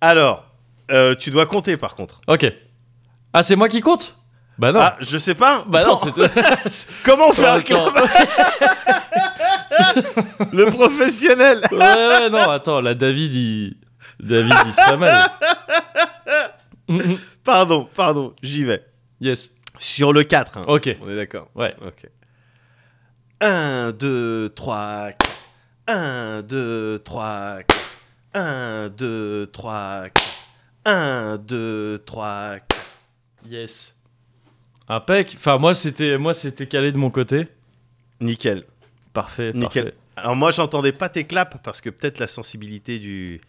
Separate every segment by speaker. Speaker 1: Alors, euh, tu dois compter par contre.
Speaker 2: Ok. Ah, c'est moi qui compte Bah non.
Speaker 1: Ah, je sais pas.
Speaker 2: bah non, c'est toi.
Speaker 1: Comment faire
Speaker 2: Attends.
Speaker 1: le professionnel
Speaker 2: Ouais, ouais, non, attends, là, David, il. David, il se fait mal. Mm, mm.
Speaker 1: Pardon, pardon, j'y vais.
Speaker 2: yes.
Speaker 1: Sur le 4. hein.
Speaker 2: Ok.
Speaker 1: On est d'accord.
Speaker 2: Ouais.
Speaker 1: Ok. 1, 2, 3, 4. 1, 2, 3, 4. 1, 2, 3, 4. 1, 2, 3, 4.
Speaker 2: Yes. Impec. Enfin, moi, c'était moi c'était calé de mon côté.
Speaker 1: Nickel.
Speaker 2: Parfait,
Speaker 1: Nickel.
Speaker 2: parfait.
Speaker 1: Alors moi j'entendais pas tes claps parce que peut-être la sensibilité du,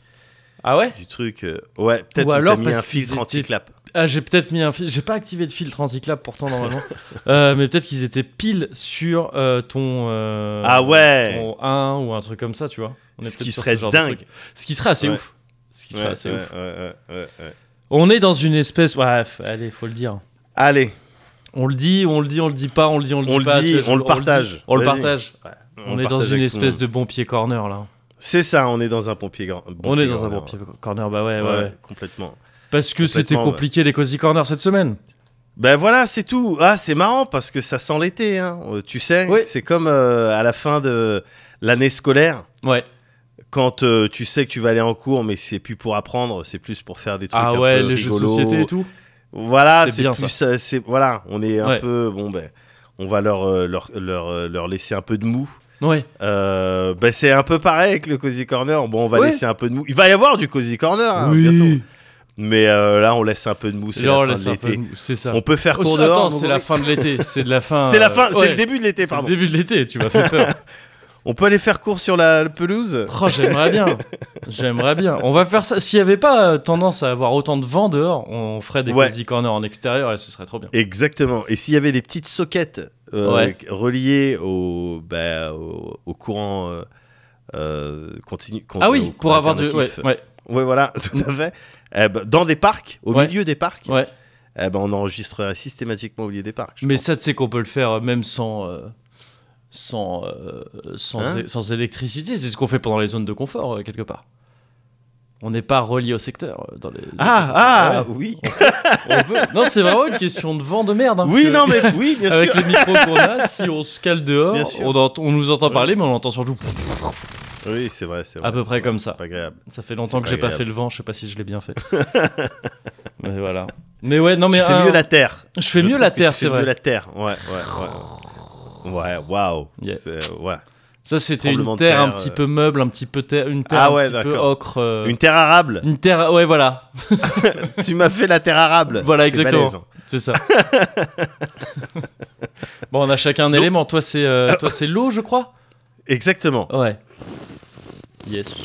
Speaker 2: Ah ouais
Speaker 1: du truc. euh, ouais, peut-être
Speaker 2: Ou
Speaker 1: que
Speaker 2: alors
Speaker 1: t'as mis
Speaker 2: parce
Speaker 1: un
Speaker 2: qu'ils
Speaker 1: filtre
Speaker 2: étaient-
Speaker 1: anti-clap.
Speaker 2: Ah, j'ai peut-être mis un filtre. J'ai pas activé de filtre anti-clap pourtant, normalement. Euh, mais peut-être qu'ils étaient pile sur euh, ton. euh,
Speaker 1: Ah ouais.
Speaker 2: Ton 1 ou un truc comme ça, tu vois. On
Speaker 1: Ce
Speaker 2: peut-être
Speaker 1: qui
Speaker 2: sur
Speaker 1: serait
Speaker 2: genre de
Speaker 1: dingue.
Speaker 2: truc. Ce qui serait assez
Speaker 1: Ouais.
Speaker 2: ouf. Ce qui serait
Speaker 1: Ouais,
Speaker 2: assez
Speaker 1: ouais,
Speaker 2: ouf.
Speaker 1: ouais, ouais, ouais, ouais.
Speaker 2: On est dans une espèce. Bref, allez, faut le dire.
Speaker 1: Allez,
Speaker 2: On le dit, on le dit, on le dit pas, on le dit, on le
Speaker 1: On
Speaker 2: dit
Speaker 1: le
Speaker 2: pas.
Speaker 1: dit,
Speaker 2: tu vois, je-
Speaker 1: on le partage.
Speaker 2: On le
Speaker 1: Vas-y.
Speaker 2: partage. Ouais. On, est dans
Speaker 1: partage avec
Speaker 2: une
Speaker 1: tout le
Speaker 2: espèce
Speaker 1: monde.
Speaker 2: de bon pied corner là.
Speaker 1: C'est ça, on est dans un pompier grand.
Speaker 2: on
Speaker 1: pompier
Speaker 2: est dans un
Speaker 1: grand,
Speaker 2: bon pied corner, bah ouais,
Speaker 1: ouais,
Speaker 2: ouais. ouais.
Speaker 1: complètement.
Speaker 2: Parce que c'était
Speaker 1: Complètement, ouais.
Speaker 2: compliqué les cozy corners cette semaine.
Speaker 1: Ben voilà, c'est tout. Ah, c'est marrant parce que ça sent l'été, hein. Euh, tu sais.
Speaker 2: Oui.
Speaker 1: C'est comme euh, à la fin de l'année scolaire,
Speaker 2: Ouais.
Speaker 1: quand euh, tu sais que tu vas aller en cours, mais c'est plus pour apprendre, c'est plus pour faire des trucs
Speaker 2: Ah
Speaker 1: un
Speaker 2: ouais,
Speaker 1: peu
Speaker 2: les jeux de
Speaker 1: rigolos.
Speaker 2: société et tout.
Speaker 1: Voilà,
Speaker 2: C'était
Speaker 1: c'est
Speaker 2: bien,
Speaker 1: plus euh, c'est voilà, on est un
Speaker 2: Ouais.
Speaker 1: peu bon ben on va leur euh, leur, leur, euh, leur laisser un peu de mou.
Speaker 2: Ouais.
Speaker 1: Euh, ben c'est un peu pareil avec le cozy corner. Bon, on va
Speaker 2: Ouais.
Speaker 1: laisser un peu de mou. Il va y avoir du cozy corner hein, bientôt. Mais euh, là, on laisse un peu de mou. C'est
Speaker 2: Genre,
Speaker 1: la
Speaker 2: là,
Speaker 1: fin de
Speaker 2: c'est un peu-
Speaker 1: l'été.
Speaker 2: C'est ça.
Speaker 1: On peut faire
Speaker 2: Oh,
Speaker 1: cours
Speaker 2: c'est-
Speaker 1: dehors.
Speaker 2: attends,
Speaker 1: mon
Speaker 2: c'est la
Speaker 1: gros.
Speaker 2: fin de l'été. C'est de la fin.
Speaker 1: C'est la
Speaker 2: euh,
Speaker 1: fin.
Speaker 2: ouais.
Speaker 1: C'est le début de l'été,
Speaker 2: C'est le
Speaker 1: pardon.
Speaker 2: début de l'été. Tu m'as fait peur.
Speaker 1: On peut aller faire cours sur la la pelouse.
Speaker 2: Oh, j'aimerais bien. J'aimerais bien. On va faire ça. S'il n'y avait pas euh, tendance à avoir autant de vent dehors, on ferait des
Speaker 1: Ouais.
Speaker 2: cozy corners en extérieur et ce serait trop bien.
Speaker 1: Exactement. Et s'il y avait des petites soquettes euh,
Speaker 2: Ouais.
Speaker 1: reliées au, bah, au, au courant euh, euh, continu. con-
Speaker 2: Ah
Speaker 1: au
Speaker 2: oui,
Speaker 1: courant
Speaker 2: pour avoir du. Ouais,
Speaker 1: alternatif.
Speaker 2: ouais,
Speaker 1: Ouais, voilà, tout à fait. Eh ben, dans des parcs, au
Speaker 2: Ouais.
Speaker 1: milieu des parcs,
Speaker 2: ouais.
Speaker 1: eh ben, on enregistrerait systématiquement au milieu des parcs. je
Speaker 2: Mais
Speaker 1: pense.
Speaker 2: ça, tu sais qu'on peut le faire euh, même sans. euh, Sans, euh, sans,
Speaker 1: Hein
Speaker 2: sans électricité, c'est ce qu'on fait pendant les zones de confort, euh, quelque part. On n'est pas relié au secteur. euh, Dans les,
Speaker 1: Ah, ah,
Speaker 2: Ouais.
Speaker 1: oui.
Speaker 2: On peut- Non, c'est vraiment une question de vent de merde. hein,
Speaker 1: Oui,
Speaker 2: que-
Speaker 1: non, mais oui, bien
Speaker 2: Avec
Speaker 1: sûr.
Speaker 2: les micros qu'on a, si on se cale dehors,
Speaker 1: Bien sûr.
Speaker 2: on, ent- on nous entend parler, mais on entend surtout.
Speaker 1: Oui, c'est vrai, c'est vrai.
Speaker 2: À peu
Speaker 1: c'est
Speaker 2: près
Speaker 1: vrai,
Speaker 2: comme
Speaker 1: c'est
Speaker 2: ça.
Speaker 1: Pas agréable.
Speaker 2: Ça fait longtemps
Speaker 1: C'est
Speaker 2: que
Speaker 1: pas
Speaker 2: j'ai pas
Speaker 1: agréable.
Speaker 2: fait le vent, je sais pas si je l'ai bien fait. mais voilà. Mais ouais, non mais
Speaker 1: tu fais
Speaker 2: un-
Speaker 1: mieux la terre.
Speaker 2: je fais
Speaker 1: Je
Speaker 2: mieux
Speaker 1: trouve
Speaker 2: la
Speaker 1: que tu
Speaker 2: terre,
Speaker 1: fais
Speaker 2: c'est vrai.
Speaker 1: mieux la terre, ouais, ouais, ouais. Ouais, waouh.
Speaker 2: Yeah.
Speaker 1: C'est- ouais.
Speaker 2: Ça c'était une
Speaker 1: tremblement
Speaker 2: terre,
Speaker 1: de terre,
Speaker 2: un petit
Speaker 1: euh.
Speaker 2: peu meuble, un petit peu terre, une terre
Speaker 1: Ah
Speaker 2: un
Speaker 1: ouais,
Speaker 2: petit peu
Speaker 1: d'accord.
Speaker 2: ocre. euh,
Speaker 1: Une terre arable.
Speaker 2: Une terre, ouais, voilà,
Speaker 1: tu m'as fait la terre arable.
Speaker 2: Voilà,
Speaker 1: C'est
Speaker 2: exactement.
Speaker 1: balèze.
Speaker 2: c'est ça. bon, on a chacun un élément. Toi, c'est euh, toi, c'est l'eau, je crois.
Speaker 1: Exactement.
Speaker 2: Ouais. Yes.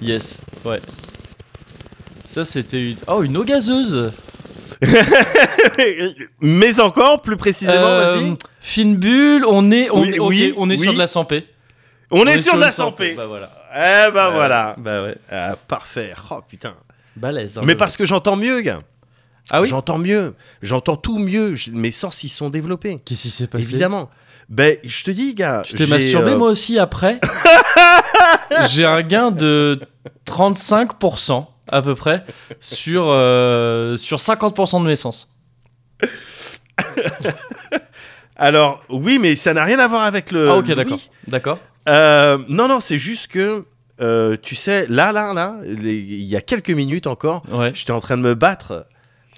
Speaker 2: Yes. Ouais. Ça, c'était une. Oh, une eau gazeuse.
Speaker 1: Mais encore, plus précisément,
Speaker 2: Euh,
Speaker 1: vas-y.
Speaker 2: Fine bulle. On est, on
Speaker 1: Oui,
Speaker 2: est, ok,
Speaker 1: oui,
Speaker 2: on est sur
Speaker 1: oui.
Speaker 2: de la santé.
Speaker 1: On, est, sur de la
Speaker 2: une santé.
Speaker 1: santé.
Speaker 2: Bah voilà.
Speaker 1: Eh ben
Speaker 2: Euh,
Speaker 1: voilà.
Speaker 2: Bah ouais.
Speaker 1: Ah, parfait. Oh putain.
Speaker 2: Balèze. hein,
Speaker 1: Mais
Speaker 2: le-
Speaker 1: parce que j'entends mieux, gars.
Speaker 2: Ah oui
Speaker 1: J'entends mieux. J'entends tout mieux. Je- Mes sens, ils sont développés.
Speaker 2: Qu'est-ce qui s'est passé
Speaker 1: Évidemment. Ben, je te dis, gars.
Speaker 2: Tu t'es
Speaker 1: j'ai,
Speaker 2: masturbé,
Speaker 1: euh,
Speaker 2: moi aussi, après. J'ai un gain de 35% à peu près sur, euh, sur 50% de mes sens.
Speaker 1: Alors, oui, mais ça n'a rien à voir avec le.
Speaker 2: ah, ok,
Speaker 1: le
Speaker 2: d'accord.
Speaker 1: Euh, oui.
Speaker 2: D'accord.
Speaker 1: Euh, non, non, c'est juste que, euh, tu sais, là, là, là, les- il y a quelques minutes encore,
Speaker 2: Ouais.
Speaker 1: j'étais en train de me battre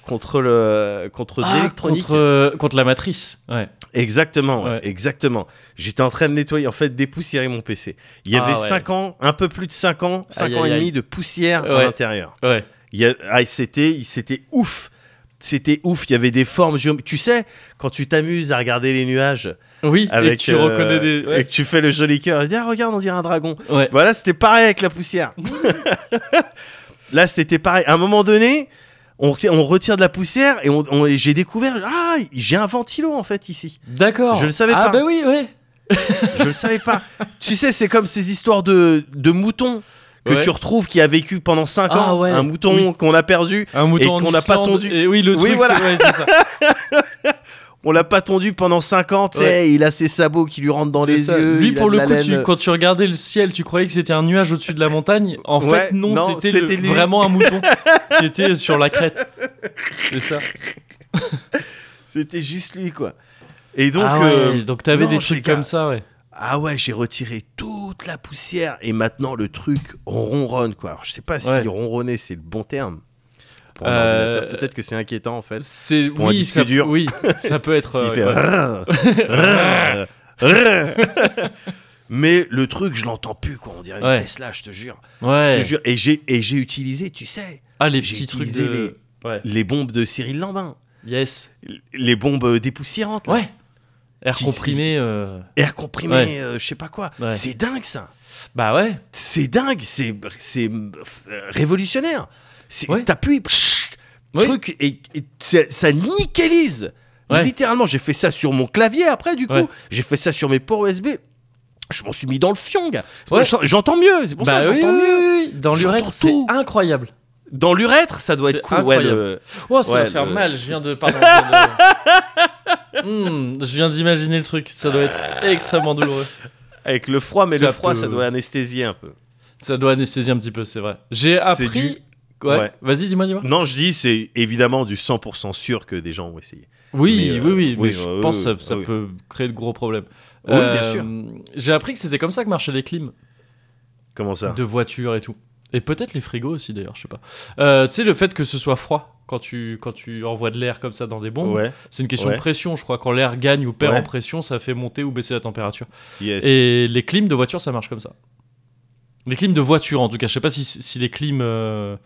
Speaker 1: contre le contre de
Speaker 2: Ah,
Speaker 1: l'électronique.
Speaker 2: contre, euh, contre la matrice. Ouais.
Speaker 1: Exactement, ouais,
Speaker 2: Ouais.
Speaker 1: exactement. J'étais en train de nettoyer, en fait, dépoussiérer mon PC. Il y
Speaker 2: Ah
Speaker 1: avait
Speaker 2: ouais.
Speaker 1: 5 ans, un peu plus de 5 ans, 5
Speaker 2: Aïe,
Speaker 1: ans
Speaker 2: aïe,
Speaker 1: et
Speaker 2: aïe.
Speaker 1: demi de poussière à
Speaker 2: Ouais.
Speaker 1: l'intérieur.
Speaker 2: Ouais.
Speaker 1: Il y a- ah, c'était, il- c'était ouf. C'était ouf, il y avait des formes géom- Tu sais, quand tu t'amuses à regarder les nuages
Speaker 2: Oui,
Speaker 1: avec
Speaker 2: et tu
Speaker 1: euh,
Speaker 2: reconnais des.
Speaker 1: et
Speaker 2: Ouais.
Speaker 1: que tu fais le joli cœur, et tu dis ah, regarde, on dirait un dragon.
Speaker 2: Ouais.
Speaker 1: Voilà, c'était pareil avec la poussière. Là, c'était pareil. À un moment donné, on, reti- on retire de la poussière et, on- on- et j'ai découvert, ah, j'ai un ventilo en fait ici.
Speaker 2: D'accord.
Speaker 1: Je le savais
Speaker 2: ah,
Speaker 1: pas.
Speaker 2: Ah, bah oui, ouais.
Speaker 1: Je le savais pas. tu sais, c'est comme ces histoires de, de moutons que
Speaker 2: Ouais.
Speaker 1: tu retrouves qui a vécu pendant 5
Speaker 2: Ah
Speaker 1: ans,
Speaker 2: ouais,
Speaker 1: un mouton
Speaker 2: oui.
Speaker 1: qu'on a perdu,
Speaker 2: Un mouton
Speaker 1: Et
Speaker 2: en
Speaker 1: qu'on n'a pas
Speaker 2: Islande,
Speaker 1: tondu.
Speaker 2: Et oui, le
Speaker 1: Oui,
Speaker 2: truc,
Speaker 1: voilà.
Speaker 2: c'est ouais, c'est ça.
Speaker 1: on l'a pas tondu pendant 5 ans, tu sais, il a ses sabots qui lui rentrent dans
Speaker 2: C'est
Speaker 1: les
Speaker 2: ça.
Speaker 1: yeux.
Speaker 2: Lui,
Speaker 1: il a
Speaker 2: pour
Speaker 1: de
Speaker 2: le
Speaker 1: la
Speaker 2: coup, tu-
Speaker 1: laine.
Speaker 2: quand tu regardais le ciel, tu croyais que c'était un nuage au-dessus de la montagne. En
Speaker 1: Ouais,
Speaker 2: fait, non,
Speaker 1: non,
Speaker 2: c'était le-
Speaker 1: c'était lui.
Speaker 2: vraiment un mouton qui était sur la crête. C'est ça.
Speaker 1: C'était juste lui, quoi. Et donc,
Speaker 2: ah
Speaker 1: euh,
Speaker 2: ouais, donc t'avais
Speaker 1: non,
Speaker 2: des
Speaker 1: c'est
Speaker 2: trucs
Speaker 1: qu'un-
Speaker 2: comme ça, ouais.
Speaker 1: Ah ouais, j'ai retiré toute la poussière et maintenant le truc ronronne quoi. Alors, je sais pas si
Speaker 2: Ouais.
Speaker 1: ronronner c'est le bon terme. Pour un
Speaker 2: Euh,
Speaker 1: ordinateur, peut-être que c'est inquiétant en fait. S'il
Speaker 2: C'est
Speaker 1: Pour un
Speaker 2: oui,
Speaker 1: disque
Speaker 2: ça,
Speaker 1: dur.
Speaker 2: oui, ça peut être. euh,
Speaker 1: fait
Speaker 2: ouais.
Speaker 1: rrrr, rrrr, rrrr. Mais le truc, je l'entends plus quoi, on dirait une
Speaker 2: Ouais.
Speaker 1: Tesla, je te jure.
Speaker 2: Ouais.
Speaker 1: Je te jure et j'ai et j'ai utilisé, tu sais,
Speaker 2: Ah les
Speaker 1: j'ai
Speaker 2: petits trucs
Speaker 1: utilisé
Speaker 2: de. Ouais.
Speaker 1: les bombes de Cyril Lambin,
Speaker 2: Yes.
Speaker 1: les bombes euh, dépoussiérantes, là.
Speaker 2: Ouais. Air
Speaker 1: Tu-
Speaker 2: comprimé. euh,
Speaker 1: air comprimé,
Speaker 2: Ouais.
Speaker 1: euh, je sais pas quoi.
Speaker 2: Ouais.
Speaker 1: C'est dingue ça.
Speaker 2: Bah ouais.
Speaker 1: C'est dingue, c'est c'est euh, révolutionnaire. C'est
Speaker 2: Ouais.
Speaker 1: t'appuies psh,
Speaker 2: Oui.
Speaker 1: truc et, et ça, ça nickelise.
Speaker 2: Ouais.
Speaker 1: Littéralement, j'ai fait ça sur mon clavier après du coup,
Speaker 2: Ouais.
Speaker 1: j'ai fait ça sur mes ports USB. Je m'en suis mis dans le fiong. C'est pour
Speaker 2: Ouais.
Speaker 1: ça que J'entends mieux, c'est pour
Speaker 2: Bah
Speaker 1: ça que
Speaker 2: oui,
Speaker 1: j'entends
Speaker 2: oui,
Speaker 1: mieux.
Speaker 2: oui, oui. Dans
Speaker 1: J'entends
Speaker 2: l'urètre, c'est
Speaker 1: tout.
Speaker 2: incroyable.
Speaker 1: Dans l'urètre, ça doit être
Speaker 2: C'est
Speaker 1: cool.
Speaker 2: incroyable.
Speaker 1: le-
Speaker 2: Oh, ça va
Speaker 1: Ouais,
Speaker 2: faire
Speaker 1: le-
Speaker 2: mal, je viens de. Pardon. je viens de- Hmm, je viens d'imaginer le truc, ça doit
Speaker 1: Euh.
Speaker 2: être extrêmement douloureux.
Speaker 1: avec le froid, mais
Speaker 2: Ça
Speaker 1: le froid,
Speaker 2: peut-
Speaker 1: ça doit anesthésier un peu.
Speaker 2: Ça doit anesthésier un petit peu, c'est vrai. J'ai
Speaker 1: C'est
Speaker 2: appris. Ouais.
Speaker 1: Ouais.
Speaker 2: Vas-y, dis-moi, dis-moi.
Speaker 1: Non, je dis, c'est évidemment du 100% sûr que des gens ont essayé.
Speaker 2: Oui,
Speaker 1: Mais, euh,
Speaker 2: oui, oui, mais
Speaker 1: oui,
Speaker 2: je
Speaker 1: euh,
Speaker 2: pense
Speaker 1: oui,
Speaker 2: que ça,
Speaker 1: oui,
Speaker 2: ça
Speaker 1: oui.
Speaker 2: peut créer de gros problèmes. Euh,
Speaker 1: Oui, bien sûr.
Speaker 2: J'ai appris que c'était comme ça que marchaient les clims
Speaker 1: Comment ça
Speaker 2: de voitures et tout. Et peut-être les frigos aussi, d'ailleurs, je sais pas. Euh, tu sais, le fait que ce soit froid quand tu, quand tu envoies de l'air comme ça dans des bombes,
Speaker 1: Ouais.
Speaker 2: c'est une question
Speaker 1: Ouais.
Speaker 2: de pression, je crois. Quand l'air gagne ou perd
Speaker 1: Ouais.
Speaker 2: en pression, ça fait monter ou baisser la température.
Speaker 1: Yes.
Speaker 2: Et les clims de voiture, ça marche comme ça. Les clims de voiture, en tout cas. Je sais pas si, si les clims euh,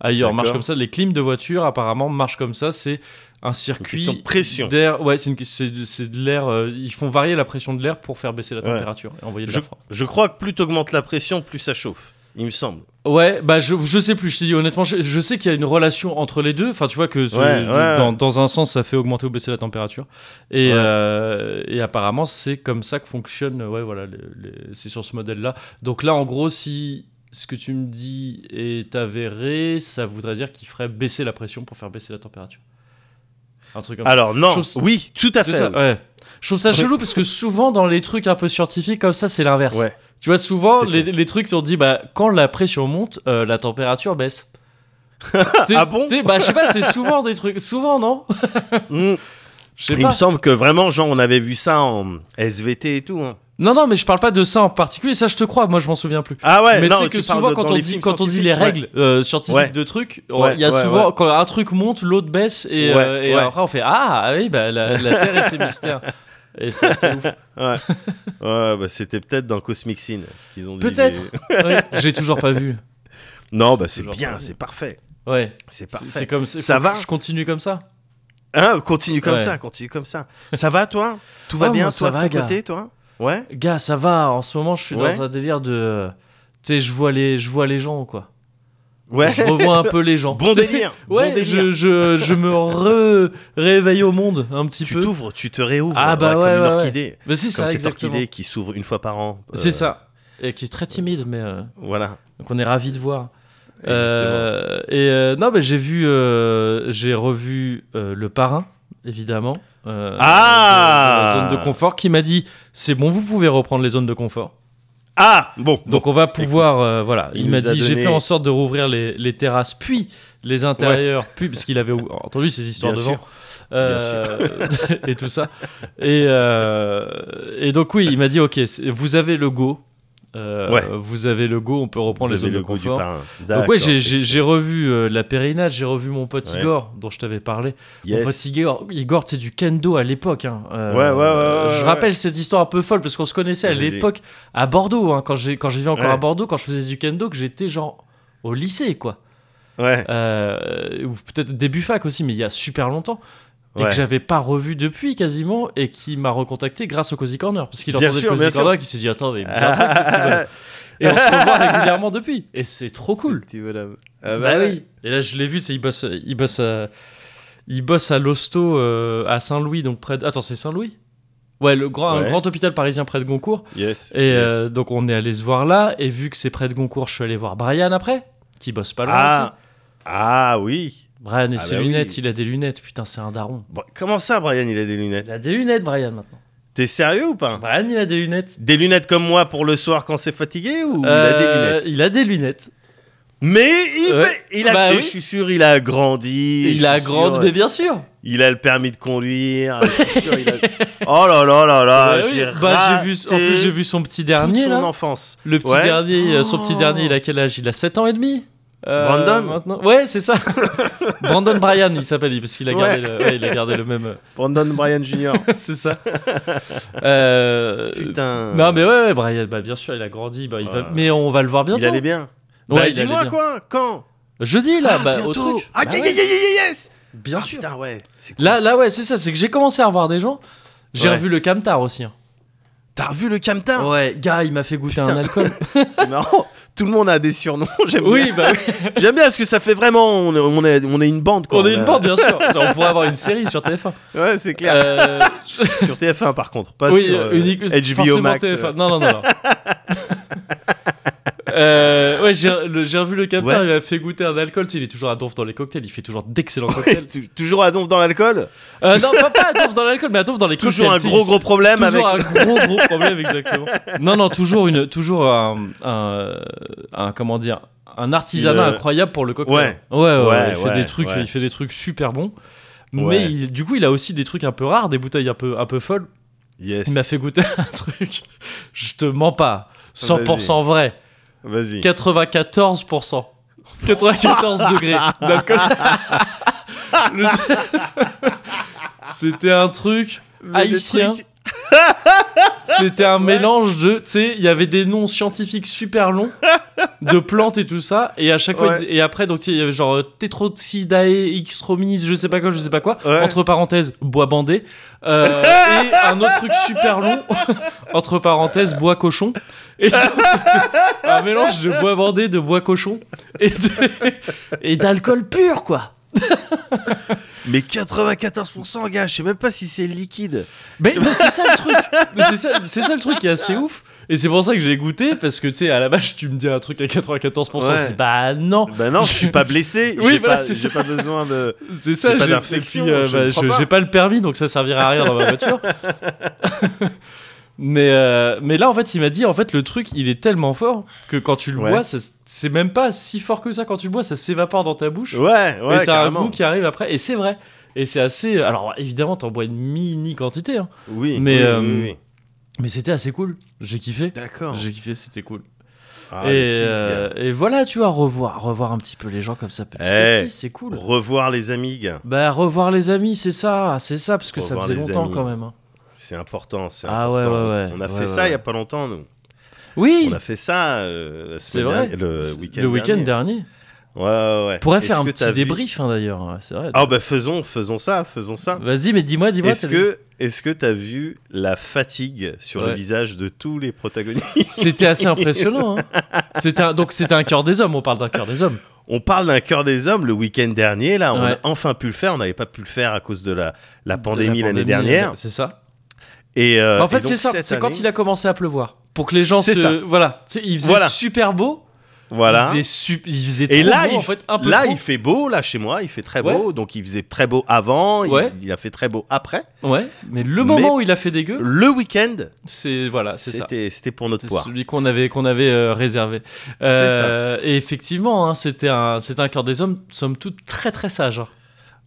Speaker 2: ailleurs
Speaker 1: D'accord.
Speaker 2: marchent comme ça. Les clims de voiture, apparemment, marchent comme ça. C'est un
Speaker 1: question de
Speaker 2: circuit
Speaker 1: pression.
Speaker 2: d'air. Ouais, c'est une- c'est de c'est de l'air. euh, ils font varier la pression de l'air pour faire baisser la
Speaker 1: Ouais.
Speaker 2: température et envoyer de la froid.
Speaker 1: Je crois que plus t'augmentes la pression, plus ça chauffe. Il me semble.
Speaker 2: Ouais, bah je, je sais plus. Je te dis honnêtement, je, je sais qu'il y a une relation entre les deux. Enfin, tu vois que ce-
Speaker 1: Ouais,
Speaker 2: de-
Speaker 1: ouais.
Speaker 2: Dans, dans un sens, ça fait augmenter ou baisser la température. Et,
Speaker 1: Ouais.
Speaker 2: euh, et apparemment, c'est comme ça que fonctionne. Ouais, voilà, les- les- c'est sur ce modèle-là. Donc là, en gros, si ce que tu me dis est avéré, ça voudrait dire qu'il ferait baisser la pression pour faire baisser la température. Un truc comme ça.
Speaker 1: Alors non,
Speaker 2: Chose-
Speaker 1: oui, Ah, tout à fait.
Speaker 2: C'est ça, ouais. Je trouve ça chelou parce que souvent dans les trucs un peu scientifiques comme ça, c'est l'inverse.
Speaker 1: Ouais.
Speaker 2: Tu vois, souvent,
Speaker 1: C'est
Speaker 2: les, les trucs, on dit, bah, quand la pression monte, euh, la température baisse. T'sais-
Speaker 1: Ah bon
Speaker 2: t'sais, Bah, je sais pas, c'est souvent des trucs. Souvent, non
Speaker 1: Mm.
Speaker 2: Je sais
Speaker 1: Il me
Speaker 2: pas.
Speaker 1: semble que vraiment, genre, on avait vu ça en SVT et tout. hein.
Speaker 2: Non, non, mais je parle pas de ça en particulier, ça, je te crois, moi, je m'en souviens plus.
Speaker 1: Ah ouais,
Speaker 2: mais tu
Speaker 1: non,
Speaker 2: sais que
Speaker 1: parles
Speaker 2: souvent,
Speaker 1: de-
Speaker 2: quand
Speaker 1: dans
Speaker 2: on,
Speaker 1: les
Speaker 2: dit,
Speaker 1: films
Speaker 2: quand on dit les
Speaker 1: scientifiques,
Speaker 2: règles euh, scientifiques
Speaker 1: Ouais.
Speaker 2: de trucs, il
Speaker 1: Ouais,
Speaker 2: y a
Speaker 1: ouais,
Speaker 2: souvent,
Speaker 1: ouais.
Speaker 2: quand un truc monte, l'autre baisse, et,
Speaker 1: Ouais,
Speaker 2: euh, et
Speaker 1: ouais.
Speaker 2: après, on fait Ah, oui, bah, la, la Terre et ses mystères. Et ça, c'est ouf.
Speaker 1: Ouais, Ouais, bah, c'était peut-être dans Cosmic Scene qu'ils ont dit.
Speaker 2: Peut-être.
Speaker 1: les-
Speaker 2: Ouais, J'ai toujours pas vu.
Speaker 1: Non, bah c'est
Speaker 2: Genre,
Speaker 1: bien,
Speaker 2: ouais.
Speaker 1: c'est parfait.
Speaker 2: Ouais.
Speaker 1: C'est
Speaker 2: C'est- C'est
Speaker 1: parfait.
Speaker 2: comme ça.
Speaker 1: Ça
Speaker 2: faut que
Speaker 1: va
Speaker 2: Je continue comme ça.
Speaker 1: Hein, continue comme
Speaker 2: Ouais.
Speaker 1: ça, continue comme ça. Ça va, toi Tout va
Speaker 2: Ah,
Speaker 1: bien,
Speaker 2: moi, ça
Speaker 1: toi,
Speaker 2: va,
Speaker 1: de ton
Speaker 2: gars.
Speaker 1: côté, toi Ouais
Speaker 2: Gars, ça va. En ce moment, je suis
Speaker 1: Ouais.
Speaker 2: dans un délire de. Tu sais, je vois les, je vois les gens, quoi.
Speaker 1: Ouais.
Speaker 2: Je revois un peu les gens.
Speaker 1: Bon délire.
Speaker 2: Ouais,
Speaker 1: bon délire.
Speaker 2: je, je, je me re- réveille au monde un petit
Speaker 1: Tu
Speaker 2: peu.
Speaker 1: t'ouvres, tu te réouvres.
Speaker 2: Ah, bah,
Speaker 1: comme
Speaker 2: ouais,
Speaker 1: une
Speaker 2: ouais, ouais.
Speaker 1: orchidée.
Speaker 2: Mais c'est
Speaker 1: Comme
Speaker 2: ça,
Speaker 1: cette
Speaker 2: exactement.
Speaker 1: orchidée qui s'ouvre une fois par an. euh,
Speaker 2: C'est ça. Et qui est très timide, mais euh,
Speaker 1: Voilà.
Speaker 2: qu'on est ravi de voir.
Speaker 1: Exactement.
Speaker 2: Euh, et euh, non, mais j'ai vu, euh, j'ai revu euh, le parrain, évidemment. euh,
Speaker 1: Ah
Speaker 2: de- de la zone de confort qui m'a dit c'est bon, vous pouvez reprendre les zones de confort.
Speaker 1: Ah, bon.
Speaker 2: Donc on va pouvoir, euh, voilà.
Speaker 1: il
Speaker 2: Il m'a
Speaker 1: nous a
Speaker 2: dit, j'ai
Speaker 1: donné-
Speaker 2: fait en sorte de rouvrir les, les terrasses, puis les intérieurs, puis parce qu'il avait ou- entendu ces histoires
Speaker 1: Bien
Speaker 2: de vent
Speaker 1: sûr.
Speaker 2: euh, et tout ça. Et, euh, et donc oui, il m'a dit, ok, c'est- vous avez le go. Euh,
Speaker 1: Ouais.
Speaker 2: Vous avez le go, on peut
Speaker 1: Vous
Speaker 2: reprendre les
Speaker 1: avez
Speaker 2: zones
Speaker 1: le
Speaker 2: de
Speaker 1: goût du
Speaker 2: confort.
Speaker 1: parrain.
Speaker 2: Donc ouais, j'ai-
Speaker 1: D'accord,
Speaker 2: j'ai j'ai revu euh, la Périnade, j'ai revu mon pote
Speaker 1: Ouais.
Speaker 2: Igor dont je t'avais parlé. Mon
Speaker 1: yes.
Speaker 2: pote Igor, Igor c'est du kendo à l'époque. hein. Euh,
Speaker 1: Ouais, ouais, ouais, ouais,
Speaker 2: je
Speaker 1: ouais.
Speaker 2: rappelle cette histoire un peu folle parce qu'on se connaissait à
Speaker 1: Vas-y.
Speaker 2: l'époque à Bordeaux, hein, quand j'ai quand je vivais encore
Speaker 1: Ouais.
Speaker 2: à Bordeaux, quand je faisais du kendo, que j'étais genre au lycée, quoi.
Speaker 1: Ouais,
Speaker 2: Euh, ou peut-être début fac aussi, mais il y a super longtemps. Et
Speaker 1: ouais.
Speaker 2: que j'avais pas revu depuis quasiment, et qui m'a recontacté grâce au Cozy Corner. Parce qu'il
Speaker 1: Bien
Speaker 2: entendait
Speaker 1: sûr,
Speaker 2: Cozy
Speaker 1: bien
Speaker 2: Corner et qu'il s'est dit Attends, mais il me fait un truc, ce petit bonhomme.
Speaker 1: Ah,
Speaker 2: Et on se revoit régulièrement depuis. Et c'est trop cool.
Speaker 1: petit bonhomme. Ah,
Speaker 2: Bah
Speaker 1: bah ouais.
Speaker 2: oui. Et là, je l'ai vu, c'est il bosse, il bosse, à, il bosse à l'hosto euh, à Saint-Louis, donc près. De... Attends, c'est Saint-Louis Ouais, le grand, un
Speaker 1: Ouais.
Speaker 2: grand hôpital parisien près de Goncourt.
Speaker 1: Yes.
Speaker 2: Et
Speaker 1: yes.
Speaker 2: euh, donc on est allé se voir là, et vu que c'est près de Goncourt, je suis allé voir Brian après, qui bosse pas loin aussi.
Speaker 1: ah, ah oui.
Speaker 2: Brian et
Speaker 1: Ah
Speaker 2: ses
Speaker 1: bah oui.
Speaker 2: lunettes, il a des lunettes, putain c'est un daron.
Speaker 1: Bon, comment ça, Brian, il a des lunettes
Speaker 2: Il a des lunettes Brian maintenant.
Speaker 1: T'es sérieux ou pas
Speaker 2: Brian il a des lunettes.
Speaker 1: Des lunettes comme moi pour le soir quand c'est fatigué ou il a des
Speaker 2: Euh,
Speaker 1: lunettes
Speaker 2: il a des lunettes.
Speaker 1: Mais il,
Speaker 2: Ouais.
Speaker 1: mais il a,
Speaker 2: Bah
Speaker 1: mais
Speaker 2: oui.
Speaker 1: je suis sûr, il a grandi. je
Speaker 2: il
Speaker 1: suis
Speaker 2: a
Speaker 1: sûr,
Speaker 2: grande,
Speaker 1: euh,
Speaker 2: mais bien sûr.
Speaker 1: Il a le permis de conduire. je suis sûr, il a- Oh là là là là,
Speaker 2: Bah oui.
Speaker 1: j'ai
Speaker 2: Bah,
Speaker 1: raté
Speaker 2: j'ai vu, en plus j'ai vu son petit dernier
Speaker 1: toute son
Speaker 2: là.
Speaker 1: enfance.
Speaker 2: Le petit
Speaker 1: Ouais.
Speaker 2: dernier, euh, son petit
Speaker 1: Oh.
Speaker 2: dernier, il a quel âge Il a 7 ans et demi Euh,
Speaker 1: Brandon
Speaker 2: maintenant... Ouais, c'est ça. Brandon Bryan, il s'appelle, il- parce qu'il a, gardé
Speaker 1: Ouais.
Speaker 2: le... ouais, il a gardé le même. euh,
Speaker 1: Brandon Bryan Jr.
Speaker 2: c'est ça. Euh,
Speaker 1: Putain.
Speaker 2: Non, mais ouais, ouais, Bryan, bah, bien sûr, il a grandi. bah, il va-
Speaker 1: Ouais.
Speaker 2: Mais on va le voir bientôt.
Speaker 1: Il allait bien. bah,
Speaker 2: Ouais, il allait
Speaker 1: dis-moi
Speaker 2: bien.
Speaker 1: quoi Quand
Speaker 2: Jeudi, là,
Speaker 1: Ah,
Speaker 2: bah, au
Speaker 1: bientôt.
Speaker 2: truc.
Speaker 1: Ah,
Speaker 2: Bah
Speaker 1: yeah,
Speaker 2: ouais,
Speaker 1: yeah, yeah, yeah, yes
Speaker 2: Bien
Speaker 1: Ah,
Speaker 2: sûr.
Speaker 1: Putain, ouais. C'est cool,
Speaker 2: Là,
Speaker 1: ça.
Speaker 2: là, ouais, c'est ça, c'est que j'ai commencé à revoir des gens. J'ai
Speaker 1: Ouais.
Speaker 2: revu le Camtar aussi. hein.
Speaker 1: T'as revu le camtar
Speaker 2: Ouais, gars, il m'a fait goûter
Speaker 1: Putain.
Speaker 2: un alcool.
Speaker 1: C'est marrant. Tout le monde a des surnoms. J'aime bien.
Speaker 2: oui, bah oui.
Speaker 1: J'aime bien parce que ça fait vraiment. On est, on est, on est une bande quoi.
Speaker 2: On est une
Speaker 1: a-
Speaker 2: bande, bien sûr. Ça, On pourrait avoir une série sur TF1.
Speaker 1: Ouais, c'est clair.
Speaker 2: Euh,
Speaker 1: Sur TF1 par contre. Pas
Speaker 2: oui,
Speaker 1: sur euh,
Speaker 2: unique,
Speaker 1: HBO
Speaker 2: forcément
Speaker 1: Max.
Speaker 2: TF1.
Speaker 1: euh.
Speaker 2: Non, non, non. non. Euh, ouais, j'ai le- j'ai revu le capteur,
Speaker 1: Ouais.
Speaker 2: il m'a fait goûter un alcool. Tu sais, il est toujours à donf dans les cocktails, il fait toujours d'excellents cocktails.
Speaker 1: Ouais, tu- Toujours à donf dans l'alcool.
Speaker 2: Euh, non, pas, pas à donf dans l'alcool, mais à donf dans les
Speaker 1: Toujours un
Speaker 2: cocktails. tu sais,
Speaker 1: gros
Speaker 2: il-
Speaker 1: gros problème avec.
Speaker 2: Toujours un gros gros problème, exactement. Non, non, toujours, une, toujours un, un, un- Comment dire Un artisanat
Speaker 1: Une- euh,
Speaker 2: incroyable pour le cocktail. Ouais, ouais,
Speaker 1: Ouais,
Speaker 2: il, fait
Speaker 1: ouais,
Speaker 2: des trucs,
Speaker 1: ouais.
Speaker 2: il fait des trucs super bons.
Speaker 1: Ouais.
Speaker 2: Mais il- du coup, il a aussi des trucs un peu rares, des bouteilles un peu, un peu folles.
Speaker 1: Yes.
Speaker 2: Il m'a fait goûter un truc. Je te mens pas. 100% vrai.
Speaker 1: Vas-y.
Speaker 2: 94%. 94 degrés d'alcool. Le- C'était un truc
Speaker 1: Mais des
Speaker 2: haïtien.
Speaker 1: trucs-
Speaker 2: C'était un
Speaker 1: Ouais.
Speaker 2: mélange de, tu sais, il y avait des noms scientifiques super longs de plantes et tout ça, et à chaque fois,
Speaker 1: Ouais.
Speaker 2: ils- et après, donc tu sais, il y avait genre euh, Tetroxidae, Xtromis, je sais pas quoi, je sais pas quoi,
Speaker 1: Ouais.
Speaker 2: entre parenthèses bois bandé, euh, et un autre truc super long entre parenthèses bois cochon, et donc, c'était un mélange de bois bandé, de bois cochon et de- et d'alcool pur quoi.
Speaker 1: Mais 94% gars, je sais même pas si c'est liquide.
Speaker 2: Mais, mais c'est ça le truc. Mais C'est ça, c'est ça le truc qui est assez ouf. Et c'est pour ça que j'ai goûté parce que tu sais à la base tu me dis un truc à 94%,
Speaker 1: Ouais.
Speaker 2: je dis bah non.
Speaker 1: Bah non, je suis pas blessé.
Speaker 2: Oui,
Speaker 1: j'ai
Speaker 2: voilà,
Speaker 1: pas,
Speaker 2: c'est
Speaker 1: j'ai
Speaker 2: ça.
Speaker 1: pas besoin de.
Speaker 2: C'est ça.
Speaker 1: J'ai pas
Speaker 2: j'ai-
Speaker 1: d'infection,
Speaker 2: et puis,
Speaker 1: je ne crois
Speaker 2: bah, je-
Speaker 1: pas.
Speaker 2: J'ai pas le permis donc ça servira à rien dans ma voiture. mais euh, mais là en fait il m'a dit en fait le truc il est tellement fort que quand tu le
Speaker 1: Ouais.
Speaker 2: bois ça- c'est même pas si fort que ça quand tu le bois ça s'évapore dans ta bouche.
Speaker 1: Ouais,
Speaker 2: et
Speaker 1: ouais,
Speaker 2: t'as un
Speaker 1: carrément.
Speaker 2: goût qui arrive après et c'est vrai. Et c'est assez. Alors évidemment t'en bois une mini quantité hein.
Speaker 1: Oui,
Speaker 2: Mais,
Speaker 1: oui,
Speaker 2: euh,
Speaker 1: oui, oui.
Speaker 2: mais c'était assez cool. J'ai kiffé.
Speaker 1: D'accord.
Speaker 2: J'ai kiffé, c'était cool.
Speaker 1: Ah,
Speaker 2: et,
Speaker 1: le kiff,
Speaker 2: euh, et voilà, tu vois, revoir, revoir un petit peu les gens comme ça petit à
Speaker 1: Eh.
Speaker 2: petit, c'est cool.
Speaker 1: gars. Revoir les amis, gars.
Speaker 2: Bah, revoir les amis, c'est ça, c'est ça, parce que
Speaker 1: Revoir
Speaker 2: ça faisait
Speaker 1: les
Speaker 2: longtemps
Speaker 1: amis.
Speaker 2: quand même. hein.
Speaker 1: C'est important, c'est
Speaker 2: Ah
Speaker 1: important.
Speaker 2: ouais, ouais, ouais.
Speaker 1: On a
Speaker 2: Ouais,
Speaker 1: fait
Speaker 2: ouais,
Speaker 1: ça il y a
Speaker 2: ouais.
Speaker 1: pas longtemps, nous.
Speaker 2: Oui,
Speaker 1: On a fait ça euh, la
Speaker 2: c'est
Speaker 1: semaine
Speaker 2: vrai.
Speaker 1: dernière- le week-end
Speaker 2: le week-end
Speaker 1: dernier.
Speaker 2: dernier.
Speaker 1: Ouais, ouais, ouais.
Speaker 2: On pourrait
Speaker 1: Est-ce
Speaker 2: faire un
Speaker 1: que t'as
Speaker 2: petit
Speaker 1: vu-
Speaker 2: débrief, hein, d'ailleurs, ouais, c'est vrai.
Speaker 1: Ah bah faisons, faisons ça, faisons ça.
Speaker 2: Vas-y, mais dis-moi, dis-moi.
Speaker 1: Est-ce
Speaker 2: t'as vu-
Speaker 1: que, est-ce que t'as vu la fatigue sur
Speaker 2: Ouais.
Speaker 1: le visage de tous les protagonistes
Speaker 2: C'était assez impressionnant. hein. C'était un- Donc, c'était un cœur des hommes, on parle d'un cœur des hommes.
Speaker 1: On parle d'un cœur des hommes le week-end dernier, là, on
Speaker 2: Ouais.
Speaker 1: a enfin pu le faire, on n'avait pas pu le faire à cause de la, la
Speaker 2: De la
Speaker 1: pandémie l'année
Speaker 2: pandémie,
Speaker 1: dernière.
Speaker 2: C'est ça. Bah,
Speaker 1: Et, euh,
Speaker 2: en fait,
Speaker 1: et donc
Speaker 2: c'est ça,
Speaker 1: cette
Speaker 2: c'est quand
Speaker 1: année-
Speaker 2: il a commencé à pleuvoir. Pour que les gens
Speaker 1: C'est
Speaker 2: se.
Speaker 1: ça.
Speaker 2: Voilà. Tu sais, il faisait
Speaker 1: Voilà.
Speaker 2: super beau.
Speaker 1: Voilà.
Speaker 2: Il faisait, sup- il faisait
Speaker 1: Et
Speaker 2: trop
Speaker 1: là,
Speaker 2: beau,
Speaker 1: il,
Speaker 2: en fait, un peu
Speaker 1: là
Speaker 2: trop.
Speaker 1: il fait beau, là, chez moi, il fait très
Speaker 2: Ouais.
Speaker 1: beau. Donc, il faisait très beau avant, il-
Speaker 2: Ouais.
Speaker 1: il, a fait très beau après.
Speaker 2: Ouais, mais le
Speaker 1: Mais-
Speaker 2: moment où il a fait dégueu,
Speaker 1: Le week-end,
Speaker 2: c'est. Voilà, c'est ça.
Speaker 1: c'était c'était pour notre
Speaker 2: C'est
Speaker 1: poire.
Speaker 2: celui qu'on avait, qu'on avait euh, réservé. Euh, Et effectivement, hein, c'était un, c'était un cœur des hommes, somme toute, très très sage. hein.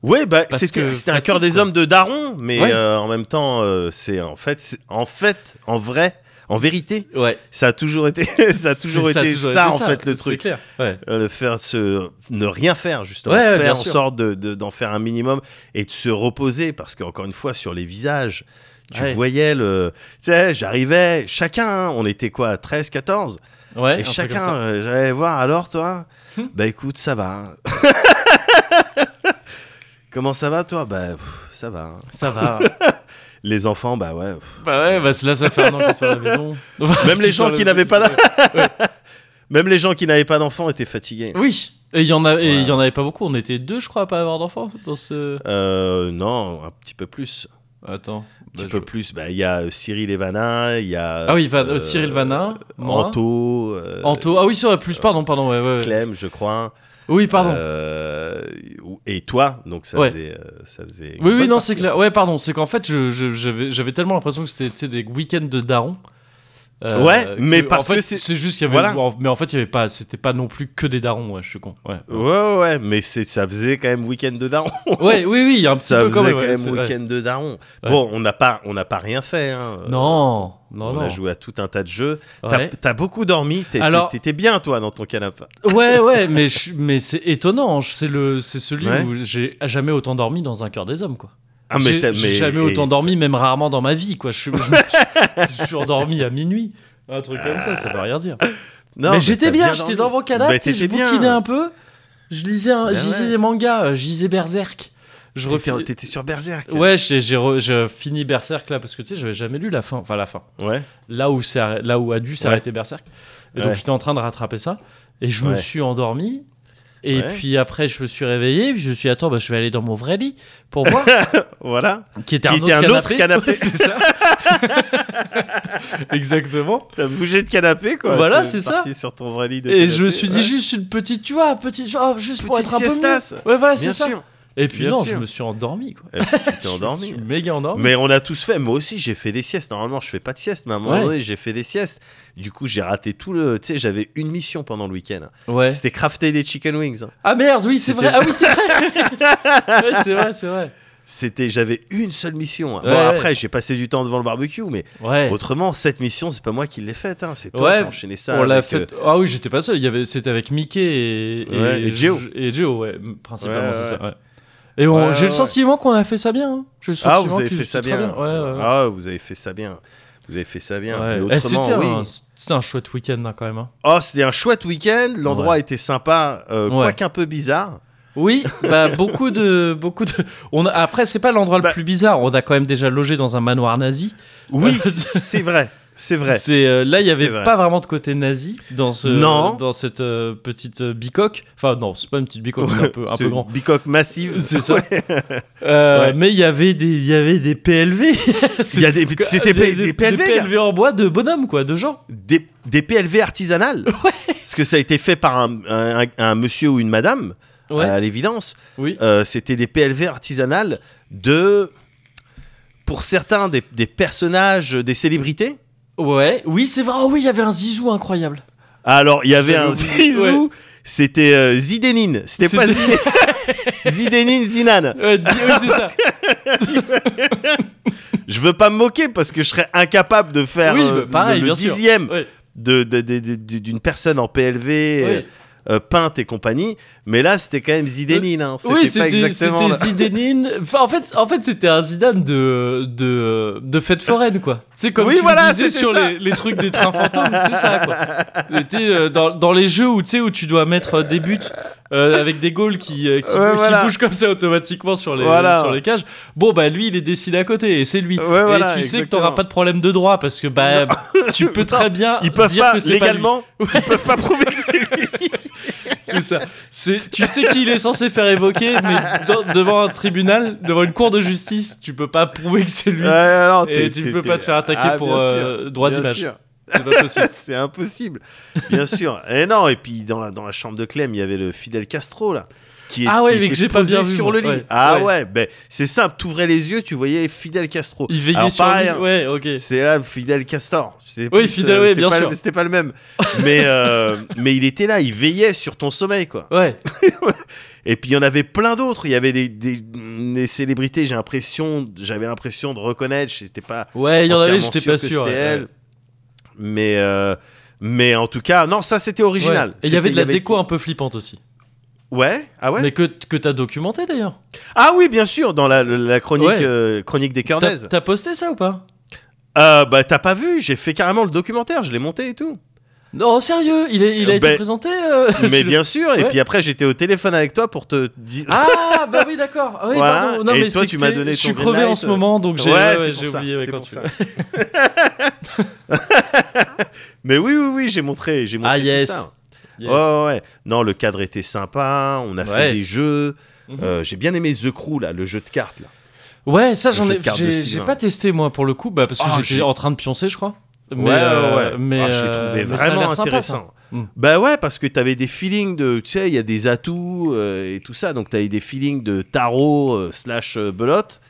Speaker 1: Ouais, bah,
Speaker 2: Parce que
Speaker 1: c'était c'était un
Speaker 2: fatigue,
Speaker 1: cœur des
Speaker 2: quoi.
Speaker 1: hommes de Daron, mais
Speaker 2: Ouais.
Speaker 1: euh, en même temps, euh, c'est en fait, c'est- en fait, en vrai, en vérité,
Speaker 2: Ouais.
Speaker 1: ça a toujours été, ça a
Speaker 2: C'est-
Speaker 1: toujours été
Speaker 2: toujours
Speaker 1: ça,
Speaker 2: été
Speaker 1: en fait, le
Speaker 2: C'est
Speaker 1: truc.
Speaker 2: clair. Ouais.
Speaker 1: Euh, le faire se ne rien faire justement
Speaker 2: Ouais, ouais, bien
Speaker 1: faire en
Speaker 2: sûr.
Speaker 1: sorte de- de- d'en faire un minimum et de se reposer parce qu'encore une fois sur les visages tu
Speaker 2: Ouais.
Speaker 1: voyais le tu sais j'arrivais chacun hein, on était quoi 13 14
Speaker 2: Ouais, un
Speaker 1: et
Speaker 2: truc comme
Speaker 1: chacun
Speaker 2: ça.
Speaker 1: euh, j'allais voir alors toi
Speaker 2: Hmm.
Speaker 1: bah écoute ça va hein. comment ça va toi bah pff, ça va hein.
Speaker 2: Ça va.
Speaker 1: les enfants bah ouais pff.
Speaker 2: bah ouais, bah, là, ça fait un an qu'il est sur la maison.
Speaker 1: Même les
Speaker 2: Qu'il est
Speaker 1: gens
Speaker 2: sur la
Speaker 1: qui
Speaker 2: maison,
Speaker 1: n'avaient pas
Speaker 2: qu'il est-
Speaker 1: même les gens qui n'avaient pas d'enfants étaient fatigués
Speaker 2: Oui. Et il y en a, et il y
Speaker 1: Voilà.
Speaker 2: en avait pas beaucoup. On était deux, je crois, à pas avoir d'enfants dans ce.
Speaker 1: Euh, non un petit peu plus
Speaker 2: Attends.
Speaker 1: Un petit
Speaker 2: bah,
Speaker 1: peu
Speaker 2: je-
Speaker 1: plus. Bah, Il y a euh, Cyril et Vanin, il y a.
Speaker 2: Ah oui, Va-
Speaker 1: euh,
Speaker 2: Cyril Vanin, moi,
Speaker 1: Anto. euh,
Speaker 2: Anto. Ah oui, ça aurait plus, pardon, pardon. ouais, ouais, ouais.
Speaker 1: Clem, je crois.
Speaker 2: Oui, pardon.
Speaker 1: Euh, et toi, donc ça
Speaker 2: Ouais.
Speaker 1: faisait. euh, ça faisait une
Speaker 2: Oui, oui,
Speaker 1: bonne
Speaker 2: non, c'est
Speaker 1: partie.
Speaker 2: clair. Ouais, pardon, c'est qu'en fait, je- je- j'avais j'avais tellement l'impression que c'était tu sais, des week-ends de daron. Euh,
Speaker 1: Ouais, mais
Speaker 2: en
Speaker 1: parce
Speaker 2: fait,
Speaker 1: que c'est-
Speaker 2: c'est juste qu'il y avait.
Speaker 1: Voilà.
Speaker 2: en- Mais en fait, il y avait pas. C'était pas non plus que des darons. Ouais, je suis con. Ouais.
Speaker 1: Ouais, ouais, ouais, mais c'est, ça faisait quand même week-end de daron.
Speaker 2: ouais, oui, oui, il y a un petit
Speaker 1: Ça
Speaker 2: peu
Speaker 1: faisait
Speaker 2: quand
Speaker 1: quand même,
Speaker 2: même. ouais, c'est- ouais.
Speaker 1: week-end de daron.
Speaker 2: Ouais.
Speaker 1: Bon, on n'a pas, on n'a pas rien fait. hein.
Speaker 2: Non,
Speaker 1: Euh,
Speaker 2: non,
Speaker 1: on
Speaker 2: non.
Speaker 1: a joué à tout un tas de jeux. T'as,
Speaker 2: Ouais.
Speaker 1: t'as beaucoup dormi. T'es-
Speaker 2: Alors-
Speaker 1: t'es- T'étais bien toi dans ton canapé.
Speaker 2: ouais, ouais, mais je suis- mais c'est étonnant. je- C'est le, c'est celui
Speaker 1: Ouais.
Speaker 2: où j'ai jamais autant dormi dans un cœur des hommes, quoi.
Speaker 1: Ah,
Speaker 2: j'ai
Speaker 1: t'as-
Speaker 2: j'ai jamais autant
Speaker 1: et-
Speaker 2: dormi, même rarement dans ma vie, quoi. Je, suis- je me suis- je suis endormi à minuit, un truc comme ça, ça veut rien dire.
Speaker 1: Non,
Speaker 2: mais j'étais
Speaker 1: t'as
Speaker 2: bien,
Speaker 1: dormi.
Speaker 2: j'étais dans mon
Speaker 1: Bah,
Speaker 2: canapé, tu sais, je
Speaker 1: t'étais bien.
Speaker 2: bouquinais un peu, je lisais, un-
Speaker 1: Ben
Speaker 2: je lisais
Speaker 1: ouais.
Speaker 2: des mangas, euh, je lisais Berserk. Je
Speaker 1: T'étais,
Speaker 2: refais-
Speaker 1: t'étais sur Berserk.
Speaker 2: Ouais, j'ai j'ai re- j'ai fini Berserk là parce que tu sais, j'avais jamais lu la fin, enfin la fin,
Speaker 1: Ouais.
Speaker 2: là où, c'est arrêt- là où a dû s'arrêter Berserk. Et donc
Speaker 1: Ouais.
Speaker 2: j'étais en train de rattraper ça, et je me
Speaker 1: Ouais.
Speaker 2: suis endormi. Et
Speaker 1: Ouais.
Speaker 2: puis après, je me suis réveillé, puis je me suis dit, attends, bah, je vais aller dans mon vrai lit pour voir.
Speaker 1: Voilà.
Speaker 2: Qui était,
Speaker 1: Qui était un autre canapé.
Speaker 2: Ouais, c'est ça. Exactement.
Speaker 1: T'as bougé de canapé quoi.
Speaker 2: Voilà, c'est ça.
Speaker 1: parti Sur ton vrai lit. De
Speaker 2: Et je me
Speaker 1: canapé,
Speaker 2: suis dit
Speaker 1: ouais.
Speaker 2: juste une petite, tu vois, petite, genre, oh, juste pour
Speaker 1: Petite
Speaker 2: être un
Speaker 1: siestas.
Speaker 2: peu mieux. Ouais, voilà, c'est
Speaker 1: Bien
Speaker 2: ça.
Speaker 1: sûr.
Speaker 2: Et puis
Speaker 1: Bien
Speaker 2: non,
Speaker 1: sûr.
Speaker 2: je me suis endormi quoi.
Speaker 1: Et puis, tu t'es
Speaker 2: Je
Speaker 1: endormi.
Speaker 2: me suis méga endormi.
Speaker 1: Mais on a tous fait. Moi aussi, j'ai fait des siestes. Normalement, je fais pas de sieste, mais à un moment
Speaker 2: Ouais.
Speaker 1: donné, j'ai fait des siestes. Du coup, j'ai raté tout le. Tu sais, j'avais une mission pendant le week-end.
Speaker 2: Ouais.
Speaker 1: C'était crafter des chicken wings. hein.
Speaker 2: Ah merde, oui, c'est
Speaker 1: C'était-
Speaker 2: vrai. Ah oui, c'est vrai. ouais, c'est vrai, c'est vrai.
Speaker 1: C'était, j'avais une seule mission. hein. Bon,
Speaker 2: Ouais, ouais.
Speaker 1: après, j'ai passé du temps devant le barbecue, mais
Speaker 2: Ouais.
Speaker 1: autrement, cette mission, c'est pas moi qui l'ai faite. hein. C'est toi
Speaker 2: Ouais,
Speaker 1: qui as enchaîné ça.
Speaker 2: On l'a
Speaker 1: avec, euh,
Speaker 2: fait. Ah oui, j'étais pas seul. Il y avait, c'était avec Mickey et
Speaker 1: Ouais, et Geo.
Speaker 2: Et Geo, ouais, principalement,
Speaker 1: Ouais,
Speaker 2: c'est
Speaker 1: ouais.
Speaker 2: ça. ouais. Et on-
Speaker 1: Ouais,
Speaker 2: j'ai le
Speaker 1: ouais.
Speaker 2: sentiment qu'on a fait ça bien. hein. J'ai le
Speaker 1: Ah,
Speaker 2: sentiment
Speaker 1: vous avez
Speaker 2: que
Speaker 1: fait ça
Speaker 2: c'était
Speaker 1: bien.
Speaker 2: très Ouais, ouais, ouais.
Speaker 1: Ah, vous avez fait ça bien. Vous avez fait ça bien.
Speaker 2: Ouais.
Speaker 1: Mais
Speaker 2: Eh,
Speaker 1: autrement,
Speaker 2: c'était,
Speaker 1: oui.
Speaker 2: un, c'était un chouette week-end hein, quand même. hein.
Speaker 1: Oh, c'était un chouette week-end. L'endroit était sympa, euh,
Speaker 2: Ouais.
Speaker 1: quoique un peu bizarre.
Speaker 2: Oui, bah beaucoup de beaucoup de. On a- après c'est pas l'endroit
Speaker 1: Bah-
Speaker 2: le plus bizarre. On a quand même déjà logé dans un manoir nazi.
Speaker 1: Oui, c'est Euh, c'est vrai. C'est vrai.
Speaker 2: C'est euh, là il y
Speaker 1: C'est
Speaker 2: avait
Speaker 1: vrai.
Speaker 2: pas vraiment de côté nazi dans ce
Speaker 1: Non.
Speaker 2: dans cette euh, petite euh, bicoque. Enfin non, c'est pas une petite bicoque, mais un peu un
Speaker 1: C'est
Speaker 2: peu grand.
Speaker 1: une Bicoque massive.
Speaker 2: C'est ça.
Speaker 1: Ouais.
Speaker 2: Euh,
Speaker 1: Ouais.
Speaker 2: Mais il y avait des il y avait des PLV.
Speaker 1: Il y a des, c'était des, des PLV,
Speaker 2: des
Speaker 1: gars.
Speaker 2: PLV en bois de bonhomme quoi, de gens.
Speaker 1: Des, des PLV artisanales. Parce que ça a été fait par un, un- un monsieur ou une madame,
Speaker 2: Ouais.
Speaker 1: à l'évidence.
Speaker 2: oui.
Speaker 1: Euh, c'était des PLV artisanales de, pour certains, des, des personnages, des célébrités.
Speaker 2: Ouais. Oui c'est vrai. Oh oui il y avait un zizou incroyable.
Speaker 1: Alors, il y avait
Speaker 2: J'avais
Speaker 1: un
Speaker 2: oublié,
Speaker 1: Zizou, c'était euh, Zidenine. C'était pas Zidénine. Zidenine Zinane.
Speaker 2: Euh, di- oui, c'est ça.
Speaker 1: Je veux pas me moquer parce que je serais incapable de faire
Speaker 2: Oui,
Speaker 1: euh,
Speaker 2: bah, pareil,
Speaker 1: le, le
Speaker 2: bien sûr.
Speaker 1: dixième
Speaker 2: Ouais.
Speaker 1: de- de- de- de- d'une personne en PLV. euh,
Speaker 2: ouais.
Speaker 1: euh, peinte et compagnie, mais là c'était quand même Zidénine. Hein. C'était
Speaker 2: Oui,
Speaker 1: pas
Speaker 2: c'était
Speaker 1: exactement. là.
Speaker 2: c'était Zidane. Enfin, en fait, en fait c'était un Zidane de, de, de fête foraine, quoi. C'est comme
Speaker 1: Oui,
Speaker 2: tu le
Speaker 1: voilà,
Speaker 2: disais
Speaker 1: c'était
Speaker 2: sur
Speaker 1: ça.
Speaker 2: les, les trucs des trains fantômes, c'est ça, quoi. C'était euh, dans, dans les jeux où, tu sais, où tu dois mettre euh, des buts euh, avec des goals qui, euh, qui,
Speaker 1: Ouais,
Speaker 2: bou- qui
Speaker 1: voilà.
Speaker 2: bougent comme ça automatiquement sur les,
Speaker 1: Voilà.
Speaker 2: sur les cages. Bon, bah lui, il est dessiné à côté et c'est lui.
Speaker 1: Ouais,
Speaker 2: et
Speaker 1: voilà,
Speaker 2: tu sais que
Speaker 1: exactement.
Speaker 2: t'auras pas de problème de droit parce que bah, tu peux très bien
Speaker 1: Ils peuvent
Speaker 2: dire
Speaker 1: pas
Speaker 2: que c'est pas lui.
Speaker 1: légalement, ils peuvent pas prouver que c'est lui.
Speaker 2: C'est ça. C'est, tu sais qu'il est censé faire évoquer, mais dans- devant un tribunal, devant une cour de justice, tu peux pas prouver que c'est lui.
Speaker 1: Ouais, non, Ah,
Speaker 2: et
Speaker 1: t'es-
Speaker 2: tu
Speaker 1: t'es-
Speaker 2: peux pas
Speaker 1: t'es-
Speaker 2: te faire attaquer
Speaker 1: Ah,
Speaker 2: pour
Speaker 1: bien sûr,
Speaker 2: euh, droit
Speaker 1: bien
Speaker 2: d'image.
Speaker 1: sûr.
Speaker 2: C'est pas possible.
Speaker 1: C'est impossible, bien sûr. Et non, et puis dans la, dans la chambre de Clem, il y avait le Fidel Castro là. Qui est,
Speaker 2: Ah ouais,
Speaker 1: qui
Speaker 2: mais
Speaker 1: était
Speaker 2: que j'ai pas
Speaker 1: posé
Speaker 2: bien vu,
Speaker 1: sur
Speaker 2: moi.
Speaker 1: le lit.
Speaker 2: Ouais.
Speaker 1: Ah
Speaker 2: Ouais.
Speaker 1: ouais, ben c'est simple. T'ouvrais les yeux, tu voyais Fidel Castro.
Speaker 2: Il veillait
Speaker 1: Alors,
Speaker 2: sur
Speaker 1: pareil,
Speaker 2: lui.
Speaker 1: hein,
Speaker 2: Ouais, ok.
Speaker 1: C'est là Fidel Castor. C'est
Speaker 2: Oui,
Speaker 1: plus, euh,
Speaker 2: Fidel, oui,
Speaker 1: c'était
Speaker 2: bien
Speaker 1: pas
Speaker 2: sûr.
Speaker 1: le- C'était pas le même. Mais, euh, mais il était là, il veillait sur ton sommeil, quoi.
Speaker 2: Ouais.
Speaker 1: Et puis il y en avait plein d'autres. Il y avait des, des, des célébrités, j'ai l'impression, j'avais l'impression de reconnaître. C'était pas.
Speaker 2: Ouais, il y en avait,
Speaker 1: entièrement
Speaker 2: j'étais pas
Speaker 1: que
Speaker 2: sûr.
Speaker 1: c'était
Speaker 2: ouais,
Speaker 1: elle.
Speaker 2: ouais.
Speaker 1: Mais, euh, mais en tout cas, non, ça c'était original.
Speaker 2: Ouais. Et il y avait de
Speaker 1: C'était-
Speaker 2: la déco un peu flippante aussi.
Speaker 1: Ouais, ah ouais.
Speaker 2: Mais que, que t'as documenté d'ailleurs.
Speaker 1: Ah oui, bien sûr, dans la, la chronique,
Speaker 2: Ouais.
Speaker 1: euh, chronique des
Speaker 2: T'as,
Speaker 1: Cornaises.
Speaker 2: t'as posté ça ou pas
Speaker 1: Euh, bah t'as pas vu, j'ai fait carrément le documentaire, je l'ai monté et tout.
Speaker 2: Non, sérieux, il, est, il a
Speaker 1: Euh,
Speaker 2: été
Speaker 1: ben,
Speaker 2: présenté euh,
Speaker 1: Mais
Speaker 2: je-
Speaker 1: bien sûr, et
Speaker 2: Ouais.
Speaker 1: puis après j'étais au téléphone avec toi pour te dire.
Speaker 2: Ah, bah oui, d'accord. Ah oui,
Speaker 1: Voilà.
Speaker 2: pardon. Non,
Speaker 1: Et
Speaker 2: mais
Speaker 1: toi,
Speaker 2: c'est
Speaker 1: tu
Speaker 2: que
Speaker 1: m'as
Speaker 2: c'est-
Speaker 1: donné
Speaker 2: Je suis
Speaker 1: ton
Speaker 2: crevé en
Speaker 1: green
Speaker 2: ce
Speaker 1: light.
Speaker 2: moment, donc j'ai
Speaker 1: Ouais,
Speaker 2: ouais,
Speaker 1: c'est
Speaker 2: j'ai
Speaker 1: pour ça,
Speaker 2: oublié. ouais,
Speaker 1: c'est
Speaker 2: quand
Speaker 1: pour
Speaker 2: tu-
Speaker 1: ça. Mais oui, oui, oui, j'ai montré, j'ai montré
Speaker 2: Ah, yes.
Speaker 1: tout ça.
Speaker 2: Yes.
Speaker 1: Ouais, ouais, ouais. Non, le cadre était sympa. On a
Speaker 2: Ouais.
Speaker 1: fait des jeux.
Speaker 2: Mhm.
Speaker 1: Euh, j'ai bien aimé The Crew là, le jeu de cartes là.
Speaker 2: Ouais, ça
Speaker 1: Le
Speaker 2: j'en
Speaker 1: jeu
Speaker 2: ai.
Speaker 1: de cartes de
Speaker 2: J'ai
Speaker 1: Sylvain.
Speaker 2: j'ai pas testé moi pour le coup, bah, parce que
Speaker 1: Ah, j'ai-
Speaker 2: j'étais en train de pioncer, je crois. Mais,
Speaker 1: ouais,
Speaker 2: euh,
Speaker 1: ouais.
Speaker 2: mais
Speaker 1: Ah, je l'ai
Speaker 2: euh,
Speaker 1: trouvé
Speaker 2: mais ça a l'air
Speaker 1: vraiment
Speaker 2: sympa, ça.
Speaker 1: intéressant.
Speaker 2: Mm.
Speaker 1: Bah ouais, parce que t'avais des feelings de, tu sais, il y a des atouts euh, et tout ça, donc t'avais des feelings de tarot euh, slash euh, belote,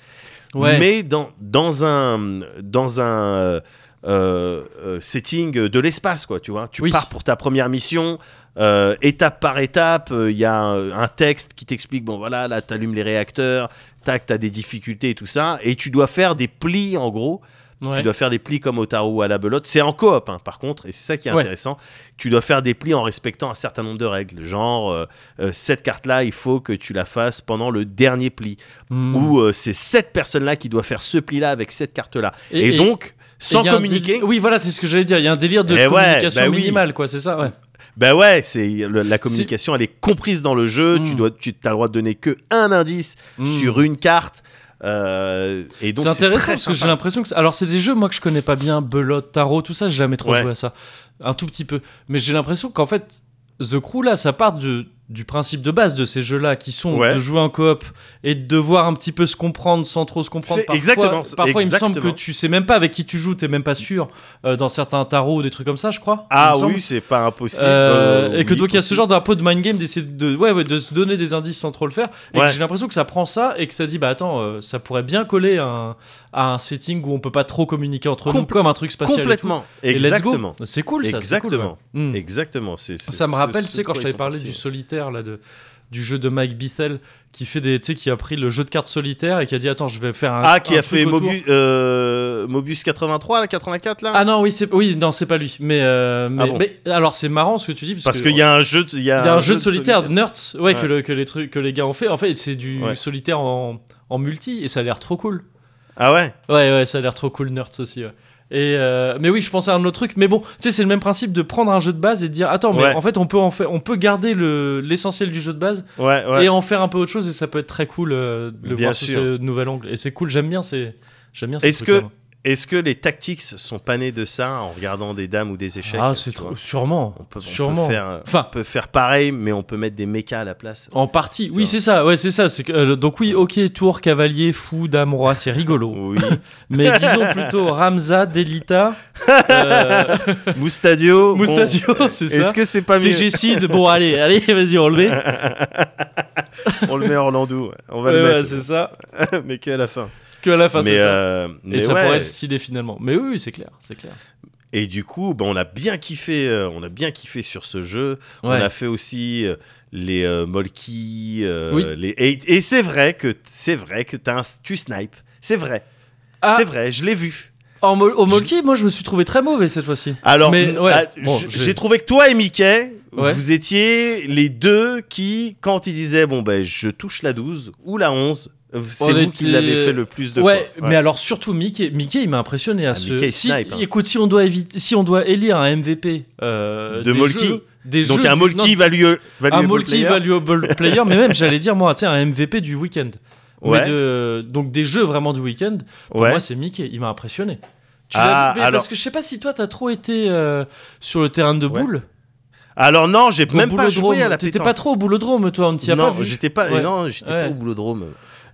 Speaker 2: Ouais.
Speaker 1: mais dans, dans un, dans un euh, euh, euh, setting de l'espace, quoi, tu vois. Tu
Speaker 2: Oui.
Speaker 1: pars pour ta première mission, euh, étape par étape, il y a un, un texte qui t'explique, bon voilà, là, t'allumes les réacteurs, tac, t'as des difficultés et tout ça, et tu dois faire des plis, en gros,
Speaker 2: ouais.
Speaker 1: tu dois faire des plis comme au tarot ou à la belote. C'est en coop, hein, par contre, et c'est ça qui est
Speaker 2: Ouais.
Speaker 1: intéressant. Tu dois faire des plis en respectant un certain nombre de règles. Genre, euh, euh, cette carte-là, il faut que tu la fasses pendant le dernier pli.
Speaker 2: Hmm.
Speaker 1: Ou euh, c'est cette personne-là qui doit faire ce pli-là avec cette carte-là. Et,
Speaker 2: et-
Speaker 1: donc, sans
Speaker 2: Et y a un
Speaker 1: communiquer,
Speaker 2: déli- Oui, voilà, c'est ce que j'allais dire. Il y a un délire de
Speaker 1: Eh ouais,
Speaker 2: communication
Speaker 1: bah oui.
Speaker 2: minimale, quoi, c'est ça ouais.
Speaker 1: ben ouais, c'est le- la communication, elle est comprise dans le jeu.
Speaker 2: Mm.
Speaker 1: Tu dois, tu as le droit de donner que un indice
Speaker 2: Mm.
Speaker 1: sur une carte. Euh, et donc,
Speaker 2: C'est intéressant
Speaker 1: très
Speaker 2: parce que j'ai
Speaker 1: sympa.
Speaker 2: l'impression que. c'est- Alors, c'est des jeux, moi, que je connais pas bien, Belote, Tarot, tout ça, j'ai jamais trop
Speaker 1: Ouais.
Speaker 2: joué à ça. Un tout petit peu. Mais j'ai l'impression qu'en fait, The Crew, là, ça part de- du principe de base de ces jeux-là qui sont
Speaker 1: Ouais.
Speaker 2: de jouer en coop et de devoir un petit peu se comprendre sans trop se comprendre.
Speaker 1: C'est
Speaker 2: Parfois,
Speaker 1: exactement- c'est
Speaker 2: parfois il me semble
Speaker 1: exactement.
Speaker 2: que tu sais même pas avec qui tu joues, t'es même pas sûr euh, dans certains tarots ou des trucs comme ça, je crois.
Speaker 1: Ah
Speaker 2: il me semble.
Speaker 1: oui, c'est pas impossible.
Speaker 2: Euh,
Speaker 1: Euh,
Speaker 2: et que
Speaker 1: oui,
Speaker 2: donc il y a ce
Speaker 1: possible.
Speaker 2: genre d'un peu de mind game d'essayer de, ouais, ouais, de se donner des indices sans trop le faire. Et que
Speaker 1: Ouais.
Speaker 2: j'ai l'impression que ça prend ça et que ça dit bah attends, euh, ça pourrait bien coller à un, à un setting où on peut pas trop communiquer entre nous
Speaker 1: Compl-
Speaker 2: comme un truc spatial. et
Speaker 1: complètement.
Speaker 2: tout. Et let's go.
Speaker 1: Exactement.
Speaker 2: C'est cool ça. c'est cool,
Speaker 1: Exactement.
Speaker 2: ouais. Mm.
Speaker 1: Exactement. c'est- c'est
Speaker 2: Ça me
Speaker 1: ce-
Speaker 2: rappelle,
Speaker 1: ce
Speaker 2: tu sais, quand
Speaker 1: de
Speaker 2: je
Speaker 1: quoi
Speaker 2: t'avais
Speaker 1: ils sont
Speaker 2: parlé du
Speaker 1: partis. hein.
Speaker 2: solitaire là de du jeu de Mike Bithell qui fait des tu sais qui a pris le jeu de cartes solitaire et qui a dit attends je vais faire un
Speaker 1: Ah, qui
Speaker 2: un
Speaker 1: a
Speaker 2: truc
Speaker 1: fait
Speaker 2: autour.
Speaker 1: Mobius, euh, Mobius 83, là, 84, là
Speaker 2: ah non oui c'est oui non c'est pas lui mais, euh, mais,
Speaker 1: Ah bon.
Speaker 2: mais- alors c'est marrant ce que tu dis parce,
Speaker 1: Parce
Speaker 2: que
Speaker 1: qu'il y a un jeu de, il y a
Speaker 2: Il y a un, jeu de solitaire, Nerds, ouais, Que,
Speaker 1: Ouais.
Speaker 2: le- que les trucs que les gars ont fait. En fait, c'est du
Speaker 1: Ouais.
Speaker 2: solitaire en, en multi et ça a l'air trop cool.
Speaker 1: Ah ouais
Speaker 2: Ouais, ouais, ça a l'air trop cool Nerds aussi. ouais. Et euh, mais oui, je pensais à un autre truc. Mais bon, tu sais, c'est le même principe de prendre un jeu de base et de dire attends, mais
Speaker 1: Ouais.
Speaker 2: en fait, on peut en faire, on peut garder le l'essentiel du jeu de base
Speaker 1: Ouais, ouais.
Speaker 2: et en faire un peu autre chose et ça peut être très cool euh, de le
Speaker 1: Bien
Speaker 2: voir sous
Speaker 1: sûr.
Speaker 2: ce nouvel angle. Et c'est cool, j'aime bien ces j'aime bien ces
Speaker 1: Est-ce
Speaker 2: trucs-là,
Speaker 1: que-
Speaker 2: moi.
Speaker 1: Est-ce que les tactics sont panés de ça en regardant des dames ou des échecs
Speaker 2: ah,
Speaker 1: tu
Speaker 2: c'est
Speaker 1: vois
Speaker 2: trop sûrement,
Speaker 1: On peut, on peut
Speaker 2: sûrement.
Speaker 1: faire, euh,
Speaker 2: Enfin,
Speaker 1: on peut faire pareil, mais on peut mettre des mechas à la place.
Speaker 2: En partie, oui,
Speaker 1: vois.
Speaker 2: c'est ça, ouais, c'est ça. c'est que, euh, donc, oui, ok, tour, cavalier, fou, dame, roi, c'est rigolo.
Speaker 1: Oui.
Speaker 2: Mais disons plutôt Ramza, Delita, euh,
Speaker 1: Moustadio. bon,
Speaker 2: Moustadio, c'est ça.
Speaker 1: Est-ce que c'est pas mieux
Speaker 2: TG Sid, bon, allez, allez, vas-y, enlevez.
Speaker 1: On le met Orlando. ouais. On va
Speaker 2: Ouais,
Speaker 1: le
Speaker 2: ouais,
Speaker 1: mettre.
Speaker 2: c'est ça.
Speaker 1: mais que à la fin.
Speaker 2: Que à la fin,
Speaker 1: mais
Speaker 2: c'est ça.
Speaker 1: euh,
Speaker 2: Et
Speaker 1: mais
Speaker 2: ça
Speaker 1: ouais.
Speaker 2: pourrait être stylé finalement. Mais oui, oui, c'est clair, c'est clair.
Speaker 1: Et du coup, ben, on a bien kiffé, euh, on a bien kiffé sur ce jeu. On
Speaker 2: Ouais.
Speaker 1: a fait aussi euh, les euh, Molki, euh,
Speaker 2: Oui.
Speaker 1: les et, et c'est vrai que c'est vrai que t'as un, tu snipes. C'est vrai,
Speaker 2: Ah,
Speaker 1: c'est vrai, je l'ai vu.
Speaker 2: en mol- au Molki, moi, je me suis trouvé très mauvais cette fois-ci.
Speaker 1: Alors,
Speaker 2: Mais,
Speaker 1: n-
Speaker 2: ouais,
Speaker 1: ah,
Speaker 2: bon,
Speaker 1: j-
Speaker 2: je-
Speaker 1: j'ai trouvé que toi et Mickey,
Speaker 2: Ouais.
Speaker 1: vous étiez les deux qui, quand ils disaient bon ben je touche la 12 ou la 11, euh, c'est
Speaker 2: On
Speaker 1: vous
Speaker 2: était-
Speaker 1: qui l'avez fait le plus de
Speaker 2: ouais,
Speaker 1: fois.
Speaker 2: mais alors surtout Mickey, Mickey il m'a impressionné à
Speaker 1: Ah,
Speaker 2: ce.
Speaker 1: Mickey
Speaker 2: si,
Speaker 1: snipe, hein.
Speaker 2: Écoute, si on doit éviter, si on doit élire un MVP euh,
Speaker 1: De
Speaker 2: des
Speaker 1: Molki.
Speaker 2: jeux- des
Speaker 1: Donc
Speaker 2: jeux
Speaker 1: un
Speaker 2: du- non,
Speaker 1: Molki value,
Speaker 2: un
Speaker 1: valuable
Speaker 2: multi
Speaker 1: player.
Speaker 2: valuable player, mais même j'allais dire moi, tu sais, un MVP du week-end. Mais
Speaker 1: Ouais.
Speaker 2: de- donc des jeux vraiment du week-end. Pour
Speaker 1: Ouais.
Speaker 2: moi, c'est Mickey. Il m'a impressionné. Tu
Speaker 1: Ah,
Speaker 2: l'as- mais
Speaker 1: alors-
Speaker 2: Parce que je sais pas si toi t'as trop été euh, sur le terrain de
Speaker 1: Ouais.
Speaker 2: boules.
Speaker 1: Alors non, j'ai
Speaker 2: au
Speaker 1: même pas
Speaker 2: boulodrome.
Speaker 1: joué à la
Speaker 2: T'étais
Speaker 1: pétanque.
Speaker 2: pas trop au boulodrome, toi, on ne t'y a
Speaker 1: non,
Speaker 2: pas vu.
Speaker 1: j'étais pas,
Speaker 2: Ouais.
Speaker 1: non, j'étais pas
Speaker 2: Ouais.
Speaker 1: au boulodrome.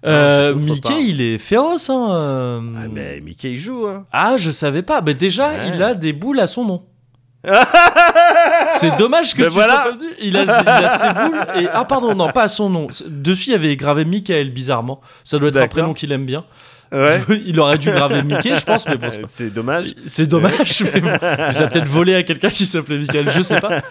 Speaker 2: Euh,
Speaker 1: j'étais autre part.
Speaker 2: Mickey, il est féroce. Hein, euh.
Speaker 1: Ah mais Mickey il joue hein.
Speaker 2: Ah, je savais pas. Mais déjà,
Speaker 1: Ouais.
Speaker 2: il a des boules à son nom. C'est dommage que
Speaker 1: Ben
Speaker 2: tu
Speaker 1: voilà.
Speaker 2: sois pas venu. Il a, il a ses boules et ah pardon non pas à son nom. Dessus il y avait gravé Michael bizarrement. Ça doit être un
Speaker 1: D'accord.
Speaker 2: prénom qu'il aime bien.
Speaker 1: Ouais.
Speaker 2: Il aurait dû graver Mickey je pense mais bon. c'est pas-
Speaker 1: Euh, C'est dommage.
Speaker 2: C'est dommage, mais bon, il a peut-être volé à quelqu'un qui s'appelait Michael, je sais pas.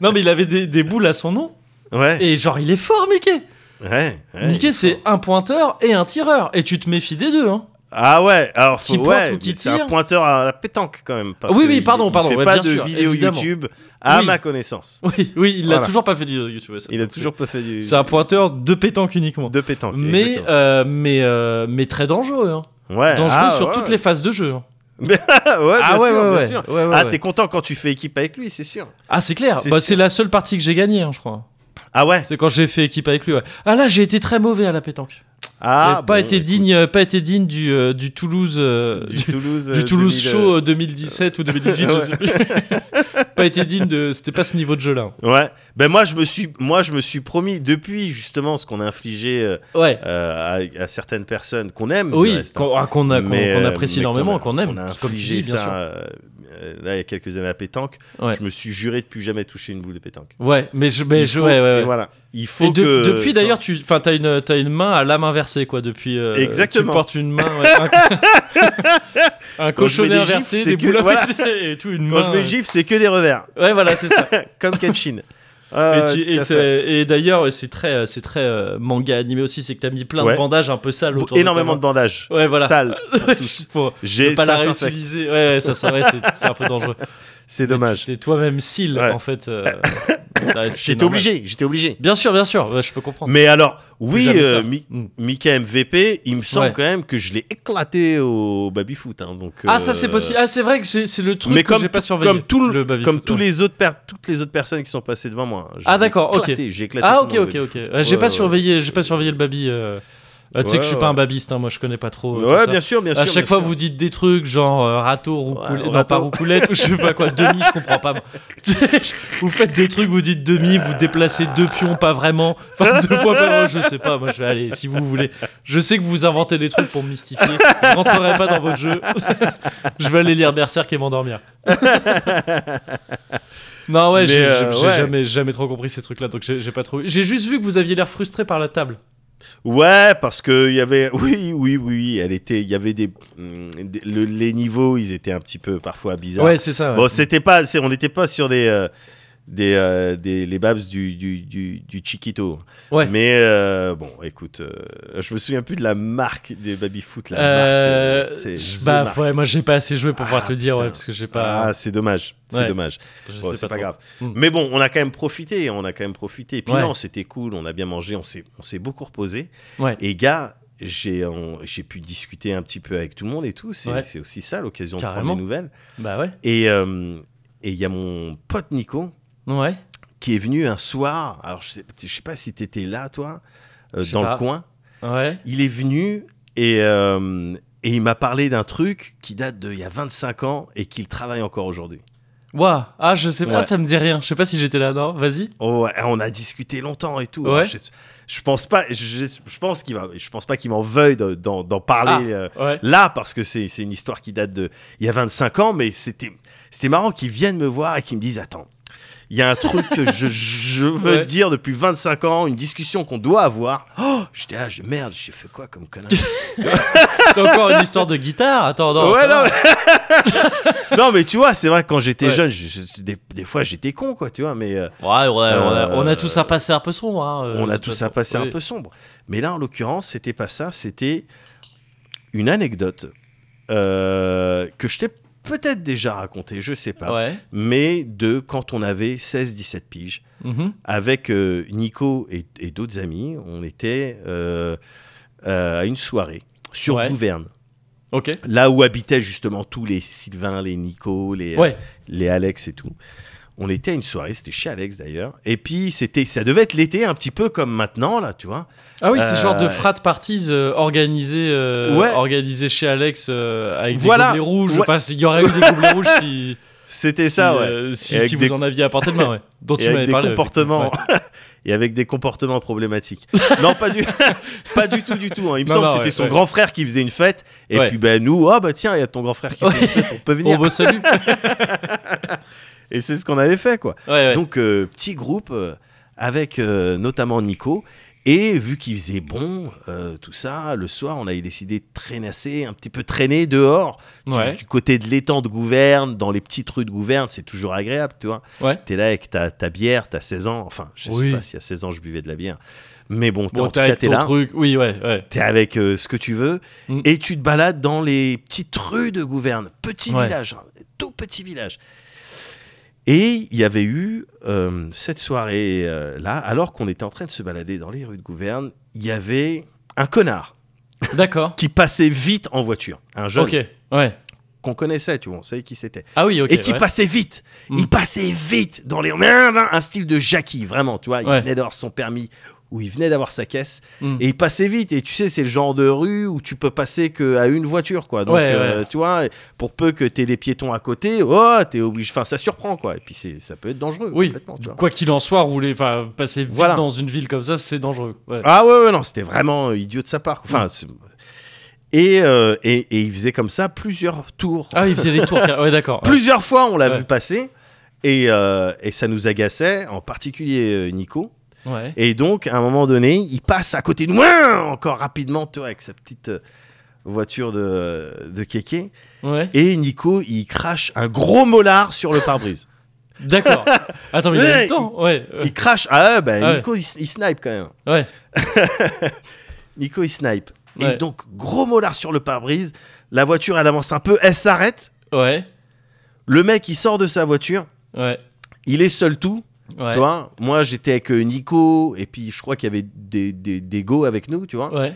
Speaker 2: non, mais il avait des, des boules à son nom,
Speaker 1: Ouais.
Speaker 2: et genre, il est fort, Mickey.
Speaker 1: ouais, ouais.
Speaker 2: Mickey, c'est un pointeur et un tireur, et tu te méfies des deux, hein.
Speaker 1: Ah ouais, alors faut,
Speaker 2: Qui pointe
Speaker 1: ouais,
Speaker 2: ou qui
Speaker 1: mais c'est un
Speaker 2: tire. Ah
Speaker 1: pointeur à la pétanque quand même. Parce
Speaker 2: Oui,
Speaker 1: que
Speaker 2: oui,
Speaker 1: il-
Speaker 2: pardon,
Speaker 1: il
Speaker 2: pardon,
Speaker 1: fait
Speaker 2: ouais,
Speaker 1: pas
Speaker 2: bien
Speaker 1: de
Speaker 2: sûr,
Speaker 1: vidéo
Speaker 2: évidemment.
Speaker 1: YouTube à
Speaker 2: Oui.
Speaker 1: ma connaissance.
Speaker 2: Oui, oui, il
Speaker 1: Voilà.
Speaker 2: a toujours pas fait du YouTube. ça.
Speaker 1: Il a toujours pas fait du,
Speaker 2: C'est un pointeur de pétanque uniquement.
Speaker 1: de pétanque.
Speaker 2: mais,
Speaker 1: exactement.
Speaker 2: euh, mais, euh, mais très dangereux, hein.
Speaker 1: ouais,
Speaker 2: Dangereux
Speaker 1: ah,
Speaker 2: sur
Speaker 1: ouais.
Speaker 2: toutes les phases de jeu. hein.
Speaker 1: Ah ouais, bien
Speaker 2: ah ouais,
Speaker 1: sûr,
Speaker 2: ouais,
Speaker 1: bien
Speaker 2: ouais.
Speaker 1: sûr.
Speaker 2: Ouais, ouais,
Speaker 1: ah
Speaker 2: ouais.
Speaker 1: t'es content quand tu fais équipe avec lui, c'est sûr.
Speaker 2: Ah, c'est clair.
Speaker 1: C'est
Speaker 2: Bah,
Speaker 1: sûr.
Speaker 2: C'est la seule partie que j'ai gagnée, hein, je crois.
Speaker 1: Ah ouais.
Speaker 2: C'est quand j'ai fait équipe avec lui. ouais. Ah là, j'ai été très mauvais à la pétanque. Il
Speaker 1: Ah,
Speaker 2: a
Speaker 1: bon,
Speaker 2: pas été
Speaker 1: écoute,
Speaker 2: digne, pas été digne du, euh, du Toulouse, euh,
Speaker 1: du,
Speaker 2: du,
Speaker 1: Toulouse,
Speaker 2: du
Speaker 1: euh,
Speaker 2: Toulouse
Speaker 1: 2000,
Speaker 2: Show euh, 2017 ou 2018, je
Speaker 1: ouais.
Speaker 2: sais plus. pas été digne de, c'était pas ce niveau de jeu-là.
Speaker 1: Ouais. Ben moi je me suis, moi je me suis promis depuis justement ce qu'on a infligé euh,
Speaker 2: Ouais.
Speaker 1: euh, à, à certaines personnes qu'on aime. du
Speaker 2: Oui,
Speaker 1: reste, hein.
Speaker 2: qu'on ah, qu'on a- qu'on-
Speaker 1: Mais,
Speaker 2: qu'on
Speaker 1: euh,
Speaker 2: apprécie
Speaker 1: mais
Speaker 2: énormément,
Speaker 1: a-
Speaker 2: qu'on aime.
Speaker 1: On a
Speaker 2: parce que comme tu
Speaker 1: infligé
Speaker 2: dis, bien sûr.
Speaker 1: ça euh, euh, là, il y a quelques années à pétanque.
Speaker 2: Ouais.
Speaker 1: Je me suis juré de plus jamais toucher une boule de pétanque.
Speaker 2: Ouais, mais je, mais
Speaker 1: Il
Speaker 2: je-
Speaker 1: faut-
Speaker 2: ouais, ouais,
Speaker 1: et
Speaker 2: ouais.
Speaker 1: voilà. Il faut
Speaker 2: Et de-
Speaker 1: que.
Speaker 2: depuis d'ailleurs, tu, enfin, t'as une, t'as une main à lame inversée, quoi. Depuis, euh,
Speaker 1: Exactement.
Speaker 2: Tu portes une main, ouais, un, un
Speaker 1: Quand je mets
Speaker 2: cochonnet
Speaker 1: des
Speaker 2: inversé,
Speaker 1: gifs, c'est
Speaker 2: des
Speaker 1: que-
Speaker 2: boules
Speaker 1: voilà.
Speaker 2: inversées et tout, une
Speaker 1: Quand
Speaker 2: main.
Speaker 1: je mets le
Speaker 2: euh,
Speaker 1: gifle, c'est que des revers,
Speaker 2: Ouais, voilà, c'est ça.
Speaker 1: comme Kenshin.
Speaker 2: Et,
Speaker 1: Ah,
Speaker 2: tu-
Speaker 1: tout à
Speaker 2: et
Speaker 1: fait.
Speaker 2: t'es- et d'ailleurs, c'est très, euh, c'est très euh, manga animé aussi, c'est que t'as mis plein
Speaker 1: Ouais.
Speaker 2: de bandages un peu sales autour. de
Speaker 1: énormément de
Speaker 2: ta
Speaker 1: bandages.
Speaker 2: main. Ouais, voilà.
Speaker 1: Sales.
Speaker 2: Faut
Speaker 1: J'ai
Speaker 2: pas la
Speaker 1: ça, ça, ça,
Speaker 2: réutiliser. Ouais, ouais, ça, c'est vrai, c'est c'est un peu dangereux.
Speaker 1: C'est dommage.
Speaker 2: T'es toi-même seal
Speaker 1: Ouais.
Speaker 2: en fait. euh, ouais, c'est
Speaker 1: J'étais
Speaker 2: normal.
Speaker 1: obligé, j'étais obligé.
Speaker 2: Bien sûr, bien sûr, ouais, je peux comprendre.
Speaker 1: Mais alors, oui,
Speaker 2: Oh. jamais ça.
Speaker 1: euh, Mi-
Speaker 2: Mm.
Speaker 1: Mika MVP, il me semble
Speaker 2: Ouais.
Speaker 1: quand même que je l'ai éclaté au baby-foot. hein, donc,
Speaker 2: Ah,
Speaker 1: euh,
Speaker 2: ça c'est possible. Ah, c'est vrai que j'ai- c'est le truc
Speaker 1: mais
Speaker 2: que
Speaker 1: comme
Speaker 2: j'ai pas
Speaker 1: tout-
Speaker 2: surveillé.
Speaker 1: comme tout le-
Speaker 2: baby-foot,
Speaker 1: Comme tous
Speaker 2: ouais.
Speaker 1: les autres per- toutes les autres personnes qui sont passées devant moi. hein, Je
Speaker 2: Ah,
Speaker 1: l'ai
Speaker 2: d'accord, ok.
Speaker 1: éclaté, J'ai éclaté.
Speaker 2: Ah,
Speaker 1: tout
Speaker 2: ok,
Speaker 1: le monde
Speaker 2: ok,
Speaker 1: au
Speaker 2: ok.
Speaker 1: baby-foot.
Speaker 2: Ouais, J'ai
Speaker 1: Ouais,
Speaker 2: pas
Speaker 1: ouais.
Speaker 2: surveillé, j'ai pas surveillé le baby. euh, euh, tu sais que je suis
Speaker 1: Ouais,
Speaker 2: pas un
Speaker 1: ouais.
Speaker 2: babiste, hein, moi je connais pas trop. euh, tout
Speaker 1: Ouais,
Speaker 2: ça.
Speaker 1: bien sûr, bien sûr.
Speaker 2: à chaque
Speaker 1: bien
Speaker 2: fois,
Speaker 1: sûr.
Speaker 2: vous dites des trucs genre euh, râteau, roucoulette,
Speaker 1: Ouais,
Speaker 2: non
Speaker 1: râteau.
Speaker 2: pas roucoulette, ou je sais pas quoi, demi, je comprends pas. moi. vous faites des trucs, vous dites demi, vous déplacez deux pions, pas vraiment, enfin deux points, pas vraiment, je sais pas, moi je vais aller, si vous voulez. Je sais que vous inventez des trucs pour me mystifier, je rentrerai pas dans votre jeu, je vais aller lire Berserk et m'endormir. non, ouais,
Speaker 1: Mais,
Speaker 2: j'ai j'ai-
Speaker 1: euh,
Speaker 2: j'ai
Speaker 1: ouais.
Speaker 2: jamais, jamais trop compris ces trucs-là, donc j'ai j'ai pas trop. J'ai juste vu que vous aviez l'air frustré par la table.
Speaker 1: Ouais, parce que il y avait, oui, oui, oui, elle était, il y avait des, mm, des- le- les niveaux, ils étaient un petit peu parfois bizarres.
Speaker 2: Ouais, c'est ça. ouais.
Speaker 1: Bon, c'était pas, c'est- on n'était pas sur des, euh, des, euh, des- les babs du, du, du, du Chiquito.
Speaker 2: Ouais.
Speaker 1: Mais euh, bon, écoute, euh, je me souviens plus de la marque des babyfoot. La
Speaker 2: Euh,
Speaker 1: marque, euh, c'est
Speaker 2: je-
Speaker 1: The
Speaker 2: bah
Speaker 1: Mark.
Speaker 2: ouais, moi j'ai pas assez joué pour pouvoir
Speaker 1: Ah,
Speaker 2: te le dire, ouais,
Speaker 1: putain.
Speaker 2: parce que j'ai pas.
Speaker 1: Ah, c'est dommage, c'est
Speaker 2: Ouais.
Speaker 1: dommage.
Speaker 2: je
Speaker 1: Bon,
Speaker 2: sais
Speaker 1: c'est pas,
Speaker 2: trop.
Speaker 1: grave.
Speaker 2: Mm.
Speaker 1: Mais bon, on a quand même profité, on a quand même profité. Et puis
Speaker 2: Ouais.
Speaker 1: non, c'était cool, on a bien mangé, on s'est, on s'est beaucoup reposé.
Speaker 2: Ouais.
Speaker 1: Et gars, j'ai, on- j'ai pu discuter un petit peu avec tout le monde et tout. C'est,
Speaker 2: Ouais.
Speaker 1: c'est aussi ça l'occasion de
Speaker 2: Carrément.
Speaker 1: prendre des nouvelles.
Speaker 2: Bah ouais.
Speaker 1: Et euh, et il y a mon pote Nico.
Speaker 2: Ouais.
Speaker 1: qui est venu un soir. Alors, je sais, je sais pas si tu étais là, toi, euh,
Speaker 2: Je sais
Speaker 1: dans
Speaker 2: pas.
Speaker 1: le coin.
Speaker 2: Ouais.
Speaker 1: Il est venu et, euh, et il m'a parlé d'un truc qui date d'il y a 25 ans et qu'il travaille encore aujourd'hui.
Speaker 2: Waouh. Ah, je sais pas,
Speaker 1: Ouais.
Speaker 2: ça me dit rien. Je sais pas si j'étais là, non Vas-y.
Speaker 1: Oh, ouais, on a discuté longtemps et tout.
Speaker 2: Ouais.
Speaker 1: Alors, Je, je pense pas, je, je pense qu'il va, je pense pas qu'il m'en veuille de- d'en d'en
Speaker 2: Ah.
Speaker 1: parler euh,
Speaker 2: Ouais.
Speaker 1: là parce que c'est c'est une histoire qui date de il y a 25 ans, mais c'était c'était marrant qu'ils viennent me voir et qu'ils me disent attends. Il y a un truc que je, je veux
Speaker 2: Ouais.
Speaker 1: dire depuis 25 ans, une discussion qu'on doit avoir. Oh, j'étais là, je, merde, j'ai fait quoi comme connard
Speaker 2: C'est encore une histoire de guitare. Attends, non.
Speaker 1: Ouais,
Speaker 2: ça va.
Speaker 1: non, mais... Non, mais tu vois, c'est vrai que quand j'étais
Speaker 2: Ouais.
Speaker 1: jeune, je- je- des, des fois j'étais con, quoi, tu vois, mais euh,
Speaker 2: Ouais, ouais, on a-
Speaker 1: Euh,
Speaker 2: on a tous un passé un peu sombre. hein, euh,
Speaker 1: on
Speaker 2: de
Speaker 1: a
Speaker 2: toute
Speaker 1: tous
Speaker 2: façon.
Speaker 1: à passer un
Speaker 2: Oui.
Speaker 1: peu sombre. Mais là, en l'occurrence, c'était pas ça, c'était une anecdote euh, que je t'ai peut-être déjà racontée, je sais pas.
Speaker 2: Ouais.
Speaker 1: mais de quand on avait 16-17 piges.
Speaker 2: Mhm.
Speaker 1: Avec euh, Nico et, et d'autres amis, on était euh, euh, à une soirée sur
Speaker 2: Ouais.
Speaker 1: Gouverne,
Speaker 2: Ok.
Speaker 1: là où habitaient justement tous les Sylvains, les Nico, les, euh,
Speaker 2: Ouais.
Speaker 1: les Alex et tout. On était à une soirée, c'était chez Alex d'ailleurs. Et puis c'était, ça devait être l'été, un petit peu comme maintenant là, tu vois.
Speaker 2: Ah oui, c'est
Speaker 1: euh,
Speaker 2: genre de frat parties euh, organisées, euh,
Speaker 1: Ouais.
Speaker 2: organisées chez Alex euh, avec
Speaker 1: Voilà.
Speaker 2: des gobelets rouges.
Speaker 1: Ouais.
Speaker 2: Enfin, il y aurait eu des gobelets rouges si.
Speaker 1: C'était
Speaker 2: si,
Speaker 1: ça, ouais.
Speaker 2: euh, si,
Speaker 1: Et avec
Speaker 2: si
Speaker 1: des-
Speaker 2: vous en aviez à portée de main, ouais. Dont
Speaker 1: et
Speaker 2: tu
Speaker 1: avec
Speaker 2: m'avais
Speaker 1: des
Speaker 2: parlé.
Speaker 1: comportements
Speaker 2: effectivement,
Speaker 1: et avec des comportements problématiques. non, pas du, pas du tout, du tout. hein. Il me
Speaker 2: Non,
Speaker 1: semble que
Speaker 2: non,
Speaker 1: c'était
Speaker 2: ouais,
Speaker 1: son
Speaker 2: ouais.
Speaker 1: grand frère qui faisait une fête. Et
Speaker 2: Ouais.
Speaker 1: puis ben nous, ah bah tiens, il y a ton grand frère qui fait une fête, on peut
Speaker 2: ouais.
Speaker 1: venir.
Speaker 2: Au beau Oh, bah, salut. Ouais,
Speaker 1: Et c'est ce qu'on avait fait quoi.
Speaker 2: ouais.
Speaker 1: Donc euh, petit groupe euh, avec euh, notamment Nico. Et vu qu'il faisait bon, euh, tout ça, le soir, on avait décidé de traînasser, un petit peu traîner dehors, du,
Speaker 2: Ouais.
Speaker 1: du côté de l'étang de Gouverne, dans les petites rues de Gouverne, c'est toujours agréable, tu vois.
Speaker 2: Ouais.
Speaker 1: T'es là avec ta, ta bière, t'as 16 ans, enfin, je
Speaker 2: Oui.
Speaker 1: sais pas si à 16 ans je buvais de la bière, mais bon, t'es-
Speaker 2: Bon,
Speaker 1: en tout
Speaker 2: t'as
Speaker 1: cas,
Speaker 2: avec
Speaker 1: t'es
Speaker 2: ton
Speaker 1: là,
Speaker 2: truc. Oui, ouais, ouais.
Speaker 1: t'es avec euh, ce que tu veux,
Speaker 2: Mm.
Speaker 1: et tu te balades dans les petites rues de Gouverne, petit
Speaker 2: Ouais.
Speaker 1: village, hein, tout petit village. Et il y avait eu euh, cette soirée-là, alors qu'on était en train de se balader dans les rues de Gouverne, il y avait un connard
Speaker 2: D'accord.
Speaker 1: qui passait vite en voiture, un jeune
Speaker 2: Ok. Ouais.
Speaker 1: qu'on connaissait, tu vois, on savait qui c'était.
Speaker 2: Ah oui, ok.
Speaker 1: et qui
Speaker 2: ouais.
Speaker 1: passait vite.
Speaker 2: Mm.
Speaker 1: Il passait vite dans les. Mais Un, un style de Jackie, vraiment, tu vois. Il
Speaker 2: Ouais.
Speaker 1: venait d'avoir son permis où il venait d'avoir sa caisse
Speaker 2: Mm.
Speaker 1: et il passait vite. Et tu sais, c'est le genre de rue où tu peux passer qu'à une voiture, quoi. Donc,
Speaker 2: Ouais,
Speaker 1: euh, tu vois, pour peu que t'aies des piétons à côté, oh, t'es obligé. Enfin, ça surprend, quoi. Et puis, c'est, ça peut être dangereux.
Speaker 2: Oui,
Speaker 1: complètement, tu vois.
Speaker 2: quoi qu'il en soit, rouler, enfin, passer vite
Speaker 1: Voilà.
Speaker 2: dans une ville comme ça, c'est dangereux. Ouais.
Speaker 1: Ah ouais, ouais, non, c'était vraiment euh, idiot de sa part. quoi. Enfin, c'est- et, euh, et, et il faisait comme ça plusieurs tours.
Speaker 2: Ah, il faisait des tours. car- Ouais, d'accord. Ouais.
Speaker 1: Plusieurs fois, on l'a
Speaker 2: Ouais.
Speaker 1: vu passer. Et, euh, et ça nous agaçait, en particulier euh, Nico.
Speaker 2: Ouais.
Speaker 1: Et donc, à un moment donné, il passe à côté de moi, encore rapidement, tu vois, avec sa petite euh, voiture de, de kéké.
Speaker 2: Ouais.
Speaker 1: Et Nico, il crache un gros molar sur le pare-brise.
Speaker 2: D'accord. Attends, mais il a
Speaker 1: Ouais,
Speaker 2: le temps. Ouais. euh,
Speaker 1: il crache. Ah ouais, bah,
Speaker 2: Ah ouais.
Speaker 1: Nico, il, s- il snipe quand même.
Speaker 2: Ouais.
Speaker 1: Nico, il snipe.
Speaker 2: Ouais.
Speaker 1: Et donc, gros molar sur le pare-brise. La voiture, elle avance un peu, elle s'arrête.
Speaker 2: Ouais.
Speaker 1: Le mec, il sort de sa voiture.
Speaker 2: Ouais.
Speaker 1: Il est seul tout.
Speaker 2: Ouais.
Speaker 1: Tu vois, moi j'étais avec euh, Nico et puis je crois qu'il y avait des, des, des go avec nous, tu vois.
Speaker 2: Ouais.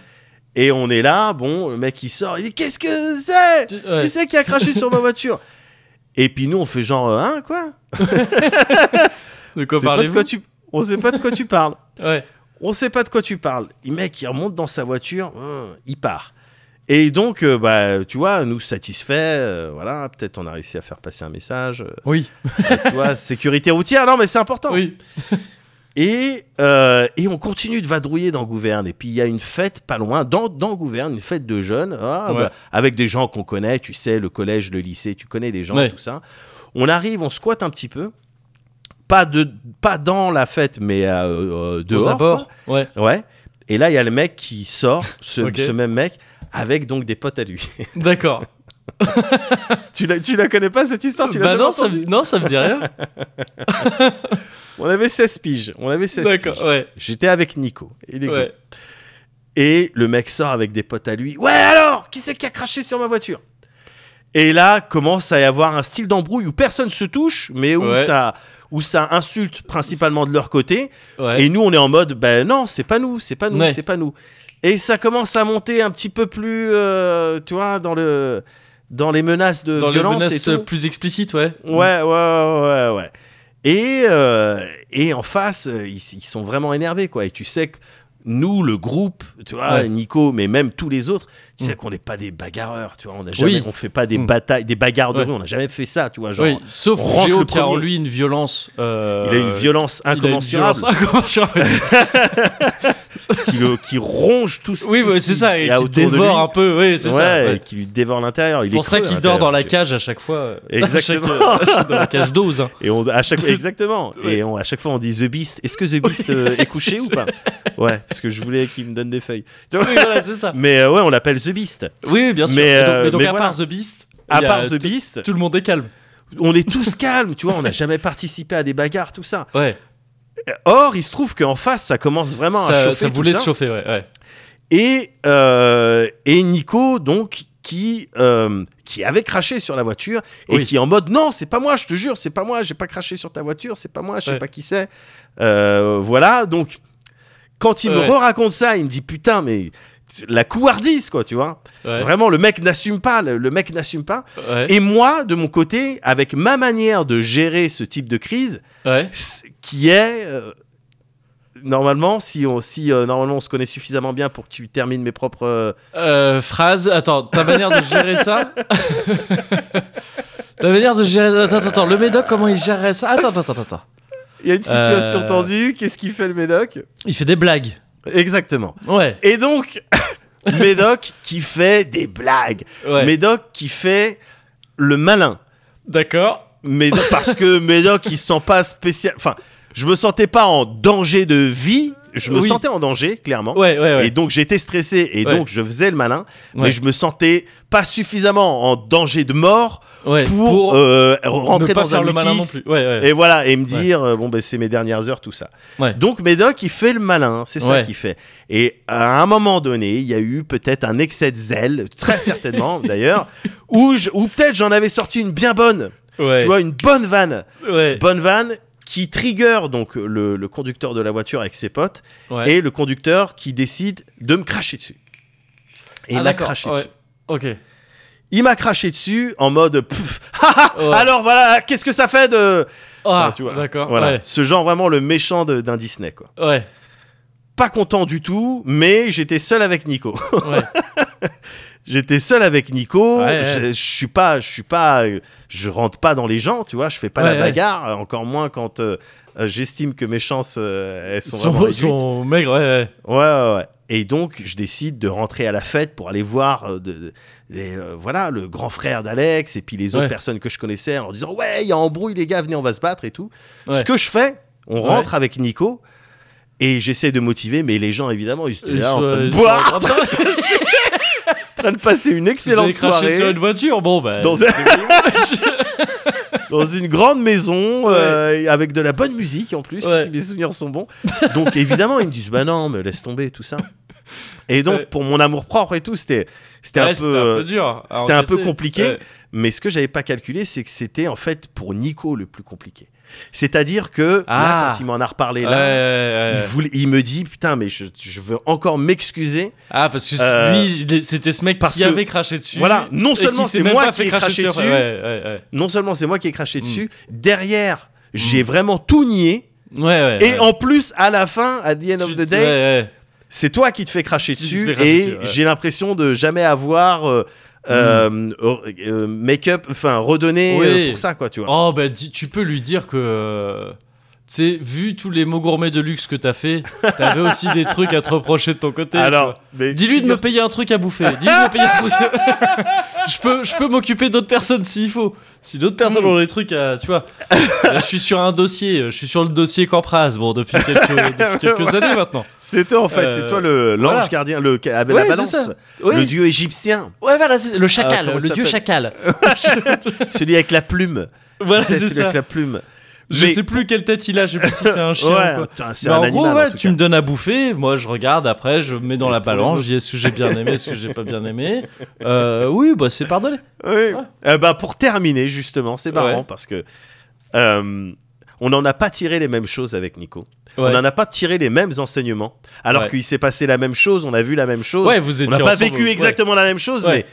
Speaker 1: Et on est là, bon, le mec il sort, il dit Qu'est-ce que c'est
Speaker 2: Tu-
Speaker 1: Qui
Speaker 2: ouais.
Speaker 1: c'est qui a craché sur ma voiture Et puis nous on fait genre euh, Hein, quoi
Speaker 2: De
Speaker 1: On sait
Speaker 2: quoi
Speaker 1: pas de
Speaker 2: parlez-vous
Speaker 1: quoi tu- On sait pas de quoi tu parles.
Speaker 2: Ouais.
Speaker 1: On sait pas de quoi tu parles. Le mec il remonte dans sa voiture, hum, il part. Et donc, euh, bah, tu vois, nous satisfait, euh, voilà, peut-être on a réussi à faire passer un message. euh,
Speaker 2: Oui.
Speaker 1: tu vois, sécurité routière, non mais c'est important.
Speaker 2: Oui.
Speaker 1: Et, euh, et on continue de vadrouiller dans Gouverne. Et puis il y a une fête pas loin, dans, dans Gouverne, une fête de jeunes, ah,
Speaker 2: Ouais.
Speaker 1: bah, avec des gens qu'on connaît, tu sais, le collège, le lycée, tu connais des gens,
Speaker 2: Ouais.
Speaker 1: tout ça. On arrive, on squatte un petit peu. Pas, de, pas dans la fête, mais à, euh, euh, dehors.
Speaker 2: Aux abords. Ouais.
Speaker 1: quoi. Ouais. Et là, il y a le mec qui sort, ce,
Speaker 2: Ok.
Speaker 1: ce même mec, avec donc des potes à lui.
Speaker 2: D'accord.
Speaker 1: tu, la, tu la connais pas cette histoire tu l'as
Speaker 2: Bah
Speaker 1: jamais
Speaker 2: non, ça
Speaker 1: entendue
Speaker 2: me... non, ça me dit rien.
Speaker 1: On avait 16 piges. On avait 16
Speaker 2: D'accord.
Speaker 1: piges.
Speaker 2: Ouais.
Speaker 1: J'étais avec Nico. Et les gars.
Speaker 2: Ouais.
Speaker 1: Et le mec sort avec des potes à lui. Ouais alors, qui c'est qui a craché sur ma voiture Et là commence à y avoir un style d'embrouille où personne se touche, mais où
Speaker 2: Ouais.
Speaker 1: ça où ça insulte principalement de leur côté.
Speaker 2: Ouais.
Speaker 1: Et nous on est en mode ben non, c'est pas nous, c'est pas nous,
Speaker 2: Ouais.
Speaker 1: c'est pas nous. Et ça commence à monter un petit peu plus, euh, tu vois, dans le dans les menaces de
Speaker 2: Dans les
Speaker 1: violence
Speaker 2: menaces
Speaker 1: et
Speaker 2: euh,
Speaker 1: tout.
Speaker 2: plus explicites, ouais.
Speaker 1: Ouais, ouais, ouais, ouais. ouais. Et, euh, et en face, euh, ils, ils sont vraiment énervés, quoi. Et tu sais que nous, le groupe, tu vois,
Speaker 2: Ouais.
Speaker 1: Nico, mais même tous les autres, tu sais
Speaker 2: Mm.
Speaker 1: qu'on n'est pas des bagarreurs, tu vois. On n'a jamais,
Speaker 2: Oui.
Speaker 1: on fait pas des
Speaker 2: Mm.
Speaker 1: batailles, des bagarres de
Speaker 2: Ouais.
Speaker 1: rue. On n'a jamais fait ça, tu vois. Genre,
Speaker 2: oui, sauf
Speaker 1: on rentre
Speaker 2: Géo
Speaker 1: le
Speaker 2: qui a en
Speaker 1: premier.
Speaker 2: lui une violence. euh,
Speaker 1: il a une violence
Speaker 2: il a une
Speaker 1: incommensurable
Speaker 2: violence incommensurable.
Speaker 1: qui, le- qui ronge tout ce
Speaker 2: oui,
Speaker 1: tout
Speaker 2: ouais,
Speaker 1: ce
Speaker 2: c'est
Speaker 1: qui-
Speaker 2: ça,
Speaker 1: qu'il
Speaker 2: et
Speaker 1: y a
Speaker 2: qui
Speaker 1: autour de
Speaker 2: dévore
Speaker 1: lui.
Speaker 2: un peu, oui, c'est
Speaker 1: ouais,
Speaker 2: ça.
Speaker 1: et
Speaker 2: ouais.
Speaker 1: qui lui dévore l'intérieur. Il
Speaker 2: C'est pour
Speaker 1: est
Speaker 2: ça
Speaker 1: creux à
Speaker 2: qu'il dort dans la
Speaker 1: l'intérieur, tu vois.
Speaker 2: cage à chaque fois. euh,
Speaker 1: Exactement.
Speaker 2: à chaque- dans la cage d'ose. hein.
Speaker 1: Et on, à chaque fois, exactement.
Speaker 2: Ouais.
Speaker 1: Et on, à chaque fois, on dit The Beast. Est-ce que The Beast euh, est couché ou
Speaker 2: c'est
Speaker 1: pas Ouais, parce que je voulais qu'il me donne des feuilles. Tu vois
Speaker 2: Oui, voilà, c'est ça.
Speaker 1: mais euh, ouais, on l'appelle The Beast.
Speaker 2: Oui, oui, bien sûr.
Speaker 1: Mais,
Speaker 2: Et donc,
Speaker 1: euh,
Speaker 2: mais donc,
Speaker 1: mais
Speaker 2: à
Speaker 1: voilà.
Speaker 2: part The Beast,
Speaker 1: À
Speaker 2: il y a
Speaker 1: part The
Speaker 2: tout-
Speaker 1: Beast,
Speaker 2: tout le monde est calme.
Speaker 1: on est tous calmes, tu vois, on n'a jamais participé à des bagarres, tout ça.
Speaker 2: Ouais.
Speaker 1: Or, il se trouve qu'en face, ça commence vraiment à
Speaker 2: ça,
Speaker 1: chauffer.
Speaker 2: ça
Speaker 1: tout
Speaker 2: voulait
Speaker 1: ça.
Speaker 2: se chauffer, ouais. ouais.
Speaker 1: Et, euh, et Nico, donc, qui, euh, qui avait craché sur la voiture et
Speaker 2: Oui.
Speaker 1: qui est en mode non, c'est pas moi, je te jure, c'est pas moi, j'ai pas craché sur ta voiture, c'est pas moi, je sais
Speaker 2: Ouais.
Speaker 1: pas qui c'est. Euh, voilà, donc, quand il
Speaker 2: Ouais.
Speaker 1: me raconte ça, il me dit putain, mais la couardise, quoi, tu vois.
Speaker 2: Ouais.
Speaker 1: Vraiment, le mec n'assume pas, le- le mec n'assume pas.
Speaker 2: Ouais.
Speaker 1: Et moi, de mon côté, avec ma manière de gérer ce type de crise,
Speaker 2: ouais.
Speaker 1: c- qui est euh, normalement, si on, si euh, normalement on se connaît suffisamment bien pour que tu termines mes propres, euh,
Speaker 2: Euh, phrase. Attends, ta manière de gérer ça Ta manière de gérer Attends, attends, attends. Le médoc, comment il gérait ça Attends, attends, attends, attends.
Speaker 1: il y a une situation
Speaker 2: Euh.
Speaker 1: tendue. Qu'est-ce qui fait le Médoc
Speaker 2: Il fait des blagues.
Speaker 1: Exactement.
Speaker 2: Ouais.
Speaker 1: Et donc, Médoc qui fait des blagues,
Speaker 2: ouais.
Speaker 1: Médoc qui fait le malin,
Speaker 2: D'accord.
Speaker 1: Médoc, parce que Médoc il se sent pas spécial. Enfin, je me sentais pas en danger de vie. Je me
Speaker 2: Oui.
Speaker 1: sentais en danger, clairement.
Speaker 2: Ouais, ouais, ouais.
Speaker 1: Et donc j'étais stressé et
Speaker 2: Ouais.
Speaker 1: donc je faisais le malin, mais
Speaker 2: Ouais.
Speaker 1: je me sentais pas suffisamment en danger de mort
Speaker 2: Ouais,
Speaker 1: pour, euh, rentrer
Speaker 2: ne pas
Speaker 1: dans
Speaker 2: faire
Speaker 1: un
Speaker 2: le malin non
Speaker 1: mutisme.
Speaker 2: plus. Ouais, ouais.
Speaker 1: Et voilà, et me dire, euh, bon, ben c'est mes dernières heures, tout ça.
Speaker 2: Ouais.
Speaker 1: Donc Médoc, il fait le malin, c'est ça
Speaker 2: Ouais.
Speaker 1: qu'il fait. Et à un moment donné, il y a eu peut-être un excès de zèle, très certainement d'ailleurs, ou je- ou peut-être j'en avais sorti une bien bonne,
Speaker 2: ouais.
Speaker 1: tu vois, une bonne vanne.
Speaker 2: ouais.
Speaker 1: Bonne vanne qui trigger donc le- le conducteur de la voiture avec ses potes
Speaker 2: ouais.
Speaker 1: bah, et le conducteur qui décide de me cracher dessus. Et
Speaker 2: Ah,
Speaker 1: il m'a
Speaker 2: d'accord,
Speaker 1: craché
Speaker 2: ouais.
Speaker 1: dessus.
Speaker 2: Ok.
Speaker 1: Il m'a craché dessus en mode Pouf, ha, ha,
Speaker 2: Ouais.
Speaker 1: alors voilà, qu'est-ce que ça fait de.
Speaker 2: Ah,
Speaker 1: Enfin, tu vois,
Speaker 2: d'accord.
Speaker 1: Voilà,
Speaker 2: Ouais.
Speaker 1: ce genre vraiment le méchant de- d'un Disney, quoi.
Speaker 2: ouais.
Speaker 1: pas content du tout, mais j'étais seul avec Nico.
Speaker 2: Ouais.
Speaker 1: J'étais seul avec Nico.
Speaker 2: Ouais, ouais.
Speaker 1: Je, je suis pas, je suis pas, euh, je rentre pas dans les gens, tu vois. Je fais pas
Speaker 2: Ouais,
Speaker 1: la
Speaker 2: ouais.
Speaker 1: bagarre, euh, encore moins quand euh, euh, j'estime que mes chances euh, elles sont,
Speaker 2: Son,
Speaker 1: vraiment réduites.
Speaker 2: son maigre, ouais, ouais.
Speaker 1: Ouais, ouais, ouais. Et donc, je décide de rentrer à la fête pour aller voir euh, de, de- les, euh, voilà, le grand frère d'Alex et puis les
Speaker 2: Ouais.
Speaker 1: autres personnes que je connaissais en leur disant Ouais, il y a embrouille, les gars, venez, on va se battre et tout.
Speaker 2: Ouais.
Speaker 1: Ce que je fais, on
Speaker 2: Ouais.
Speaker 1: rentre avec Nico et j'essaie de motiver, mais les gens, évidemment, ils étaient
Speaker 2: Ils
Speaker 1: là en
Speaker 2: sont-
Speaker 1: train de
Speaker 2: ils
Speaker 1: boire,
Speaker 2: sont en train de-
Speaker 1: en train de passer une
Speaker 2: Vous avez
Speaker 1: excellente
Speaker 2: craché
Speaker 1: soirée
Speaker 2: sur une voiture, bon ben.
Speaker 1: Dans dans une grande maison euh, et avec de la bonne musique en plus,
Speaker 2: Ouais.
Speaker 1: si mes souvenirs sont bons. Donc évidemment, ils me disent bah non, mais laisse tomber tout ça. Et donc
Speaker 2: Ouais.
Speaker 1: pour mon amour propre et tout, c'était c'était
Speaker 2: Ouais,
Speaker 1: un peu euh,
Speaker 2: dur. à
Speaker 1: c'était un peu
Speaker 2: encaisser.
Speaker 1: compliqué.
Speaker 2: Ouais.
Speaker 1: mais ce que j'avais pas calculé, c'est que c'était en fait pour Nico le plus compliqué. C'est-à-dire que
Speaker 2: Ah.
Speaker 1: là, quand il m'en a reparlé
Speaker 2: Ouais,
Speaker 1: là,
Speaker 2: ouais,
Speaker 1: il,
Speaker 2: ouais.
Speaker 1: voulait- il me dit putain mais je, je veux encore m'excuser
Speaker 2: Ah, parce que
Speaker 1: Euh,
Speaker 2: lui, il est- c'était ce mec
Speaker 1: parce
Speaker 2: qui
Speaker 1: que-
Speaker 2: avait craché dessus.
Speaker 1: voilà non
Speaker 2: et qui
Speaker 1: seulement
Speaker 2: s'est
Speaker 1: c'est
Speaker 2: même
Speaker 1: moi
Speaker 2: pas
Speaker 1: qui
Speaker 2: fait
Speaker 1: ai
Speaker 2: cracher
Speaker 1: craché
Speaker 2: sur-
Speaker 1: dessus
Speaker 2: Ouais, ouais,
Speaker 1: non seulement c'est moi qui ai craché
Speaker 2: Mm.
Speaker 1: dessus derrière j'ai vraiment tout nié
Speaker 2: ouais. Ouais, Mm. ouais,
Speaker 1: Et
Speaker 2: ouais.
Speaker 1: en plus, à la fin, at the end
Speaker 2: Tu-
Speaker 1: of the day,
Speaker 2: ouais,
Speaker 1: c'est toi qui te fais cracher
Speaker 2: Tu te
Speaker 1: dessus
Speaker 2: fais cracher
Speaker 1: et
Speaker 2: dessus, ouais.
Speaker 1: j'ai l'impression de jamais avoir euh, euh, euh, make-up, enfin redonné
Speaker 2: Mm. Oui.
Speaker 1: euh, pour ça, quoi, tu
Speaker 2: ouais.
Speaker 1: vois.
Speaker 2: Oh, bah, dis- tu peux lui dire que. euh, Tu sais, vu tous les mots gourmets de luxe que t'as fait, t'avais aussi des trucs à te reprocher de ton côté.
Speaker 1: Alors,
Speaker 2: tu
Speaker 1: mais
Speaker 2: vois. Dis-lui de me
Speaker 1: figure-
Speaker 2: payer un truc à bouffer. Dis-lui de me payer un truc. Je peux, je peux m'occuper d'autres personnes s'il faut. Si d'autres personnes
Speaker 1: Mm.
Speaker 2: ont des trucs à. Tu vois. Là, je suis sur un dossier. euh, Je suis sur le dossier Campras. Bon, depuis quelques, depuis quelques années maintenant.
Speaker 1: C'est toi en fait, c'est
Speaker 2: Euh,
Speaker 1: toi le l'ange
Speaker 2: voilà.
Speaker 1: gardien, le ca- avec
Speaker 2: Ouais,
Speaker 1: la
Speaker 2: c'est
Speaker 1: balance,
Speaker 2: ça. Oui.
Speaker 1: le dieu égyptien,
Speaker 2: Ouais, voilà, c'est le chacal,
Speaker 1: Euh, comment
Speaker 2: le
Speaker 1: ça
Speaker 2: dieu chacal.
Speaker 1: celui avec la plume.
Speaker 2: voilà,
Speaker 1: Tu sais,
Speaker 2: c'est
Speaker 1: celui
Speaker 2: ça.
Speaker 1: avec la plume.
Speaker 2: Je
Speaker 1: Mais-
Speaker 2: sais plus quelle tête il a, je sais plus si c'est un chien
Speaker 1: ouais,
Speaker 2: ou quoi.
Speaker 1: putain, c'est
Speaker 2: Mais
Speaker 1: un
Speaker 2: en
Speaker 1: animal.
Speaker 2: gros, ouais,
Speaker 1: en tout
Speaker 2: tu
Speaker 1: cas.
Speaker 2: me donnes à bouffer, moi je regarde, après je mets dans
Speaker 1: Et
Speaker 2: la
Speaker 1: pour les
Speaker 2: balance,
Speaker 1: autres
Speaker 2: je dis est-ce que j'ai bien aimé, est-ce que j'ai pas bien aimé. Euh, oui, bah c'est pardonné.
Speaker 1: Oui. Euh, bah, pour terminer, justement, c'est marrant
Speaker 2: Ah. Ouais.
Speaker 1: parce que euh, on n'en a pas tiré les mêmes choses avec Nico.
Speaker 2: Ouais,
Speaker 1: On n'en a pas tiré les mêmes enseignements. Alors
Speaker 2: Ouais.
Speaker 1: qu'il s'est passé la même chose, on a vu la même chose.
Speaker 2: Ouais, vous
Speaker 1: on
Speaker 2: étiez
Speaker 1: n'a pas
Speaker 2: ensemble,
Speaker 1: vécu
Speaker 2: ouais.
Speaker 1: exactement la même chose,
Speaker 2: Ouais.
Speaker 1: mais.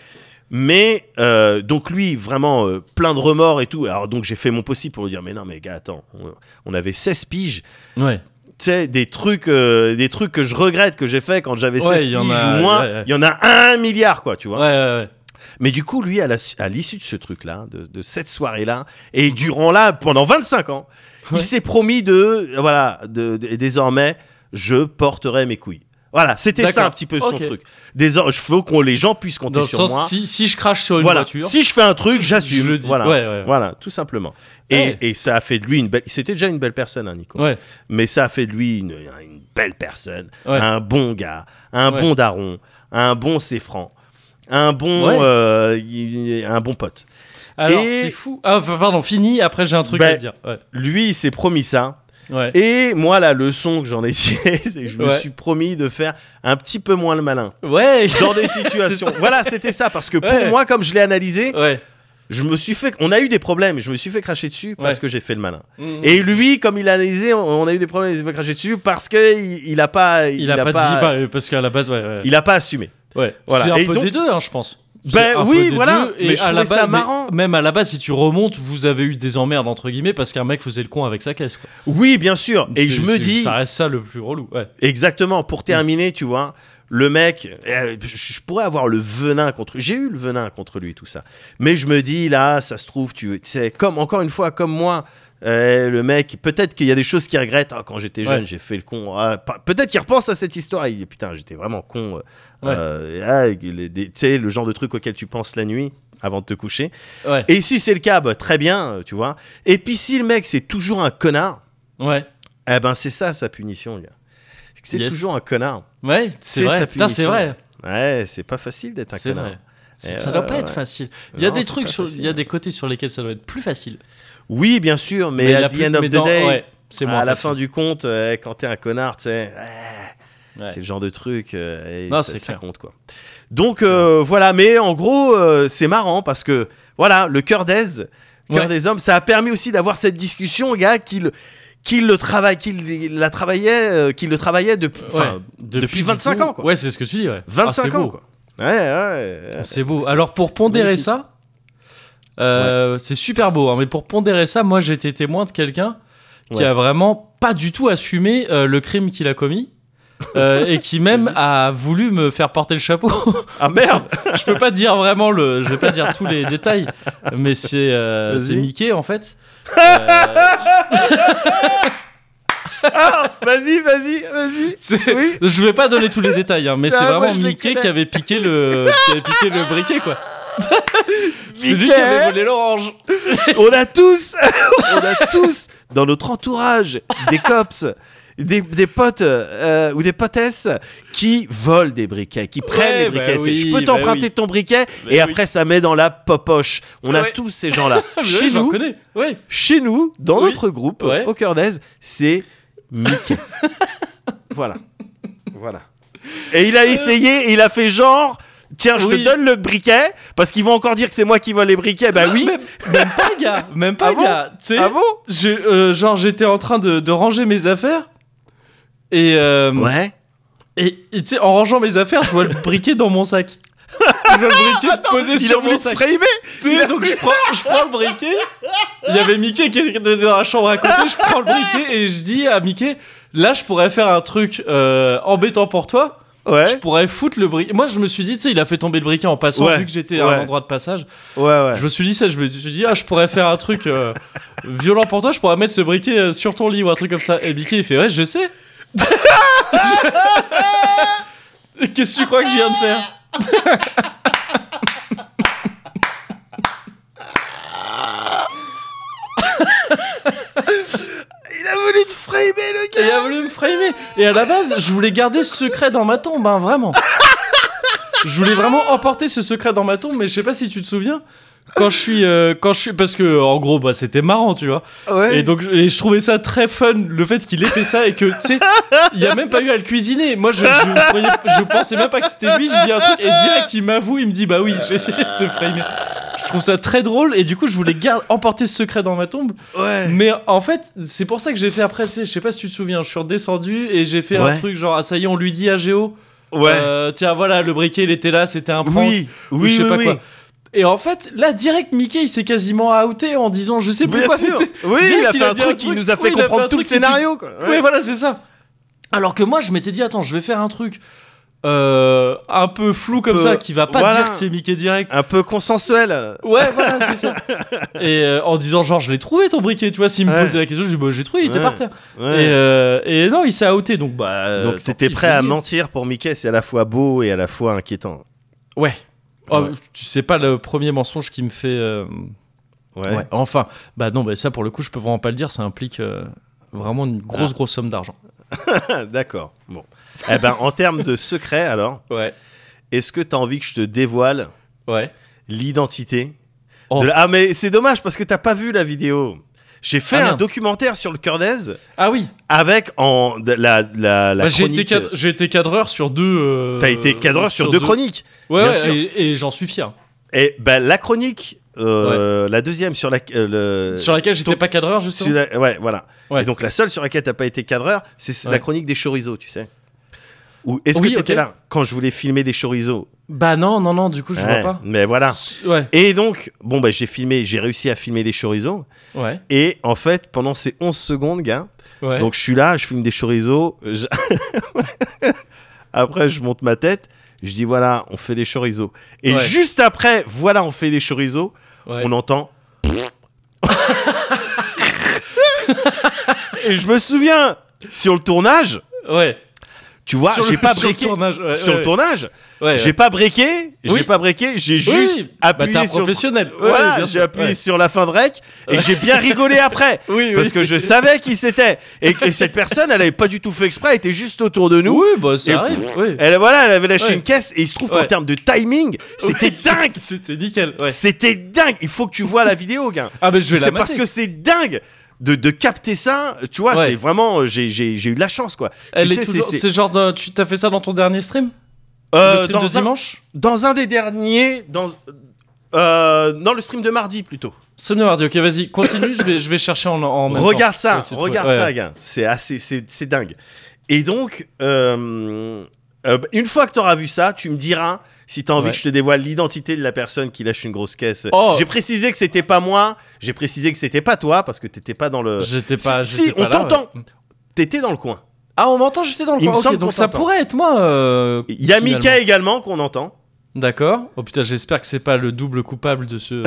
Speaker 1: Mais euh, donc lui vraiment euh, plein de remords et tout. Alors donc j'ai fait mon possible pour lui dire mais non mais gars attends on, on avait 16 piges,
Speaker 2: Ouais.
Speaker 1: tu sais des trucs euh, des trucs que je regrette que j'ai fait quand j'avais
Speaker 2: Ouais,
Speaker 1: 16
Speaker 2: il y
Speaker 1: piges
Speaker 2: en
Speaker 1: ou
Speaker 2: a-
Speaker 1: moins,
Speaker 2: ouais, ouais.
Speaker 1: il y en a un milliard quoi, tu vois.
Speaker 2: Ouais, ouais,
Speaker 1: Mais du coup, lui, à la su- à l'issue de ce truc-là, de, de cette soirée-là, et durant là, pendant 25 ans,
Speaker 2: Ouais.
Speaker 1: il s'est promis de, voilà, de, de- désormais, je porterai mes couilles. Voilà, c'était
Speaker 2: D'accord.
Speaker 1: ça un petit peu son
Speaker 2: Ok.
Speaker 1: truc. Désormais, je veux qu'on les gens puissent
Speaker 2: ouais.
Speaker 1: compter
Speaker 2: Dans le
Speaker 1: sur moi.
Speaker 2: sens, si, si je crache sur une
Speaker 1: voilà,
Speaker 2: voiture,
Speaker 1: si je fais un truc, j'assume.
Speaker 2: je le dis.
Speaker 1: Voilà.
Speaker 2: Ouais, ouais.
Speaker 1: Voilà, tout simplement.
Speaker 2: Ouais.
Speaker 1: Et, et ça a fait de lui une belle. C'était déjà une belle personne, hein, Nico.
Speaker 2: Ouais,
Speaker 1: Mais ça a fait de lui une, une belle personne,
Speaker 2: Ouais.
Speaker 1: un bon gars, un
Speaker 2: Ouais.
Speaker 1: bon daron, un bon séfran, un bon,
Speaker 2: Ouais.
Speaker 1: euh, y- y- un bon pote.
Speaker 2: alors
Speaker 1: Et-
Speaker 2: c'est fou. Ah, enfin, pardon, fini, après j'ai un truc
Speaker 1: Bah,
Speaker 2: à te dire. Ouais,
Speaker 1: Lui, il s'est promis ça.
Speaker 2: ouais.
Speaker 1: Et moi, la leçon que j'en ai tirée, c'est que je me
Speaker 2: Ouais.
Speaker 1: suis promis de faire un petit peu moins le malin
Speaker 2: Ouais,
Speaker 1: dans des
Speaker 2: C'est
Speaker 1: situations.
Speaker 2: ça.
Speaker 1: voilà, c'était ça. Parce que pour
Speaker 2: Ouais.
Speaker 1: moi, comme je l'ai analysé,
Speaker 2: ouais.
Speaker 1: je me suis fait. On a eu des problèmes. Je me suis fait cracher dessus parce
Speaker 2: Ouais.
Speaker 1: que j'ai fait le malin.
Speaker 2: Mm.
Speaker 1: Et lui, comme il a analysé, on on a eu des problèmes. Il s'est fait cracher dessus parce que il, il a pas.
Speaker 2: il, a, pas, dit, enfin, euh, parce qu'à la base, ouais, ouais.
Speaker 1: Il a pas assumé.
Speaker 2: Ouais,
Speaker 1: Voilà.
Speaker 2: c'est un
Speaker 1: Et
Speaker 2: peu
Speaker 1: donc-
Speaker 2: des deux, hein, je pense.
Speaker 1: Ben
Speaker 2: C'est un
Speaker 1: oui,
Speaker 2: peu des
Speaker 1: voilà.
Speaker 2: deux, et
Speaker 1: Mais je
Speaker 2: à la
Speaker 1: trouvais
Speaker 2: base,
Speaker 1: ça
Speaker 2: mais
Speaker 1: marrant.
Speaker 2: Même à la base, si tu remontes, vous avez eu des emmerdes entre guillemets parce qu'un mec faisait le con avec sa caisse. quoi.
Speaker 1: Oui, bien sûr. Et
Speaker 2: C'est-
Speaker 1: je me
Speaker 2: c'est-
Speaker 1: dis,
Speaker 2: ça reste Mm. ça le plus relou. Ouais.
Speaker 1: exactement, pour terminer, tu vois, le mec, euh, je je pourrais avoir le venin contre J'ai eu le venin contre lui, tout ça. Mais je me dis, là, ça se trouve, tu tu sais, comme, encore une fois, comme moi, euh, le mec, peut-être qu'il y a des choses qu'il regrette. Ah, quand j'étais jeune,
Speaker 2: Ouais.
Speaker 1: j'ai fait le con. Ah, pas- peut-être qu'il repense à cette histoire. Il dit, putain, j'étais vraiment con. euh,
Speaker 2: Ouais.
Speaker 1: euh, ah, les- des- tu sais, le genre de truc auquel tu penses la nuit avant de te coucher.
Speaker 2: Ouais.
Speaker 1: Et si c'est le cas, bah, très bien, euh, tu vois. Et puis si le mec, c'est toujours un connard,
Speaker 2: Ouais.
Speaker 1: eh ben, c'est ça sa punition, gars. C'est que C'est
Speaker 2: Yes.
Speaker 1: toujours un connard.
Speaker 2: Ouais, c'est
Speaker 1: C'est
Speaker 2: vrai.
Speaker 1: sa
Speaker 2: Putain, c'est
Speaker 1: punition.
Speaker 2: vrai.
Speaker 1: Ouais, c'est pas facile d'être un
Speaker 2: C'est
Speaker 1: connard.
Speaker 2: vrai. C'est-
Speaker 1: Et
Speaker 2: ça doit
Speaker 1: ouais,
Speaker 2: pas être
Speaker 1: ouais.
Speaker 2: facile. Il y a
Speaker 1: Non,
Speaker 2: des
Speaker 1: c'est
Speaker 2: trucs,
Speaker 1: pas
Speaker 2: sur, il y a
Speaker 1: facile.
Speaker 2: des côtés sur lesquels ça doit être plus facile.
Speaker 1: Oui, bien sûr, mais,
Speaker 2: la
Speaker 1: à the
Speaker 2: plus-
Speaker 1: end of
Speaker 2: mais
Speaker 1: the
Speaker 2: dans-
Speaker 1: day,
Speaker 2: ouais, c'est
Speaker 1: à
Speaker 2: moins
Speaker 1: la
Speaker 2: facile.
Speaker 1: fin du compte, euh, quand t'es un connard, tu sais, euh,
Speaker 2: Ouais.
Speaker 1: c'est le genre de truc. euh, et
Speaker 2: Non,
Speaker 1: ça,
Speaker 2: c'est
Speaker 1: ça
Speaker 2: clair.
Speaker 1: compte, quoi. Donc, euh, voilà, mais en gros, euh, c'est marrant parce que, voilà, le cœur d'Aise, cœur
Speaker 2: Ouais.
Speaker 1: des hommes, ça a permis aussi d'avoir cette discussion, gars, qu'il qu'il le travaille, qu'il la travaillait, euh, qu'il le travaillait depuis, enfin,
Speaker 2: Ouais.
Speaker 1: depuis
Speaker 2: du
Speaker 1: 25
Speaker 2: coup-
Speaker 1: ans, quoi.
Speaker 2: Ouais, c'est ce que tu dis. Ouais. Ah,
Speaker 1: 25
Speaker 2: c'est
Speaker 1: ans,
Speaker 2: beau. Ah,
Speaker 1: quoi. Ouais, ouais. ouais.
Speaker 2: C'est beau. Alors pour pondérer
Speaker 1: Euh, magnifique.
Speaker 2: ça, euh, c'est super beau. hein, mais pour pondérer ça, moi j'ai été témoin de quelqu'un qui
Speaker 1: Ouais.
Speaker 2: a vraiment pas du tout assumé euh, le crime qu'il a commis. euh, et qui même a voulu me faire porter le chapeau.
Speaker 1: Ah merde
Speaker 2: je peux pas dire vraiment le, je vais pas dire tous les détails, mais c'est euh,
Speaker 1: Vas-y.
Speaker 2: c'est Mickey en fait. Euh,
Speaker 1: Ah Vas-y, vas-y, vas-y
Speaker 2: c'est-
Speaker 1: Oui
Speaker 2: Je vais pas donner tous les détails, hein, mais
Speaker 1: Ça
Speaker 2: c'est
Speaker 1: va, moi,
Speaker 2: vraiment
Speaker 1: je les
Speaker 2: Mickey
Speaker 1: connais.
Speaker 2: qui avait piqué le, qui avait piqué le briquet quoi. c'est lui qui avait volé l'orange.
Speaker 1: On a tous On a tous dans notre entourage des cops des, des potes euh, ou des potesses qui volent des briquets, qui prennent
Speaker 2: Ouais,
Speaker 1: les briquets.
Speaker 2: bah
Speaker 1: C'est, je
Speaker 2: oui,
Speaker 1: peux
Speaker 2: bah
Speaker 1: t'emprunter
Speaker 2: oui.
Speaker 1: ton briquet
Speaker 2: Bah
Speaker 1: et
Speaker 2: oui.
Speaker 1: après ça met dans la popoche. On a
Speaker 2: Ouais.
Speaker 1: tous ces gens-là.
Speaker 2: Ah, mais
Speaker 1: chez,
Speaker 2: oui, j'en
Speaker 1: nous,
Speaker 2: connais. Oui.
Speaker 1: chez nous, dans
Speaker 2: Oui.
Speaker 1: notre groupe,
Speaker 2: Ouais.
Speaker 1: au cœur d'Aise, c'est Mickey. voilà. Voilà. Et il a essayé, et il a fait genre. Tiens, je
Speaker 2: Euh. Oui.
Speaker 1: te donne le briquet parce qu'ils vont encore dire que c'est moi qui vole les briquets. Bah oui.
Speaker 2: Même, même pas gars, même pas
Speaker 1: Ah bon
Speaker 2: gars. Tu sais,
Speaker 1: Ah bon
Speaker 2: je- euh, genre j'étais en train de, de ranger mes affaires et euh,
Speaker 1: Ouais.
Speaker 2: Et et tu sais, en rangeant mes affaires, je vois le briquet dans mon sac. Je vois le briquet posé
Speaker 1: il a
Speaker 2: sur
Speaker 1: voulu
Speaker 2: mon
Speaker 1: te
Speaker 2: sac.
Speaker 1: framer.
Speaker 2: Tu sais, donc je prends, je prends le briquet. Il y avait Mickey qui était dans la chambre à côté. Je prends le briquet et je dis à Mickey, là, je pourrais faire un truc euh, embêtant pour toi. Je
Speaker 1: Ouais.
Speaker 2: pourrais foutre le briquet. Moi, je me suis dit, tu sais, il a fait tomber le briquet en passant
Speaker 1: Ouais,
Speaker 2: vu que j'étais à un
Speaker 1: ouais.
Speaker 2: endroit de passage.
Speaker 1: Ouais, ouais.
Speaker 2: Je me suis dit ça. Je me suis dit, ah, je pourrais faire un truc euh, violent pour toi. Je pourrais mettre ce briquet euh, sur ton lit ou un truc comme ça. Et Mickey, il fait, ouais, je sais. Qu'est-ce que tu crois que je viens de faire
Speaker 1: Il a voulu te framer, le
Speaker 2: Et il a voulu me framer. Et à la base, je voulais garder ce secret dans ma tombe, hein, vraiment. Je voulais vraiment emporter ce secret dans ma tombe, mais je sais pas si tu te souviens. Quand je suis, euh, quand je suis, parce que en gros, bah c'était marrant, tu vois.
Speaker 1: Ouais.
Speaker 2: Et donc, je- et je trouvais ça très fun le fait qu'il ait fait ça et que tu sais, il y a même pas eu à le cuisiner. Moi, je, je, croyais- je pensais même pas que c'était lui. Je dis un truc et direct, il m'avoue, il me dit bah oui, j'ai essayé de te framer. Je trouve ça très drôle et du coup, je voulais garder, emporter ce secret dans ma tombe.
Speaker 1: Ouais.
Speaker 2: Mais en fait, c'est pour ça que j'ai fait après, tu sais, je sais pas si tu te souviens, je suis redescendu et j'ai fait un
Speaker 1: Ouais.
Speaker 2: truc genre, ah ça y est, on lui dit à Géo,
Speaker 1: Ouais.
Speaker 2: euh, tiens voilà, le briquet il était là, c'était un prank,
Speaker 1: Oui.
Speaker 2: ou
Speaker 1: Oui,
Speaker 2: je sais
Speaker 1: oui,
Speaker 2: pas
Speaker 1: oui.
Speaker 2: quoi. Et en fait, là, direct, Mickey, il s'est quasiment outé en disant, je sais
Speaker 1: Bien
Speaker 2: pourquoi, mais
Speaker 1: sûr.
Speaker 2: tu sais,
Speaker 1: Oui,
Speaker 2: direct,
Speaker 1: il a
Speaker 2: il
Speaker 1: fait
Speaker 2: a
Speaker 1: un
Speaker 2: dit un
Speaker 1: truc qui
Speaker 2: truc.
Speaker 1: nous a
Speaker 2: Oui,
Speaker 1: fait
Speaker 2: il a fait un
Speaker 1: comprendre tout
Speaker 2: truc
Speaker 1: le
Speaker 2: qui-
Speaker 1: scénario, quoi. Ouais.
Speaker 2: oui, voilà, c'est ça. Alors que moi, je m'étais dit, attends, je vais faire un truc euh, un peu flou comme
Speaker 1: peu-
Speaker 2: ça, qui va pas
Speaker 1: voilà.
Speaker 2: dire que c'est Mickey direct.
Speaker 1: Un peu consensuel.
Speaker 2: Ouais, voilà, c'est ça. Et euh, en disant, genre, je l'ai trouvé ton briquet, tu vois, s'il me
Speaker 1: Ouais.
Speaker 2: posait la question, je lui dis, bah, je l'ai trouvé, il était
Speaker 1: Ouais.
Speaker 2: par terre.
Speaker 1: Ouais.
Speaker 2: Et, euh, et non, il s'est outé, donc bah.
Speaker 1: Donc
Speaker 2: tant
Speaker 1: t'étais
Speaker 2: pis,
Speaker 1: prêt
Speaker 2: je
Speaker 1: à
Speaker 2: dis.
Speaker 1: mentir pour Mickey, c'est à la fois beau et à la fois inquiétant.
Speaker 2: Ouais. Oh,
Speaker 1: Ouais.
Speaker 2: Tu sais pas le premier mensonge qui me fait. euh,
Speaker 1: Ouais.
Speaker 2: ouais. Enfin, bah non, bah ça pour le coup, je peux vraiment pas le dire, ça implique euh, vraiment une
Speaker 1: Ah.
Speaker 2: grosse, grosse somme d'argent.
Speaker 1: D'accord. Bon. Eh ben, en termes de secret, alors,
Speaker 2: Ouais.
Speaker 1: est-ce que t'as envie que je te dévoile
Speaker 2: Ouais.
Speaker 1: l'identité
Speaker 2: Oh.
Speaker 1: de la- Ah, mais c'est dommage parce que t'as pas vu la vidéo. J'ai fait
Speaker 2: Ah,
Speaker 1: un
Speaker 2: merde.
Speaker 1: documentaire sur le cœur d'aise
Speaker 2: Ah oui,
Speaker 1: avec en de- la la, la
Speaker 2: bah, j'ai été,
Speaker 1: chronique.
Speaker 2: cadre- j'ai été cadreur sur deux. euh,
Speaker 1: T'as été cadreur sur, deux chroniques.
Speaker 2: Ouais,
Speaker 1: bien
Speaker 2: ouais,
Speaker 1: sûr.
Speaker 2: et, et j'en suis fier.
Speaker 1: Et ben la chronique, euh, la deuxième sur la euh, le-
Speaker 2: sur laquelle j'étais
Speaker 1: ton-
Speaker 2: pas cadreur, justement.
Speaker 1: sur la- ouais voilà.
Speaker 2: Ouais.
Speaker 1: Et donc la seule sur laquelle t'as pas été cadreur, c'est c- la
Speaker 2: Ouais.
Speaker 1: chronique des chorizos, tu sais. Ou est-ce
Speaker 2: Oui,
Speaker 1: que t'étais
Speaker 2: ok.
Speaker 1: là quand je voulais filmer des chorizos
Speaker 2: Bah non, non, non, du coup, je
Speaker 1: Ouais,
Speaker 2: vois
Speaker 1: Mais voilà.
Speaker 2: pas. Ouais.
Speaker 1: Et donc bon bah j'ai filmé, j'ai réussi à filmer des chorizos.
Speaker 2: Ouais.
Speaker 1: Et en fait pendant ces 11 secondes, gars,
Speaker 2: Ouais.
Speaker 1: donc je suis là, je filme des chorizos. je- après je monte ma tête. Je dis voilà, on fait des chorizos. Et
Speaker 2: Ouais.
Speaker 1: juste après, voilà, on fait des chorizos.
Speaker 2: ouais.
Speaker 1: on entend. et je me souviens, sur le tournage,
Speaker 2: Ouais.
Speaker 1: tu vois,
Speaker 2: Sur le-
Speaker 1: j'ai pas
Speaker 2: sur le
Speaker 1: breaké.
Speaker 2: tournage, ouais,
Speaker 1: Sur le
Speaker 2: ouais,
Speaker 1: tournage,
Speaker 2: ouais,
Speaker 1: j'ai
Speaker 2: ouais.
Speaker 1: pas breaké, j'ai
Speaker 2: Oui.
Speaker 1: pas breaké, j'ai
Speaker 2: Oui,
Speaker 1: juste
Speaker 2: oui. Bah,
Speaker 1: appuyé
Speaker 2: t'es un
Speaker 1: sur.
Speaker 2: professionnel. Ouais,
Speaker 1: Voilà,
Speaker 2: bien
Speaker 1: j'ai
Speaker 2: sûr,
Speaker 1: appuyé
Speaker 2: ouais.
Speaker 1: sur la fin de rec et j'ai bien rigolé après.
Speaker 2: Oui,
Speaker 1: Parce
Speaker 2: oui.
Speaker 1: que je savais qui c'était. Et que cette personne, elle avait pas du tout fait exprès, elle était juste autour de nous.
Speaker 2: Oui, bah ça
Speaker 1: Et-
Speaker 2: arrive. Oui.
Speaker 1: Elle, voilà, elle avait lâché
Speaker 2: Ouais.
Speaker 1: une caisse et il se trouve qu'en
Speaker 2: Ouais.
Speaker 1: termes de timing, c'était
Speaker 2: Oui,
Speaker 1: dingue.
Speaker 2: C'était nickel. Ouais.
Speaker 1: C'était dingue. Il faut que tu vois la vidéo, gars.
Speaker 2: Ah, mais je vais la
Speaker 1: C'est parce
Speaker 2: mater.
Speaker 1: que c'est dingue de, de capter ça, tu vois,
Speaker 2: Ouais.
Speaker 1: c'est vraiment, euh, j'ai- j'ai j'ai eu de la chance, quoi.
Speaker 2: Elle
Speaker 1: tu
Speaker 2: est
Speaker 1: sais,
Speaker 2: toujours-
Speaker 1: c'est-
Speaker 2: C'est genre, de- tu t'as fait ça dans ton dernier stream
Speaker 1: Euh,
Speaker 2: Le stream de
Speaker 1: dans, un,
Speaker 2: dimanche
Speaker 1: dans un des derniers, dans, euh, dans le stream de mardi plutôt.
Speaker 2: Stream de mardi. Ok, vas-y, continue. je vais, je vais chercher en, en même temps.
Speaker 1: Regarde ça,
Speaker 2: Ouais, c'est trop-
Speaker 1: regarde
Speaker 2: ouais.
Speaker 1: ça, gars. C'est assez, c'est c'est dingue. Et donc, euh, euh, une fois que t'auras vu ça, tu me diras si t'as envie
Speaker 2: Ouais.
Speaker 1: que je te dévoile l'identité de la personne qui lâche une grosse caisse.
Speaker 2: Oh.
Speaker 1: J'ai précisé que c'était pas moi, j'ai précisé que c'était pas toi parce que t'étais pas dans le,
Speaker 2: J'étais pas.
Speaker 1: Si,
Speaker 2: j'étais
Speaker 1: si,
Speaker 2: pas
Speaker 1: on
Speaker 2: là, ouais.
Speaker 1: t'entend. t'étais dans le coin.
Speaker 2: Ah, on m'entend, j'étais dans le
Speaker 1: Il
Speaker 2: coin.
Speaker 1: me
Speaker 2: Ok,
Speaker 1: semble qu'on
Speaker 2: donc ça
Speaker 1: t'entend.
Speaker 2: pourrait être moi. euh,
Speaker 1: Il y a
Speaker 2: finalement.
Speaker 1: Mika également qu'on entend.
Speaker 2: D'accord. Oh putain, j'espère que c'est pas le double coupable de ce.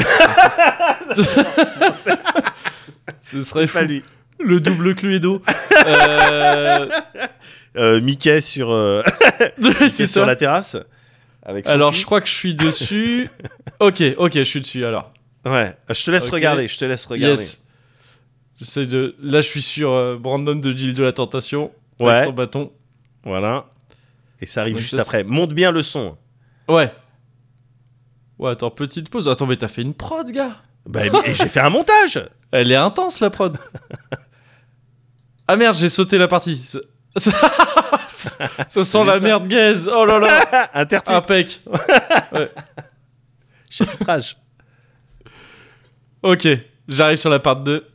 Speaker 2: ce serait fou.
Speaker 1: Pas lui.
Speaker 2: Le double Cluedo. Euh,
Speaker 1: Euh, Mickey sur, euh,
Speaker 2: c'est
Speaker 1: Mickey sur
Speaker 2: ça.
Speaker 1: la terrasse. Avec son
Speaker 2: Alors,
Speaker 1: cul.
Speaker 2: je crois que je suis dessus. ok, ok, je suis dessus alors.
Speaker 1: Ouais, je te laisse
Speaker 2: Ok.
Speaker 1: regarder, je te laisse regarder.
Speaker 2: Yes. J'essaie de. Là, je suis sur euh, Brandon de l'île de la Tentation.
Speaker 1: Ouais.
Speaker 2: Avec son bâton.
Speaker 1: Voilà. Et ça arrive
Speaker 2: Donc
Speaker 1: juste
Speaker 2: ça,
Speaker 1: après. Monte bien le son.
Speaker 2: Ouais. Ouais, attends, petite pause. Attends, mais t'as fait une prod, gars.
Speaker 1: Bah, et j'ai fait un montage
Speaker 2: Elle est intense la prod. ah merde, j'ai sauté la partie. Ça, ça- ça
Speaker 1: T'as
Speaker 2: sent
Speaker 1: vu
Speaker 2: la
Speaker 1: ça
Speaker 2: merde gaze. Oh là là,
Speaker 1: Ah, Intertitrage.
Speaker 2: impec. Ok, j'arrive sur la part 2.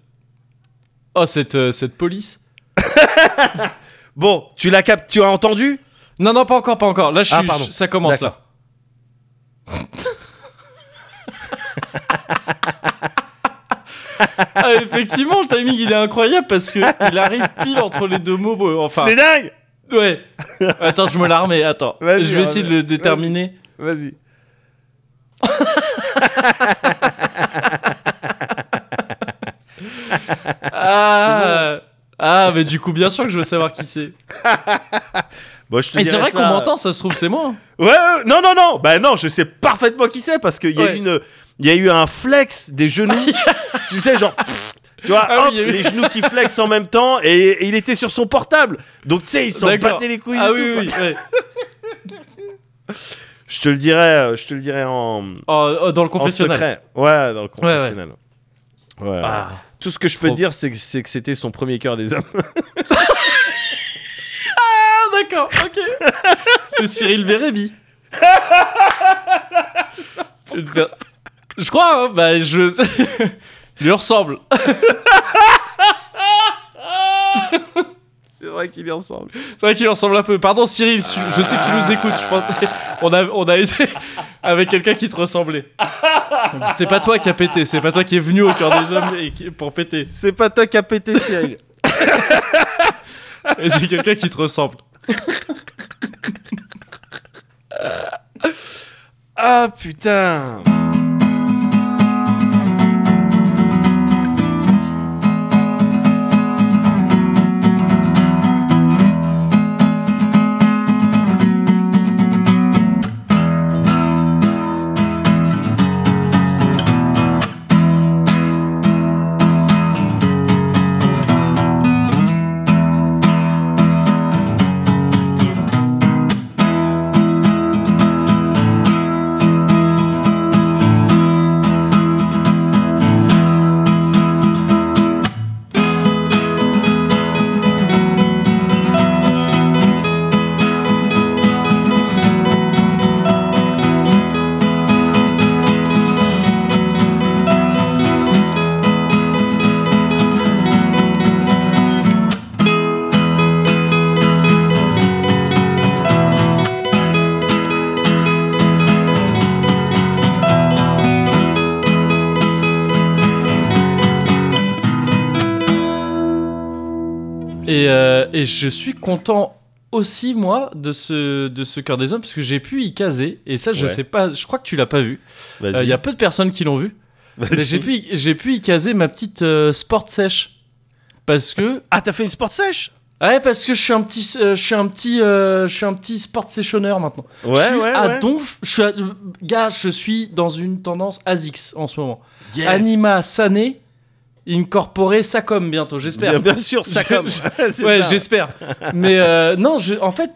Speaker 2: Oh, cette, euh, cette police.
Speaker 1: Bon, tu l'as cap... tu as entendu
Speaker 2: Non, non, pas encore, pas encore. Là, je
Speaker 1: Ah,
Speaker 2: suis-
Speaker 1: pardon.
Speaker 2: je- ça commence là. Ah, effectivement, le timing il est incroyable parce que il arrive pile entre les deux mots. euh, Enfin,
Speaker 1: C'est dingue
Speaker 2: Ouais. Attends, je me la remets. Attends.
Speaker 1: Vas-y,
Speaker 2: je vais essayer de
Speaker 1: remets.
Speaker 2: le déterminer.
Speaker 1: Vas-y.
Speaker 2: Ah. Ah, mais du coup, bien sûr que je veux savoir qui c'est.
Speaker 1: Bon, je te
Speaker 2: Et c'est
Speaker 1: dirai
Speaker 2: vrai
Speaker 1: ça.
Speaker 2: qu'on m'entend, ça se trouve, c'est moi. hein.
Speaker 1: Ouais, ouais, non, non, non. Bah non, je sais parfaitement qui c'est parce qu'il y, a
Speaker 2: Ouais.
Speaker 1: eu une... il y a eu un flex des genoux. tu sais, genre. Tu vois,
Speaker 2: Ah
Speaker 1: hop,
Speaker 2: oui, il y a eu-
Speaker 1: les genoux qui flexent en même temps et, et il était sur son portable. Donc, tu sais, ils s'en
Speaker 2: D'accord.
Speaker 1: battaient les couilles.
Speaker 2: ah
Speaker 1: et
Speaker 2: oui,
Speaker 1: tout, quoi.
Speaker 2: oui, ouais.
Speaker 1: Je te le dirai, euh, je te le dirai en,
Speaker 2: Oh, oh, dans le
Speaker 1: en
Speaker 2: confessionnal.
Speaker 1: secret. Ouais, dans le confessionnel. Ouais, ouais.
Speaker 2: Ah.
Speaker 1: Tout ce que je peux
Speaker 2: Trop.
Speaker 1: dire, c'est que c'est que c'était son premier cœur des hommes.
Speaker 2: Ah, d'accord, ok. c'est Cyril Bérébi. je crois, hein, bah, je. Il lui ressemble.
Speaker 1: C'est vrai qu'il est ensemble.
Speaker 2: C'est vrai qu'il lui ressemble un peu. Pardon, Cyril, si- je sais que tu nous écoutes. Je pense on a, on a été avec quelqu'un qui te ressemblait. C'est pas toi qui a pété, c'est pas toi qui est venu au cœur des hommes et qui- pour péter.
Speaker 1: C'est pas toi qui a pété, Cyril.
Speaker 2: Et c'est quelqu'un qui te ressemble.
Speaker 1: ah putain.
Speaker 2: Et, euh, et je suis content aussi, moi, de ce, de ce cœur des hommes, parce que j'ai pu y caser. Et ça, je
Speaker 1: Ouais.
Speaker 2: sais pas, je crois que tu l'as pas vu.
Speaker 1: Vas-y.
Speaker 2: Euh, Il y a peu de personnes qui l'ont vu. Mais
Speaker 1: Vas-y.
Speaker 2: j'ai pu, y- j'ai pu y caser ma petite euh, sport sèche. Parce que.
Speaker 1: Ah, t'as fait une sport sèche
Speaker 2: Ouais, parce que je suis un petit, euh, je suis un petit, euh, je suis un petit sport sessionneur maintenant.
Speaker 1: Ouais,
Speaker 2: je suis
Speaker 1: ouais,
Speaker 2: à
Speaker 1: ouais.
Speaker 2: donf, je suis à- euh, gars, je suis dans une tendance ASICS en ce moment.
Speaker 1: Yes.
Speaker 2: Anima sané, incorporé Sacom bientôt, j'espère.
Speaker 1: Bien, bien sûr, ça
Speaker 2: Je-
Speaker 1: comme.
Speaker 2: je-
Speaker 1: C'est
Speaker 2: Ouais,
Speaker 1: ça.
Speaker 2: j'espère. Mais euh, non, je, en fait,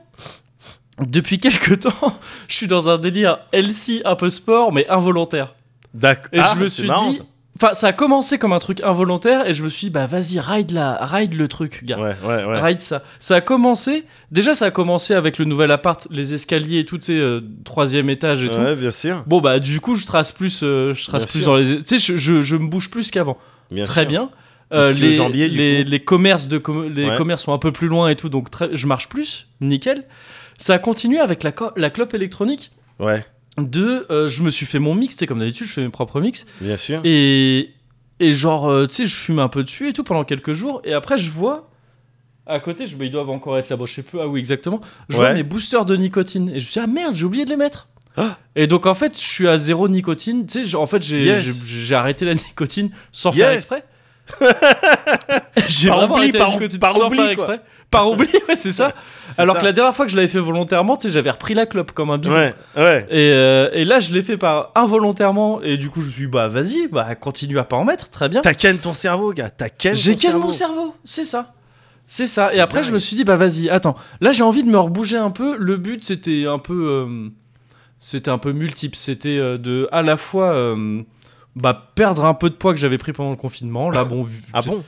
Speaker 2: depuis quelques temps, je suis dans un délire LC un peu sport, mais involontaire.
Speaker 1: D'accord.
Speaker 2: Et
Speaker 1: Ah,
Speaker 2: je me
Speaker 1: c'est
Speaker 2: suis
Speaker 1: marrant,
Speaker 2: dit. Enfin, ça a commencé comme un truc involontaire et je me suis dit, bah vas-y, ride, la, ride le truc,
Speaker 1: ça.
Speaker 2: gars.
Speaker 1: Ouais, ouais, ouais.
Speaker 2: Ride ça. Ça a commencé. Déjà, ça a commencé avec le nouvel appart, les escaliers et tout, tu sais, euh, troisième étage et tout.
Speaker 1: Ouais, bien sûr.
Speaker 2: Bon, bah, du coup, je trace plus, euh, je trace
Speaker 1: Bien
Speaker 2: plus
Speaker 1: sûr.
Speaker 2: dans les. Tu sais, je, je, je me bouge plus qu'avant.
Speaker 1: Bien
Speaker 2: Très
Speaker 1: sûr.
Speaker 2: bien.
Speaker 1: Parce
Speaker 2: Euh,
Speaker 1: que
Speaker 2: les,
Speaker 1: janvier, du
Speaker 2: les,
Speaker 1: coup-
Speaker 2: les commerces de com- les
Speaker 1: Ouais.
Speaker 2: commerces sont un peu plus loin et tout, donc très- je marche plus, nickel. Ça a continué avec la, co- la clope électronique.
Speaker 1: Ouais,
Speaker 2: De, euh, je me suis fait mon mix, tu sais, comme d'habitude, je fais mes propres mix.
Speaker 1: bien sûr.
Speaker 2: Et, et genre, euh, tu sais, je fume un peu dessus et tout pendant quelques jours. Et après, je vois À côté, je, mais ils doivent encore être là-bas, je sais plus. Ah oui, exactement. Je
Speaker 1: Ouais.
Speaker 2: vois mes boosters de nicotine. Et je me suis dit, ah merde, j'ai oublié de les mettre.
Speaker 1: Ah.
Speaker 2: Et donc en fait, je suis à zéro nicotine. Tu sais, j'- en fait, j'ai
Speaker 1: Yes.
Speaker 2: j'ai- j'ai arrêté la nicotine sans faire
Speaker 1: Yes.
Speaker 2: exprès. j'ai
Speaker 1: Par
Speaker 2: vraiment
Speaker 1: oubli,
Speaker 2: arrêté la
Speaker 1: par ou-
Speaker 2: nicotine
Speaker 1: par
Speaker 2: sans
Speaker 1: oubli,
Speaker 2: faire
Speaker 1: quoi.
Speaker 2: exprès. Par oubli, ouais, c'est ça.
Speaker 1: C'est
Speaker 2: Alors
Speaker 1: ça.
Speaker 2: que la dernière fois que je l'avais fait volontairement, tu sais, j'avais repris la clope comme un bidon.
Speaker 1: Ouais, ouais.
Speaker 2: Et, euh, et là, je l'ai fait par involontairement. Et du coup, je me suis dit, bah vas-y, bah continue à pas en mettre, très bien.
Speaker 1: T'as ken ton cerveau, gars. T'as ken
Speaker 2: J'ai
Speaker 1: ton
Speaker 2: qu'à mon cerveau, c'est ça. C'est ça.
Speaker 1: C'est
Speaker 2: Et après, je
Speaker 1: dingue.
Speaker 2: me suis dit, bah vas-y, attends. Là, j'ai envie de me rebouger un peu. Le but, c'était un peu. euh, c'était un peu multiple. C'était euh, de à la fois. euh, bah, perdre un peu de poids que j'avais pris pendant le confinement. Là, bon. vu-
Speaker 1: Ah bon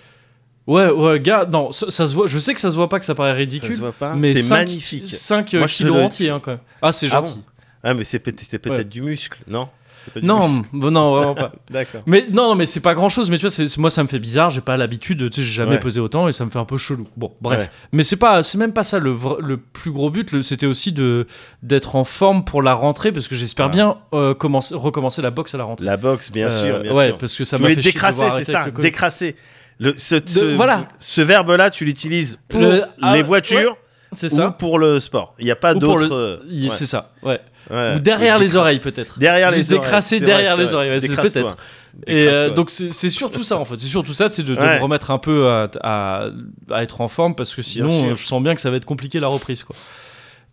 Speaker 2: Ouais, ouais, gars, non, ça, ça se voit. Je sais que ça se voit pas, que ça paraît
Speaker 1: Ça se
Speaker 2: ridicule.
Speaker 1: voit pas.
Speaker 2: mais
Speaker 1: T'es
Speaker 2: cinq-
Speaker 1: magnifique.
Speaker 2: 5
Speaker 1: Moi, je te
Speaker 2: kilos
Speaker 1: le-
Speaker 2: entiers, hein, quand même. Ah, c'est
Speaker 1: Ah
Speaker 2: gentil.
Speaker 1: Ah, mais c'est peut- c'était peut-être
Speaker 2: Ouais.
Speaker 1: du muscle, non C'était pas du
Speaker 2: non,
Speaker 1: muscle.
Speaker 2: bon, non, vraiment pas.
Speaker 1: D'accord.
Speaker 2: Mais non, non, mais c'est pas grand chose. Mais tu vois, c'est- moi, ça me fait bizarre. J'ai pas l'habitude. Tu sais, j'ai jamais
Speaker 1: Ouais.
Speaker 2: pesé autant et ça me fait un peu chelou. Bon, bref.
Speaker 1: Ouais.
Speaker 2: Mais c'est pas, c'est même pas ça le, vra- le plus gros but. le- C'était aussi de d'être en forme pour la rentrée parce que j'espère
Speaker 1: Ah.
Speaker 2: bien euh, commencer, recommencer la boxe à la rentrée.
Speaker 1: La boxe, bien
Speaker 2: Euh,
Speaker 1: sûr, bien
Speaker 2: ouais,
Speaker 1: sûr.
Speaker 2: parce que ça
Speaker 1: Tu
Speaker 2: m'a
Speaker 1: voulais
Speaker 2: fait chier de
Speaker 1: décrasser,
Speaker 2: devoir
Speaker 1: c'est
Speaker 2: arrêter
Speaker 1: ça,
Speaker 2: avec le Covid.
Speaker 1: décrasser. Le, ce ce,
Speaker 2: De- voilà.
Speaker 1: ce verbe-là, tu l'utilises pour
Speaker 2: Le- ah,
Speaker 1: les
Speaker 2: ouais,
Speaker 1: voitures
Speaker 2: C'est
Speaker 1: ou
Speaker 2: ça.
Speaker 1: pour le sport. Il n'y a pas
Speaker 2: Ou pour le-
Speaker 1: d'autre. euh,
Speaker 2: Il-
Speaker 1: ouais,
Speaker 2: C'est ça. Ouais.
Speaker 1: ouais.
Speaker 2: Ou derrière
Speaker 1: Le
Speaker 2: les
Speaker 1: décrasse-
Speaker 2: oreilles peut-être.
Speaker 1: Derrière
Speaker 2: Juste
Speaker 1: les oreilles.
Speaker 2: décrasser
Speaker 1: c'est
Speaker 2: derrière
Speaker 1: vrai,
Speaker 2: les
Speaker 1: c'est
Speaker 2: oreilles,
Speaker 1: vrai.
Speaker 2: ouais, c'est
Speaker 1: Décrasse-toi.
Speaker 2: peut-être. Et
Speaker 1: Décrasse-toi.
Speaker 2: euh, donc c'est c'est surtout ça en fait, c'est surtout ça, c'est de, de
Speaker 1: Ouais.
Speaker 2: me remettre un peu à, à- à être en forme parce que sinon
Speaker 1: Bien sûr.
Speaker 2: euh, je sens bien que ça va être compliqué la reprise quoi.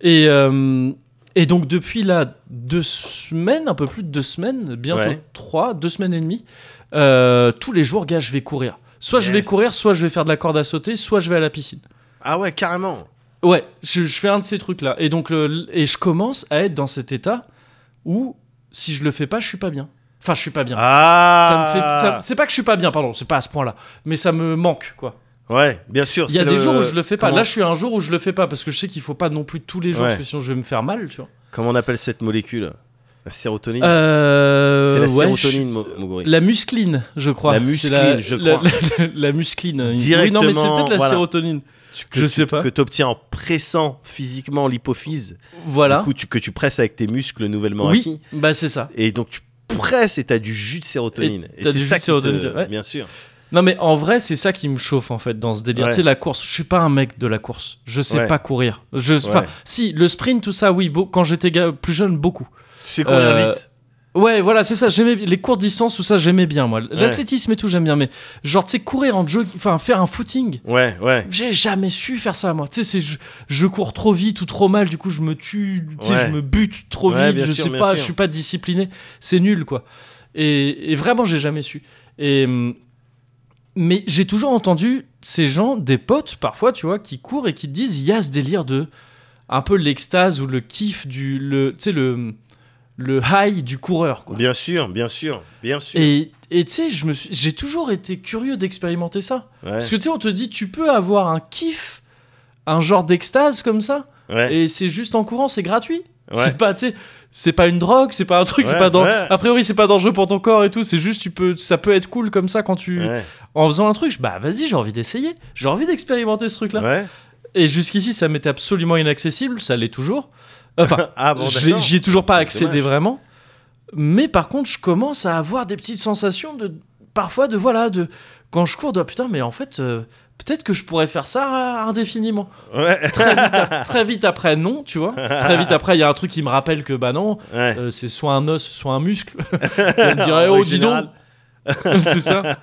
Speaker 2: Et euh, et donc depuis là deux semaines, un peu plus de deux semaines, bientôt
Speaker 1: Ouais.
Speaker 2: trois, deux semaines et demie, euh, tous les jours gars je vais courir. Soit je vais
Speaker 1: Yes.
Speaker 2: courir, soit je vais faire de la corde à sauter, soit je vais à la piscine.
Speaker 1: Ah ouais, carrément.
Speaker 2: Ouais, je, je fais un de ces trucs là et donc le- et je commence à être dans cet état où si je le fais pas je suis pas bien. Enfin je suis pas bien.
Speaker 1: Ah
Speaker 2: Ça me fait- ça- c'est pas que je suis pas bien, pardon, c'est pas à ce point-là, mais ça me manque quoi.
Speaker 1: Ouais, bien sûr.
Speaker 2: Il y a
Speaker 1: c'est
Speaker 2: des
Speaker 1: le-
Speaker 2: jours où je le fais pas.
Speaker 1: comment-
Speaker 2: Là, je suis à un jour où je le fais pas parce que je sais qu'il faut pas non plus tous les jours
Speaker 1: Ouais.
Speaker 2: parce que sinon je vais me faire mal, tu vois.
Speaker 1: Comment on appelle cette molécule La sérotonine
Speaker 2: Euh,
Speaker 1: C'est la
Speaker 2: ouais,
Speaker 1: sérotonine,
Speaker 2: je-
Speaker 1: Mo- Moguri.
Speaker 2: La muscline, je crois.
Speaker 1: La
Speaker 2: C'est
Speaker 1: muscline, je
Speaker 2: la-
Speaker 1: crois.
Speaker 2: La, la- la muscline. Oui,
Speaker 1: Directement,
Speaker 2: non, mais c'est peut-être la
Speaker 1: voilà.
Speaker 2: sérotonine.
Speaker 1: Tu-
Speaker 2: je
Speaker 1: tu-
Speaker 2: sais pas.
Speaker 1: Que t'obtiens en pressant physiquement l'hypophyse.
Speaker 2: Voilà.
Speaker 1: Du coup, tu- que tu presses avec tes muscles nouvellement acquis.
Speaker 2: oui, bah c'est ça.
Speaker 1: Et donc tu presses et t'as du jus de sérotonine.
Speaker 2: Et t'as
Speaker 1: c'est
Speaker 2: du jus
Speaker 1: ça
Speaker 2: de
Speaker 1: qui
Speaker 2: sérotonine,
Speaker 1: te-
Speaker 2: ouais.
Speaker 1: Bien sûr.
Speaker 2: Non mais en vrai c'est ça qui me chauffe en fait dans ce délire.
Speaker 1: Ouais.
Speaker 2: Tu sais la course, je suis pas un mec de la course. Je sais
Speaker 1: Ouais.
Speaker 2: pas courir. Je, enfin
Speaker 1: Ouais.
Speaker 2: si le sprint tout ça oui, beau- quand j'étais ga- plus jeune beaucoup.
Speaker 1: Tu sais courir
Speaker 2: Euh,
Speaker 1: vite.
Speaker 2: Ouais voilà c'est ça. J'aimais les courtes distances tout ça j'aimais bien moi. L'athlétisme et tout j'aime bien mais genre tu sais courir en jog, enfin faire un footing.
Speaker 1: Ouais, ouais.
Speaker 2: J'ai jamais su faire ça moi. Tu sais c'est- je, je cours trop vite ou trop mal du coup je me tue, tu sais
Speaker 1: Ouais.
Speaker 2: je me bute trop
Speaker 1: Ouais,
Speaker 2: vite.
Speaker 1: bien
Speaker 2: Je
Speaker 1: sûr,
Speaker 2: sais
Speaker 1: bien
Speaker 2: pas,
Speaker 1: sûr.
Speaker 2: je suis pas discipliné. C'est nul quoi. Et, et vraiment j'ai jamais su. Et hum, mais j'ai toujours entendu ces gens, des potes parfois, tu vois, qui courent et qui te disent il y a ce délire de un peu l'extase ou le kiff du le tu sais le le high du coureur quoi.
Speaker 1: Bien sûr, bien sûr, bien sûr.
Speaker 2: Et et tu sais, je me suis- j'ai toujours été curieux d'expérimenter ça.
Speaker 1: Ouais,
Speaker 2: Parce que tu sais, on te dit, tu peux avoir un kiff, un genre d'extase comme ça,
Speaker 1: ouais,
Speaker 2: et c'est juste en courant, c'est gratuit.
Speaker 1: ouais.
Speaker 2: C'est pas, tu sais, c'est pas une drogue, c'est pas un truc,
Speaker 1: Ouais,
Speaker 2: c'est pas dan-
Speaker 1: ouais.
Speaker 2: A priori, c'est pas dangereux pour ton corps et tout. C'est juste, tu peux, ça peut être cool comme ça quand tu,
Speaker 1: Ouais,
Speaker 2: en faisant un truc. je- Bah vas-y, j'ai envie d'essayer, j'ai envie d'expérimenter ce truc-là.
Speaker 1: ouais.
Speaker 2: Et jusqu'ici, ça m'était absolument inaccessible, ça l'est toujours. Enfin,
Speaker 1: Ah bon,
Speaker 2: je l'ai-
Speaker 1: d'accord.
Speaker 2: j'y ai toujours pas
Speaker 1: C'est
Speaker 2: accédé
Speaker 1: dommage.
Speaker 2: vraiment. Mais par contre, je commence à avoir des petites sensations de parfois de voilà de quand je cours de ah, putain mais en fait euh, peut-être que je pourrais faire ça euh, indéfiniment.
Speaker 1: Ouais,
Speaker 2: Très vite, a- très vite après non, tu vois. Très vite après il y a un truc qui me rappelle que bah non,
Speaker 1: ouais.
Speaker 2: euh, c'est soit un os, soit un muscle. Je me dirais
Speaker 1: En
Speaker 2: oh
Speaker 1: règle
Speaker 2: dis donc.
Speaker 1: générale.
Speaker 2: c'est ça.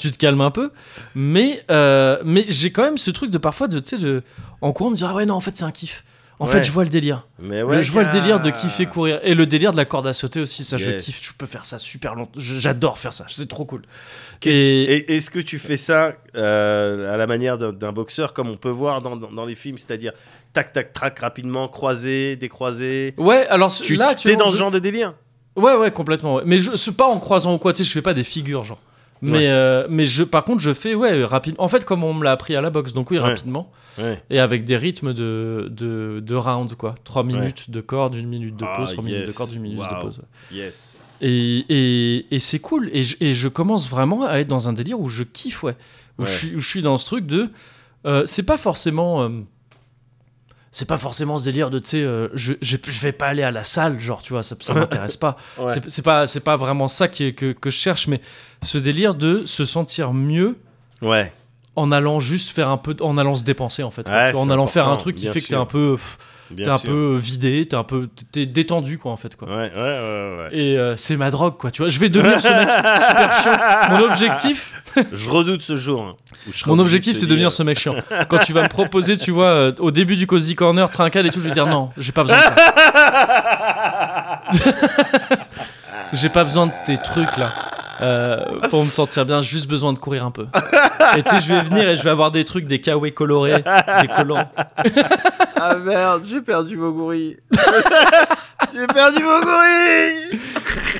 Speaker 2: tu te calmes un peu, mais euh, mais j'ai quand même ce truc de parfois de tu sais de en courant me dire ah ouais non en fait c'est un kiff. En
Speaker 1: Ouais.
Speaker 2: fait, je vois le délire.
Speaker 1: Mais
Speaker 2: Le-
Speaker 1: ouais.
Speaker 2: je vois le
Speaker 1: gars.
Speaker 2: délire de kiffer courir et le délire de la corde à sauter aussi. Ça, je
Speaker 1: Yes.
Speaker 2: kiffe. Je peux faire ça super longtemps. Je- J'adore faire ça. C'est trop cool.
Speaker 1: Qu'est-ce-
Speaker 2: Et-
Speaker 1: et- Est-ce que tu fais ça euh, à la manière d'un- d'un boxeur, comme on peut voir dans, dans- dans les films, c'est-à-dire tac, tac, trac, rapidement, croisé, décroisé
Speaker 2: Ouais, alors
Speaker 1: Tu
Speaker 2: là,
Speaker 1: tu es dans ce genre de délire
Speaker 2: Ouais, ouais, complètement. ouais. Mais je c'est pas en croisant ou quoi. Tu sais, je fais pas des figures, genre. Mais,
Speaker 1: Ouais.
Speaker 2: euh, mais je, par contre, je fais ouais rapide. En fait, comme on me l'a appris à la boxe, donc oui,
Speaker 1: Ouais.
Speaker 2: rapidement
Speaker 1: Ouais.
Speaker 2: et avec des rythmes de de, de round quoi. Trois minutes de corde, une minute de
Speaker 1: Ah,
Speaker 2: pause, trois minutes de
Speaker 1: yes.
Speaker 2: corde, une minute de
Speaker 1: Waouh.
Speaker 2: pause.
Speaker 1: Yes.
Speaker 2: Et, et- et c'est cool. Et je, et je commence vraiment à être dans un délire où je kiffe, ouais. Où,
Speaker 1: Ouais.
Speaker 2: Je, suis, où je suis dans ce truc de. euh, c'est pas forcément. euh, c'est pas forcément ce délire de, tu sais, euh, je, je, je vais pas aller à la salle, genre, tu vois, ça, ça m'intéresse pas.
Speaker 1: Ouais.
Speaker 2: C'est- C'est pas, c'est pas vraiment ça qui est- que, que je cherche, mais ce délire de se sentir mieux
Speaker 1: Ouais.
Speaker 2: en allant juste faire un peu, en allant se dépenser en fait, quoi.
Speaker 1: Ouais,
Speaker 2: en
Speaker 1: c'est
Speaker 2: allant faire un
Speaker 1: important,
Speaker 2: truc qui
Speaker 1: bien
Speaker 2: fait que t'es
Speaker 1: sûr.
Speaker 2: un peu, pff,
Speaker 1: Bien
Speaker 2: t'es un
Speaker 1: sûr.
Speaker 2: peu vidé, t'es un peu, t'es détendu quoi en fait quoi.
Speaker 1: Ouais, ouais, ouais, ouais.
Speaker 2: Et euh, c'est ma drogue quoi, tu vois. Je vais devenir ce mec super chiant. Mon objectif,
Speaker 1: Je redoute ce jour. hein, où Ah, je serai
Speaker 2: mon
Speaker 1: obligé
Speaker 2: objectif,
Speaker 1: te
Speaker 2: c'est de
Speaker 1: dire-
Speaker 2: devenir ce mec chiant. Quand tu vas me proposer, tu vois, euh, au début du cozy corner, trincal et tout, je vais dire non, j'ai pas besoin de ça. j'ai pas besoin de tes trucs là. euh, pour me sentir bien, juste besoin de courir un peu. Et tu sais, je vais venir et je vais avoir des trucs, des kawaii colorés, des collants.
Speaker 1: Ah merde, j'ai perdu mon gorille. j'ai perdu mon gorille.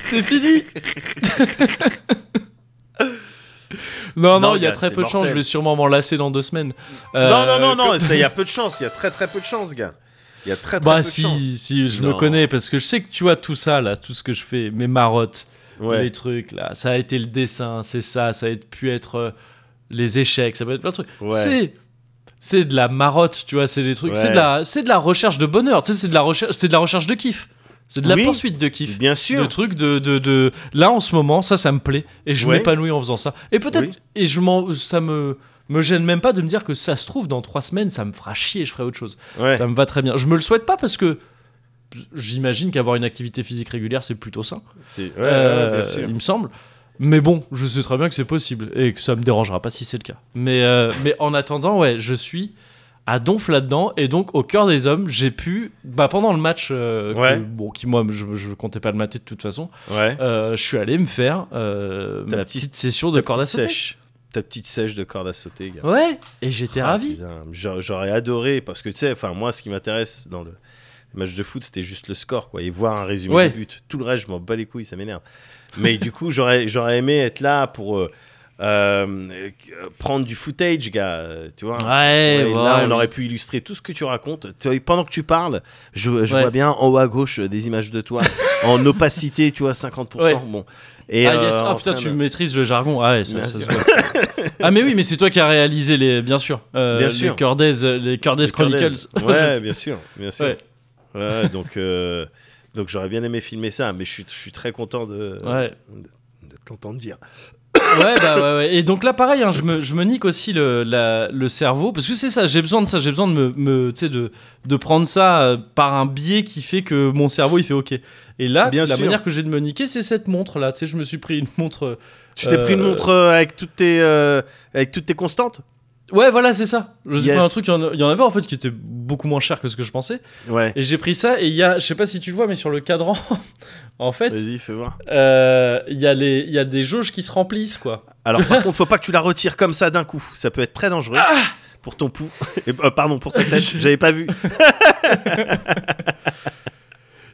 Speaker 2: C'est fini Non, non,
Speaker 1: Non,
Speaker 2: il y a
Speaker 1: gars,
Speaker 2: très
Speaker 1: c'est
Speaker 2: peu de chance,
Speaker 1: mortel.
Speaker 2: je vais sûrement m'en lasser dans deux semaines. Euh,
Speaker 1: Non, non, non, non, ça, il y a peu de chance, il y a très très peu de chance, gars. Il y a très très peu
Speaker 2: Bah
Speaker 1: de chance.
Speaker 2: si, si, je me
Speaker 1: Non.
Speaker 2: connais, parce que je sais que tu vois tout ça, là, tout ce que je fais, mes marottes,
Speaker 1: Ouais.
Speaker 2: les trucs, là, ça a été le dessin, c'est ça, ça a pu être euh, les échecs, ça peut être plein de trucs.
Speaker 1: Ouais.
Speaker 2: C'est... C'est de la marotte, tu vois, c'est des trucs. C'est, de
Speaker 1: Ouais.
Speaker 2: la, c'est de la recherche de bonheur, tu sais, c'est de la recherche, c'est de la recherche de kiff. C'est de la
Speaker 1: Oui.
Speaker 2: poursuite de kiff.
Speaker 1: Bien
Speaker 2: le
Speaker 1: sûr.
Speaker 2: truc de, de, de- là en ce moment ça ça me plaît et je
Speaker 1: Ouais.
Speaker 2: m'épanouis en faisant ça et peut-être
Speaker 1: Oui.
Speaker 2: et je m'en ça me me gêne même pas de me dire que ça se trouve dans trois semaines ça me fera chier je ferai autre chose
Speaker 1: Ouais.
Speaker 2: ça me va très bien je me le souhaite pas parce que j'imagine qu'avoir une activité physique régulière c'est plutôt sain
Speaker 1: C'est- ouais,
Speaker 2: Euh,
Speaker 1: ouais, bien sûr.
Speaker 2: il me semble mais bon je sais très bien que c'est possible et que ça me dérangera pas si c'est le cas mais euh, mais en attendant ouais je suis à donf là-dedans et donc au cœur des hommes j'ai pu bah pendant le match euh, que-
Speaker 1: Ouais.
Speaker 2: bon qui moi je, je comptais pas le mater de toute façon
Speaker 1: Ouais.
Speaker 2: euh, je suis allé me faire euh,
Speaker 1: Ta
Speaker 2: ma
Speaker 1: petite-
Speaker 2: petite session de
Speaker 1: Ta
Speaker 2: corde à
Speaker 1: petite
Speaker 2: sauter.
Speaker 1: sèche. Ta petite sèche de corde à sauter, gars.
Speaker 2: Ouais, et j'étais
Speaker 1: Ah,
Speaker 2: ravi.
Speaker 1: putain, j'a- J'aurais adoré parce que tu sais, enfin moi, ce qui m'intéresse dans le match de foot, c'était juste le score, quoi, et voir un résumé
Speaker 2: Ouais.
Speaker 1: du but. Tout le reste, je m'en bats les couilles, ça m'énerve. Mais du coup, j'aurais j'aurais aimé être là pour euh, euh, euh, prendre du footage, gars. euh, Tu vois. Ouais,
Speaker 2: Ouais, ouais,
Speaker 1: là, on
Speaker 2: ouais.
Speaker 1: aurait pu illustrer tout ce que tu racontes. Tu vois, pendant que tu parles, je, je
Speaker 2: Ouais.
Speaker 1: vois bien en haut à gauche euh, des images de toi en opacité, tu vois, 50%.
Speaker 2: Ouais.
Speaker 1: Bon. Et,
Speaker 2: ah, yes.
Speaker 1: euh,
Speaker 2: Ah,
Speaker 1: en
Speaker 2: putain,
Speaker 1: train
Speaker 2: tu
Speaker 1: de-
Speaker 2: maîtrises le jargon. Ah, ouais, ça,
Speaker 1: Bien
Speaker 2: ça se
Speaker 1: sûr.
Speaker 2: voit. ah, mais oui, mais c'est toi qui as réalisé les. Bien sûr. euh,
Speaker 1: Bien
Speaker 2: les
Speaker 1: sûr.
Speaker 2: Cordaise- les Cordaise
Speaker 1: Les Cordaise.
Speaker 2: Chronicles.
Speaker 1: Ouais, bien sûr, bien sûr.
Speaker 2: Ouais.
Speaker 1: Ouais, donc, euh, donc j'aurais bien aimé filmer ça, mais je suis, je suis très content de,
Speaker 2: Ouais.
Speaker 1: de, de t'entendre dire.
Speaker 2: Ouais, bah ouais, ouais. Et donc là, pareil, hein, je, me, je me nique aussi le, la- le cerveau. Parce que c'est ça, j'ai besoin de ça. J'ai besoin de me. me tu sais, de, de prendre ça euh, par un biais qui fait que mon cerveau, il fait OK. Et là,
Speaker 1: Bien
Speaker 2: la
Speaker 1: sûr.
Speaker 2: manière que j'ai de me niquer, c'est cette montre-là. Tu sais, je me suis pris une montre. euh,
Speaker 1: Tu t'es
Speaker 2: Euh,
Speaker 1: pris une montre euh, avec toutes tes, euh, avec toutes tes constantes
Speaker 2: Ouais, voilà, c'est ça. Je me suis
Speaker 1: Yes.
Speaker 2: pris un truc, il y, en a- il y en avait en fait qui était beaucoup moins cher que ce que je pensais.
Speaker 1: Ouais.
Speaker 2: Et j'ai pris ça, et il y a, je sais pas si tu vois, mais sur le cadran, en fait,
Speaker 1: Vas-y, fais voir.
Speaker 2: euh, il y, a les- il y a des jauges qui se remplissent, quoi.
Speaker 1: Alors, par contre, faut pas que tu la retires comme ça d'un coup. Ça peut être très dangereux
Speaker 2: Ah
Speaker 1: pour ton pouls. Et, euh, pardon, pour ta tête. J'avais pas vu.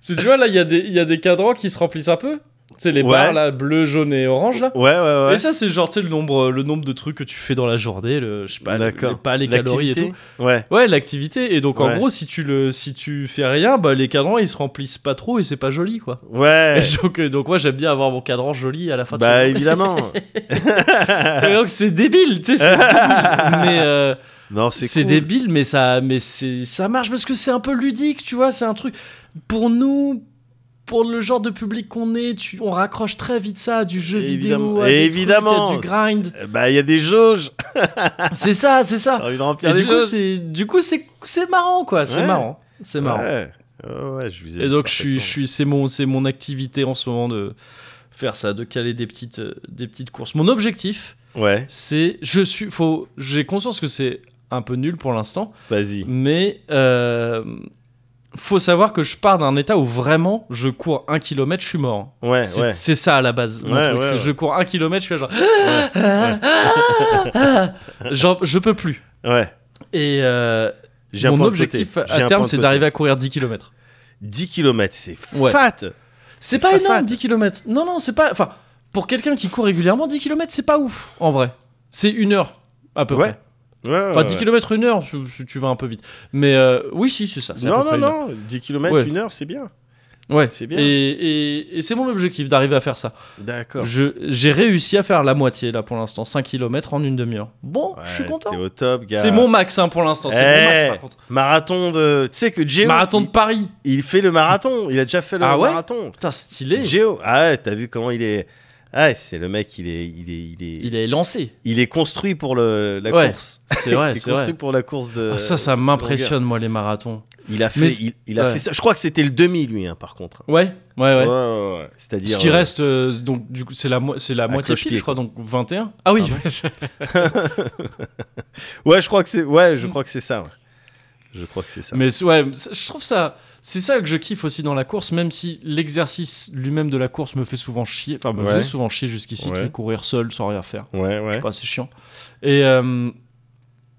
Speaker 2: C'est, tu vois, là, il y, a des- il y a des cadrans qui se remplissent un peu. Tu sais, les
Speaker 1: Ouais.
Speaker 2: barres, là, bleu, jaune et orange, là.
Speaker 1: Ouais, ouais, ouais.
Speaker 2: Et ça, c'est genre, tu sais, le nombre, le nombre de trucs que tu fais dans la journée, le, je sais pas, le-
Speaker 1: D'accord.
Speaker 2: les pas les calories et tout.
Speaker 1: L'activité Ouais.
Speaker 2: Ouais, l'activité. Et donc, en
Speaker 1: Ouais.
Speaker 2: gros, si tu, le, si tu fais rien, bah, les cadrans, ils se remplissent pas trop et c'est pas joli, quoi.
Speaker 1: Ouais.
Speaker 2: Et donc, euh, donc, moi, j'aime bien avoir mon cadran joli à la fin de chaque
Speaker 1: Bah, évidemment.
Speaker 2: Et donc c'est débile, tu sais, c'est débile. mais euh,
Speaker 1: non, c'est
Speaker 2: c'est
Speaker 1: cool.
Speaker 2: débile, mais ça, mais c'est, ça marche parce que c'est un peu ludique, tu vois, c'est un truc pour nous, pour le genre de public qu'on est, tu, on raccroche très vite ça à du jeu vidéo,
Speaker 1: Évidemment.
Speaker 2: à des
Speaker 1: Évidemment.
Speaker 2: trucs, à du grind,
Speaker 1: Bah, il y a des jauges.
Speaker 2: c'est ça, c'est
Speaker 1: J'ai
Speaker 2: ça.
Speaker 1: envie de
Speaker 2: Et
Speaker 1: remplir les
Speaker 2: du coup
Speaker 1: jauges.
Speaker 2: c'est, du coup c'est, c'est marrant quoi, c'est
Speaker 1: Ouais.
Speaker 2: marrant, c'est marrant.
Speaker 1: Ouais. Ouais, ouais, je vous
Speaker 2: Et donc je suis, je suis, c'est mon, c'est mon activité en ce moment de faire ça, de caler des petites, euh, des petites courses. Mon objectif,
Speaker 1: Ouais,
Speaker 2: c'est, je suis, faut, j'ai conscience que c'est un peu nul pour l'instant.
Speaker 1: vas-y.
Speaker 2: Mais euh, faut savoir que je pars d'un état où vraiment je cours un kilomètre, je suis mort.
Speaker 1: Ouais,
Speaker 2: C'est
Speaker 1: Eh, ouais.
Speaker 2: c'est ça à la base. mon
Speaker 1: Ouais,
Speaker 2: truc,
Speaker 1: ouais,
Speaker 2: c'est
Speaker 1: ouais.
Speaker 2: Je cours un kilomètre, je suis là genre. Genre, je peux plus.
Speaker 1: Ouais.
Speaker 2: Et euh,
Speaker 1: J'ai un
Speaker 2: mon
Speaker 1: point de
Speaker 2: objectif
Speaker 1: côté. J'ai
Speaker 2: à
Speaker 1: un point
Speaker 2: terme,
Speaker 1: de
Speaker 2: c'est
Speaker 1: côté.
Speaker 2: d'arriver à courir 10 km.
Speaker 1: 10 km, c'est
Speaker 2: Ouais.
Speaker 1: fat.
Speaker 2: C'est pas
Speaker 1: pas
Speaker 2: énorme,
Speaker 1: fat.
Speaker 2: 10 km. Non, non, c'est pas. Enfin, pour quelqu'un qui court régulièrement, 10 km, c'est pas ouf, en vrai. C'est une heure, à peu
Speaker 1: Ouais.
Speaker 2: près.
Speaker 1: Ouais, ouais,
Speaker 2: Enfin, 10
Speaker 1: ouais.
Speaker 2: km, une heure, tu, tu- tu vas un peu vite. Mais euh, oui, si, c'est ça. c'est à peu
Speaker 1: Non, non,
Speaker 2: près une heure.
Speaker 1: non. 10 km,
Speaker 2: Ouais.
Speaker 1: une heure, c'est bien.
Speaker 2: Ouais.
Speaker 1: C'est bien.
Speaker 2: Et, et- et c'est mon objectif d'arriver à faire ça.
Speaker 1: D'accord.
Speaker 2: Je- J'ai réussi à faire la moitié là pour l'instant, 5 km en une demi-heure. Bon, je suis
Speaker 1: Ouais,
Speaker 2: content.
Speaker 1: T'es au top, gars.
Speaker 2: C'est mon max hein, pour l'instant. C'est
Speaker 1: Eh,
Speaker 2: mon max par contre.
Speaker 1: Marathon de. Tu sais que Géo.
Speaker 2: Marathon de
Speaker 1: il,
Speaker 2: Paris.
Speaker 1: il fait le marathon. Il a déjà fait le
Speaker 2: Ah ouais
Speaker 1: marathon.
Speaker 2: Putain, stylé.
Speaker 1: Géo. Ah ouais, t'as vu comment il est. Ah, c'est le mec, il est, il est, il est, il
Speaker 2: Il
Speaker 1: est,
Speaker 2: est lancé.
Speaker 1: construit pour le, la
Speaker 2: Ouais,
Speaker 1: course.
Speaker 2: C'est vrai,
Speaker 1: il est
Speaker 2: c'est
Speaker 1: construit
Speaker 2: vrai.
Speaker 1: pour la course de.
Speaker 2: Ah, ça, ça
Speaker 1: de
Speaker 2: m'impressionne, moi, les marathons.
Speaker 1: longueur. Il a fait,
Speaker 2: Mais
Speaker 1: il, il a
Speaker 2: ouais.
Speaker 1: fait ça. Je crois que c'était le demi lui, hein, par contre.
Speaker 2: Ouais, ouais, ouais.
Speaker 1: ouais, ouais. C'est-à-dire.
Speaker 2: Ce qui
Speaker 1: euh,
Speaker 2: reste, euh, donc, du coup, c'est la, mo- c'est la
Speaker 1: à
Speaker 2: moitié pile,
Speaker 1: cloche-pied,
Speaker 2: je crois, donc 21. Ah oui,
Speaker 1: Ouais, je crois que c'est, ouais,
Speaker 2: Mm.
Speaker 1: je crois que c'est ça. ouais. Je crois que c'est ça.
Speaker 2: mais c'est- ouais, c'est- je trouve ça. C'est ça que je kiffe aussi dans la course, même si l'exercice lui-même de la course me fait souvent chier. Enfin, me
Speaker 1: Ouais.
Speaker 2: faisait souvent chier jusqu'ici,
Speaker 1: Ouais.
Speaker 2: c'est courir seul sans rien faire.
Speaker 1: Ouais,
Speaker 2: Je
Speaker 1: ouais.
Speaker 2: sais pas, Bah, c'est chiant. Et. euh,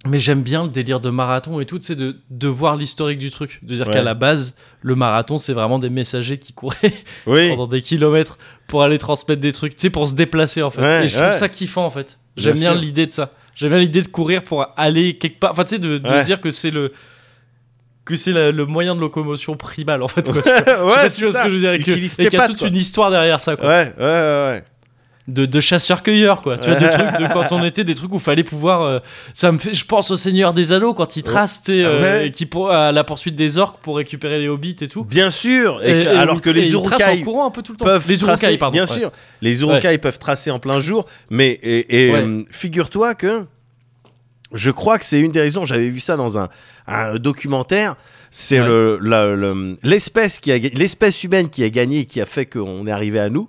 Speaker 2: mais j'aime bien le délire de marathon et tout, c'est de, de voir l'historique du truc. De dire
Speaker 1: Ouais.
Speaker 2: qu'à la base, le marathon, c'est vraiment des messagers qui couraient
Speaker 1: Oui.
Speaker 2: pendant des kilomètres pour aller transmettre des trucs, tu sais, pour se déplacer en fait.
Speaker 1: Ouais,
Speaker 2: et je trouve
Speaker 1: ouais.
Speaker 2: ça kiffant en fait. J'aime
Speaker 1: Bien
Speaker 2: bien,
Speaker 1: sûr.
Speaker 2: l'idée de ça. J'aime bien l'idée de courir pour aller quelque part. Enfin, tu sais, de, de
Speaker 1: Ouais.
Speaker 2: se dire que c'est le que c'est la- le moyen de locomotion primal en fait. Quoi.
Speaker 1: ouais,
Speaker 2: Je sais pas
Speaker 1: c'est
Speaker 2: si tu vois ce
Speaker 1: ça.
Speaker 2: que je veux dire. Et que-
Speaker 1: Utilise
Speaker 2: et
Speaker 1: tes
Speaker 2: qu'il y a
Speaker 1: pattes,
Speaker 2: toute
Speaker 1: quoi.
Speaker 2: une histoire derrière ça, quoi.
Speaker 1: Ouais, ouais, ouais,
Speaker 2: De, de chasseur-cueilleur, quoi. Tu vois,
Speaker 1: Ouais.
Speaker 2: des trucs de quand on était, des trucs où fallait pouvoir. euh, ça me fait. Je pense au Seigneur des Anneaux quand il trace, tu sais, euh,
Speaker 1: Ouais.
Speaker 2: et qui pour, à la poursuite des orques pour récupérer les hobbits et
Speaker 1: ouais.
Speaker 2: tout.
Speaker 1: Bien sûr. Et, que-
Speaker 2: Et- et
Speaker 1: alors
Speaker 2: où-
Speaker 1: que
Speaker 2: et
Speaker 1: les
Speaker 2: il trace en
Speaker 1: urukai
Speaker 2: courant un peu tout le temps.
Speaker 1: peuvent
Speaker 2: les
Speaker 1: tracer,
Speaker 2: urukai, pardon.
Speaker 1: bien
Speaker 2: ouais.
Speaker 1: sûr. Les urukai peuvent tracer en plein jour, mais et, et,
Speaker 2: Ouais.
Speaker 1: euh, figure-toi que je crois que c'est une des raisons. J'avais vu ça dans un, un documentaire. C'est
Speaker 2: Ouais.
Speaker 1: le- la- le- l'espèce qui a ga- l'espèce humaine qui a gagné et qui a fait qu'on est arrivé à nous.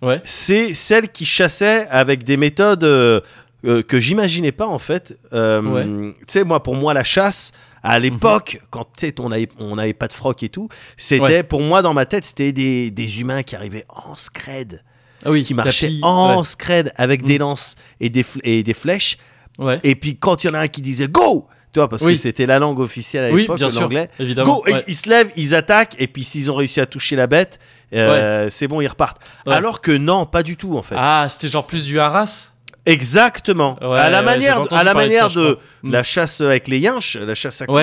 Speaker 2: Ouais.
Speaker 1: C'est celle qui chassait avec des méthodes euh, euh, que j'imaginais pas en fait. Euh,
Speaker 2: Ouais.
Speaker 1: Tu sais, moi pour moi la chasse.
Speaker 2: Mhm.
Speaker 1: À l'époque, quand tu sais, on n'avait on avait pas de froc et tout, c'était
Speaker 2: Ouais.
Speaker 1: pour moi dans ma tête, c'était des, des humains qui arrivaient en scred,
Speaker 2: Ah oui,
Speaker 1: qui marchaient
Speaker 2: tapis,
Speaker 1: en scred avec
Speaker 2: Mm.
Speaker 1: des lances et des, fl- et des flèches.
Speaker 2: Ouais. ouais.
Speaker 1: Et puis quand il y en a un qui disait go, tu vois, parce que
Speaker 2: Oui.
Speaker 1: c'était la langue officielle à
Speaker 2: Oui,
Speaker 1: l'époque,
Speaker 2: bien sûr,
Speaker 1: l'anglais.
Speaker 2: Évidemment.
Speaker 1: Go, et
Speaker 2: ouais.
Speaker 1: ils se lèvent, ils attaquent, et puis s'ils ont réussi à toucher la bête, euh, c'est bon, ils repartent.
Speaker 2: Ouais.
Speaker 1: Alors que non, pas du tout en fait.
Speaker 2: Ah, c'était genre plus du haras
Speaker 1: Exactement.
Speaker 2: Ouais,
Speaker 1: à la
Speaker 2: ouais,
Speaker 1: manière,
Speaker 2: j'avais
Speaker 1: de,
Speaker 2: entendu
Speaker 1: à la
Speaker 2: parler de ça,
Speaker 1: manière
Speaker 2: je
Speaker 1: de
Speaker 2: crois. Mm.
Speaker 1: la chasse avec les yinches, la chasse à courant.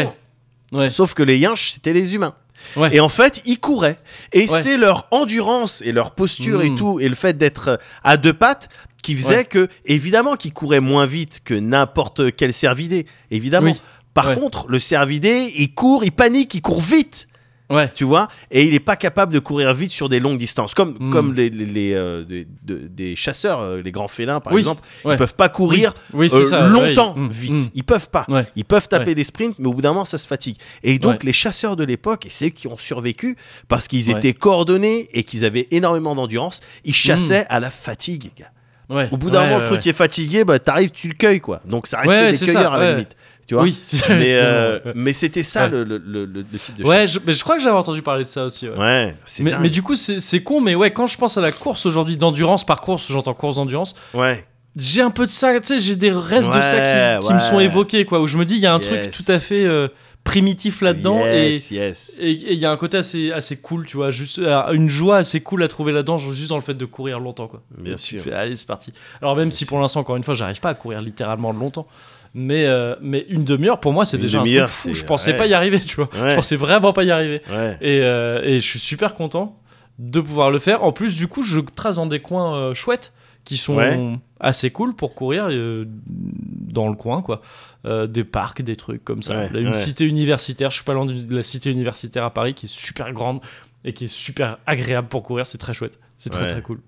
Speaker 2: Ouais. Ouais.
Speaker 1: Sauf que les yinches, c'était les humains.
Speaker 2: Ouais.
Speaker 1: Et en fait, ils couraient. Et
Speaker 2: Ouais.
Speaker 1: c'est leur endurance et leur posture et
Speaker 2: Mm.
Speaker 1: tout, et le fait d'être euh, à deux pattes, qui faisait
Speaker 2: Ouais.
Speaker 1: que, évidemment, qu'ils couraient moins vite que n'importe quel cervidé. Évidemment.
Speaker 2: Oui.
Speaker 1: Par
Speaker 2: Ouais.
Speaker 1: contre, le cervidé, il court, il panique, il court vite,
Speaker 2: Ouais.
Speaker 1: tu vois, et il n'est pas capable de courir vite sur des longues distances, comme,
Speaker 2: Mm.
Speaker 1: comme les, les- les, euh, des, de- des chasseurs, euh, les grands félins, par
Speaker 2: Oui.
Speaker 1: exemple.
Speaker 2: Ouais.
Speaker 1: Ils peuvent pas courir
Speaker 2: Oui, c'est
Speaker 1: euh,
Speaker 2: ça.
Speaker 1: longtemps
Speaker 2: ouais, il- mm,
Speaker 1: vite.
Speaker 2: mm.
Speaker 1: Ils peuvent pas.
Speaker 2: Ouais.
Speaker 1: Ils peuvent taper
Speaker 2: Ouais.
Speaker 1: des sprints, mais au bout d'un moment, ça se fatigue. Et donc,
Speaker 2: Ouais.
Speaker 1: les chasseurs de l'époque, et ceux qui ont survécu, parce qu'ils
Speaker 2: Ouais.
Speaker 1: étaient coordonnés et qu'ils avaient énormément d'endurance, ils chassaient à la fatigue. gars.
Speaker 2: Mm. Ouais.
Speaker 1: Au bout d'un
Speaker 2: Ouais,
Speaker 1: moment,
Speaker 2: ouais,
Speaker 1: le truc
Speaker 2: ouais.
Speaker 1: est fatigué, bah, t'arrives, tu le cueilles, quoi. Donc, ça restait
Speaker 2: Ouais,
Speaker 1: des
Speaker 2: c'est ça,
Speaker 1: cueilleurs à la
Speaker 2: ouais.
Speaker 1: limite. Tu vois
Speaker 2: Oui, c'est ça.
Speaker 1: mais, euh,
Speaker 2: finalement,
Speaker 1: mais c'était ça
Speaker 2: Ouais.
Speaker 1: le, le- le- le- le type de
Speaker 2: ouais. Ouais,
Speaker 1: chasse.
Speaker 2: je, mais je crois que j'avais entendu parler de ça aussi. ouais.
Speaker 1: Ouais, c'est
Speaker 2: mais,
Speaker 1: dingue.
Speaker 2: mais du coup, c'est c'est con, mais ouais, quand je pense à la course aujourd'hui d'endurance, par course, j'entends course d'endurance,
Speaker 1: Ouais,
Speaker 2: j'ai un peu de ça, tu sais, j'ai des restes de ça
Speaker 1: Ouais,
Speaker 2: qui, qui me sont
Speaker 1: ouais.
Speaker 2: évoqués, quoi, où je me dis, il y a un
Speaker 1: Yes.
Speaker 2: truc tout à fait euh, primitif là-dedans, et,
Speaker 1: Yes, yes.
Speaker 2: Et il y a un côté assez, assez cool, tu vois, juste euh, une joie assez cool à trouver là-dedans, genre juste dans le fait de courir longtemps, quoi.
Speaker 1: Bien
Speaker 2: Et tu
Speaker 1: sûr.
Speaker 2: te fais, allez, c'est parti. Alors même
Speaker 1: Bien
Speaker 2: si pour l'instant, encore une fois, j'arrive pas à courir littéralement longtemps, mais, euh, mais une demi-heure pour moi, c'est
Speaker 1: Une
Speaker 2: déjà un truc
Speaker 1: demi-heure,
Speaker 2: fou.
Speaker 1: c'est-
Speaker 2: Je pensais
Speaker 1: ouais.
Speaker 2: pas y arriver, tu vois.
Speaker 1: Ouais.
Speaker 2: Je pensais vraiment pas y arriver.
Speaker 1: Ouais.
Speaker 2: Et, euh, et je suis super content de pouvoir le faire. En plus, du coup, je trace dans des coins euh, chouettes qui sont
Speaker 1: Ouais.
Speaker 2: assez cool pour courir euh, dans le coin, quoi. Euh, des parcs, des trucs comme ça.
Speaker 1: Ouais,
Speaker 2: Là, une
Speaker 1: ouais.
Speaker 2: cité universitaire, je suis pas loin d'une- de la cité universitaire à Paris qui est super grande et qui est super agréable pour courir. C'est très chouette. C'est très
Speaker 1: Ouais.
Speaker 2: très cool.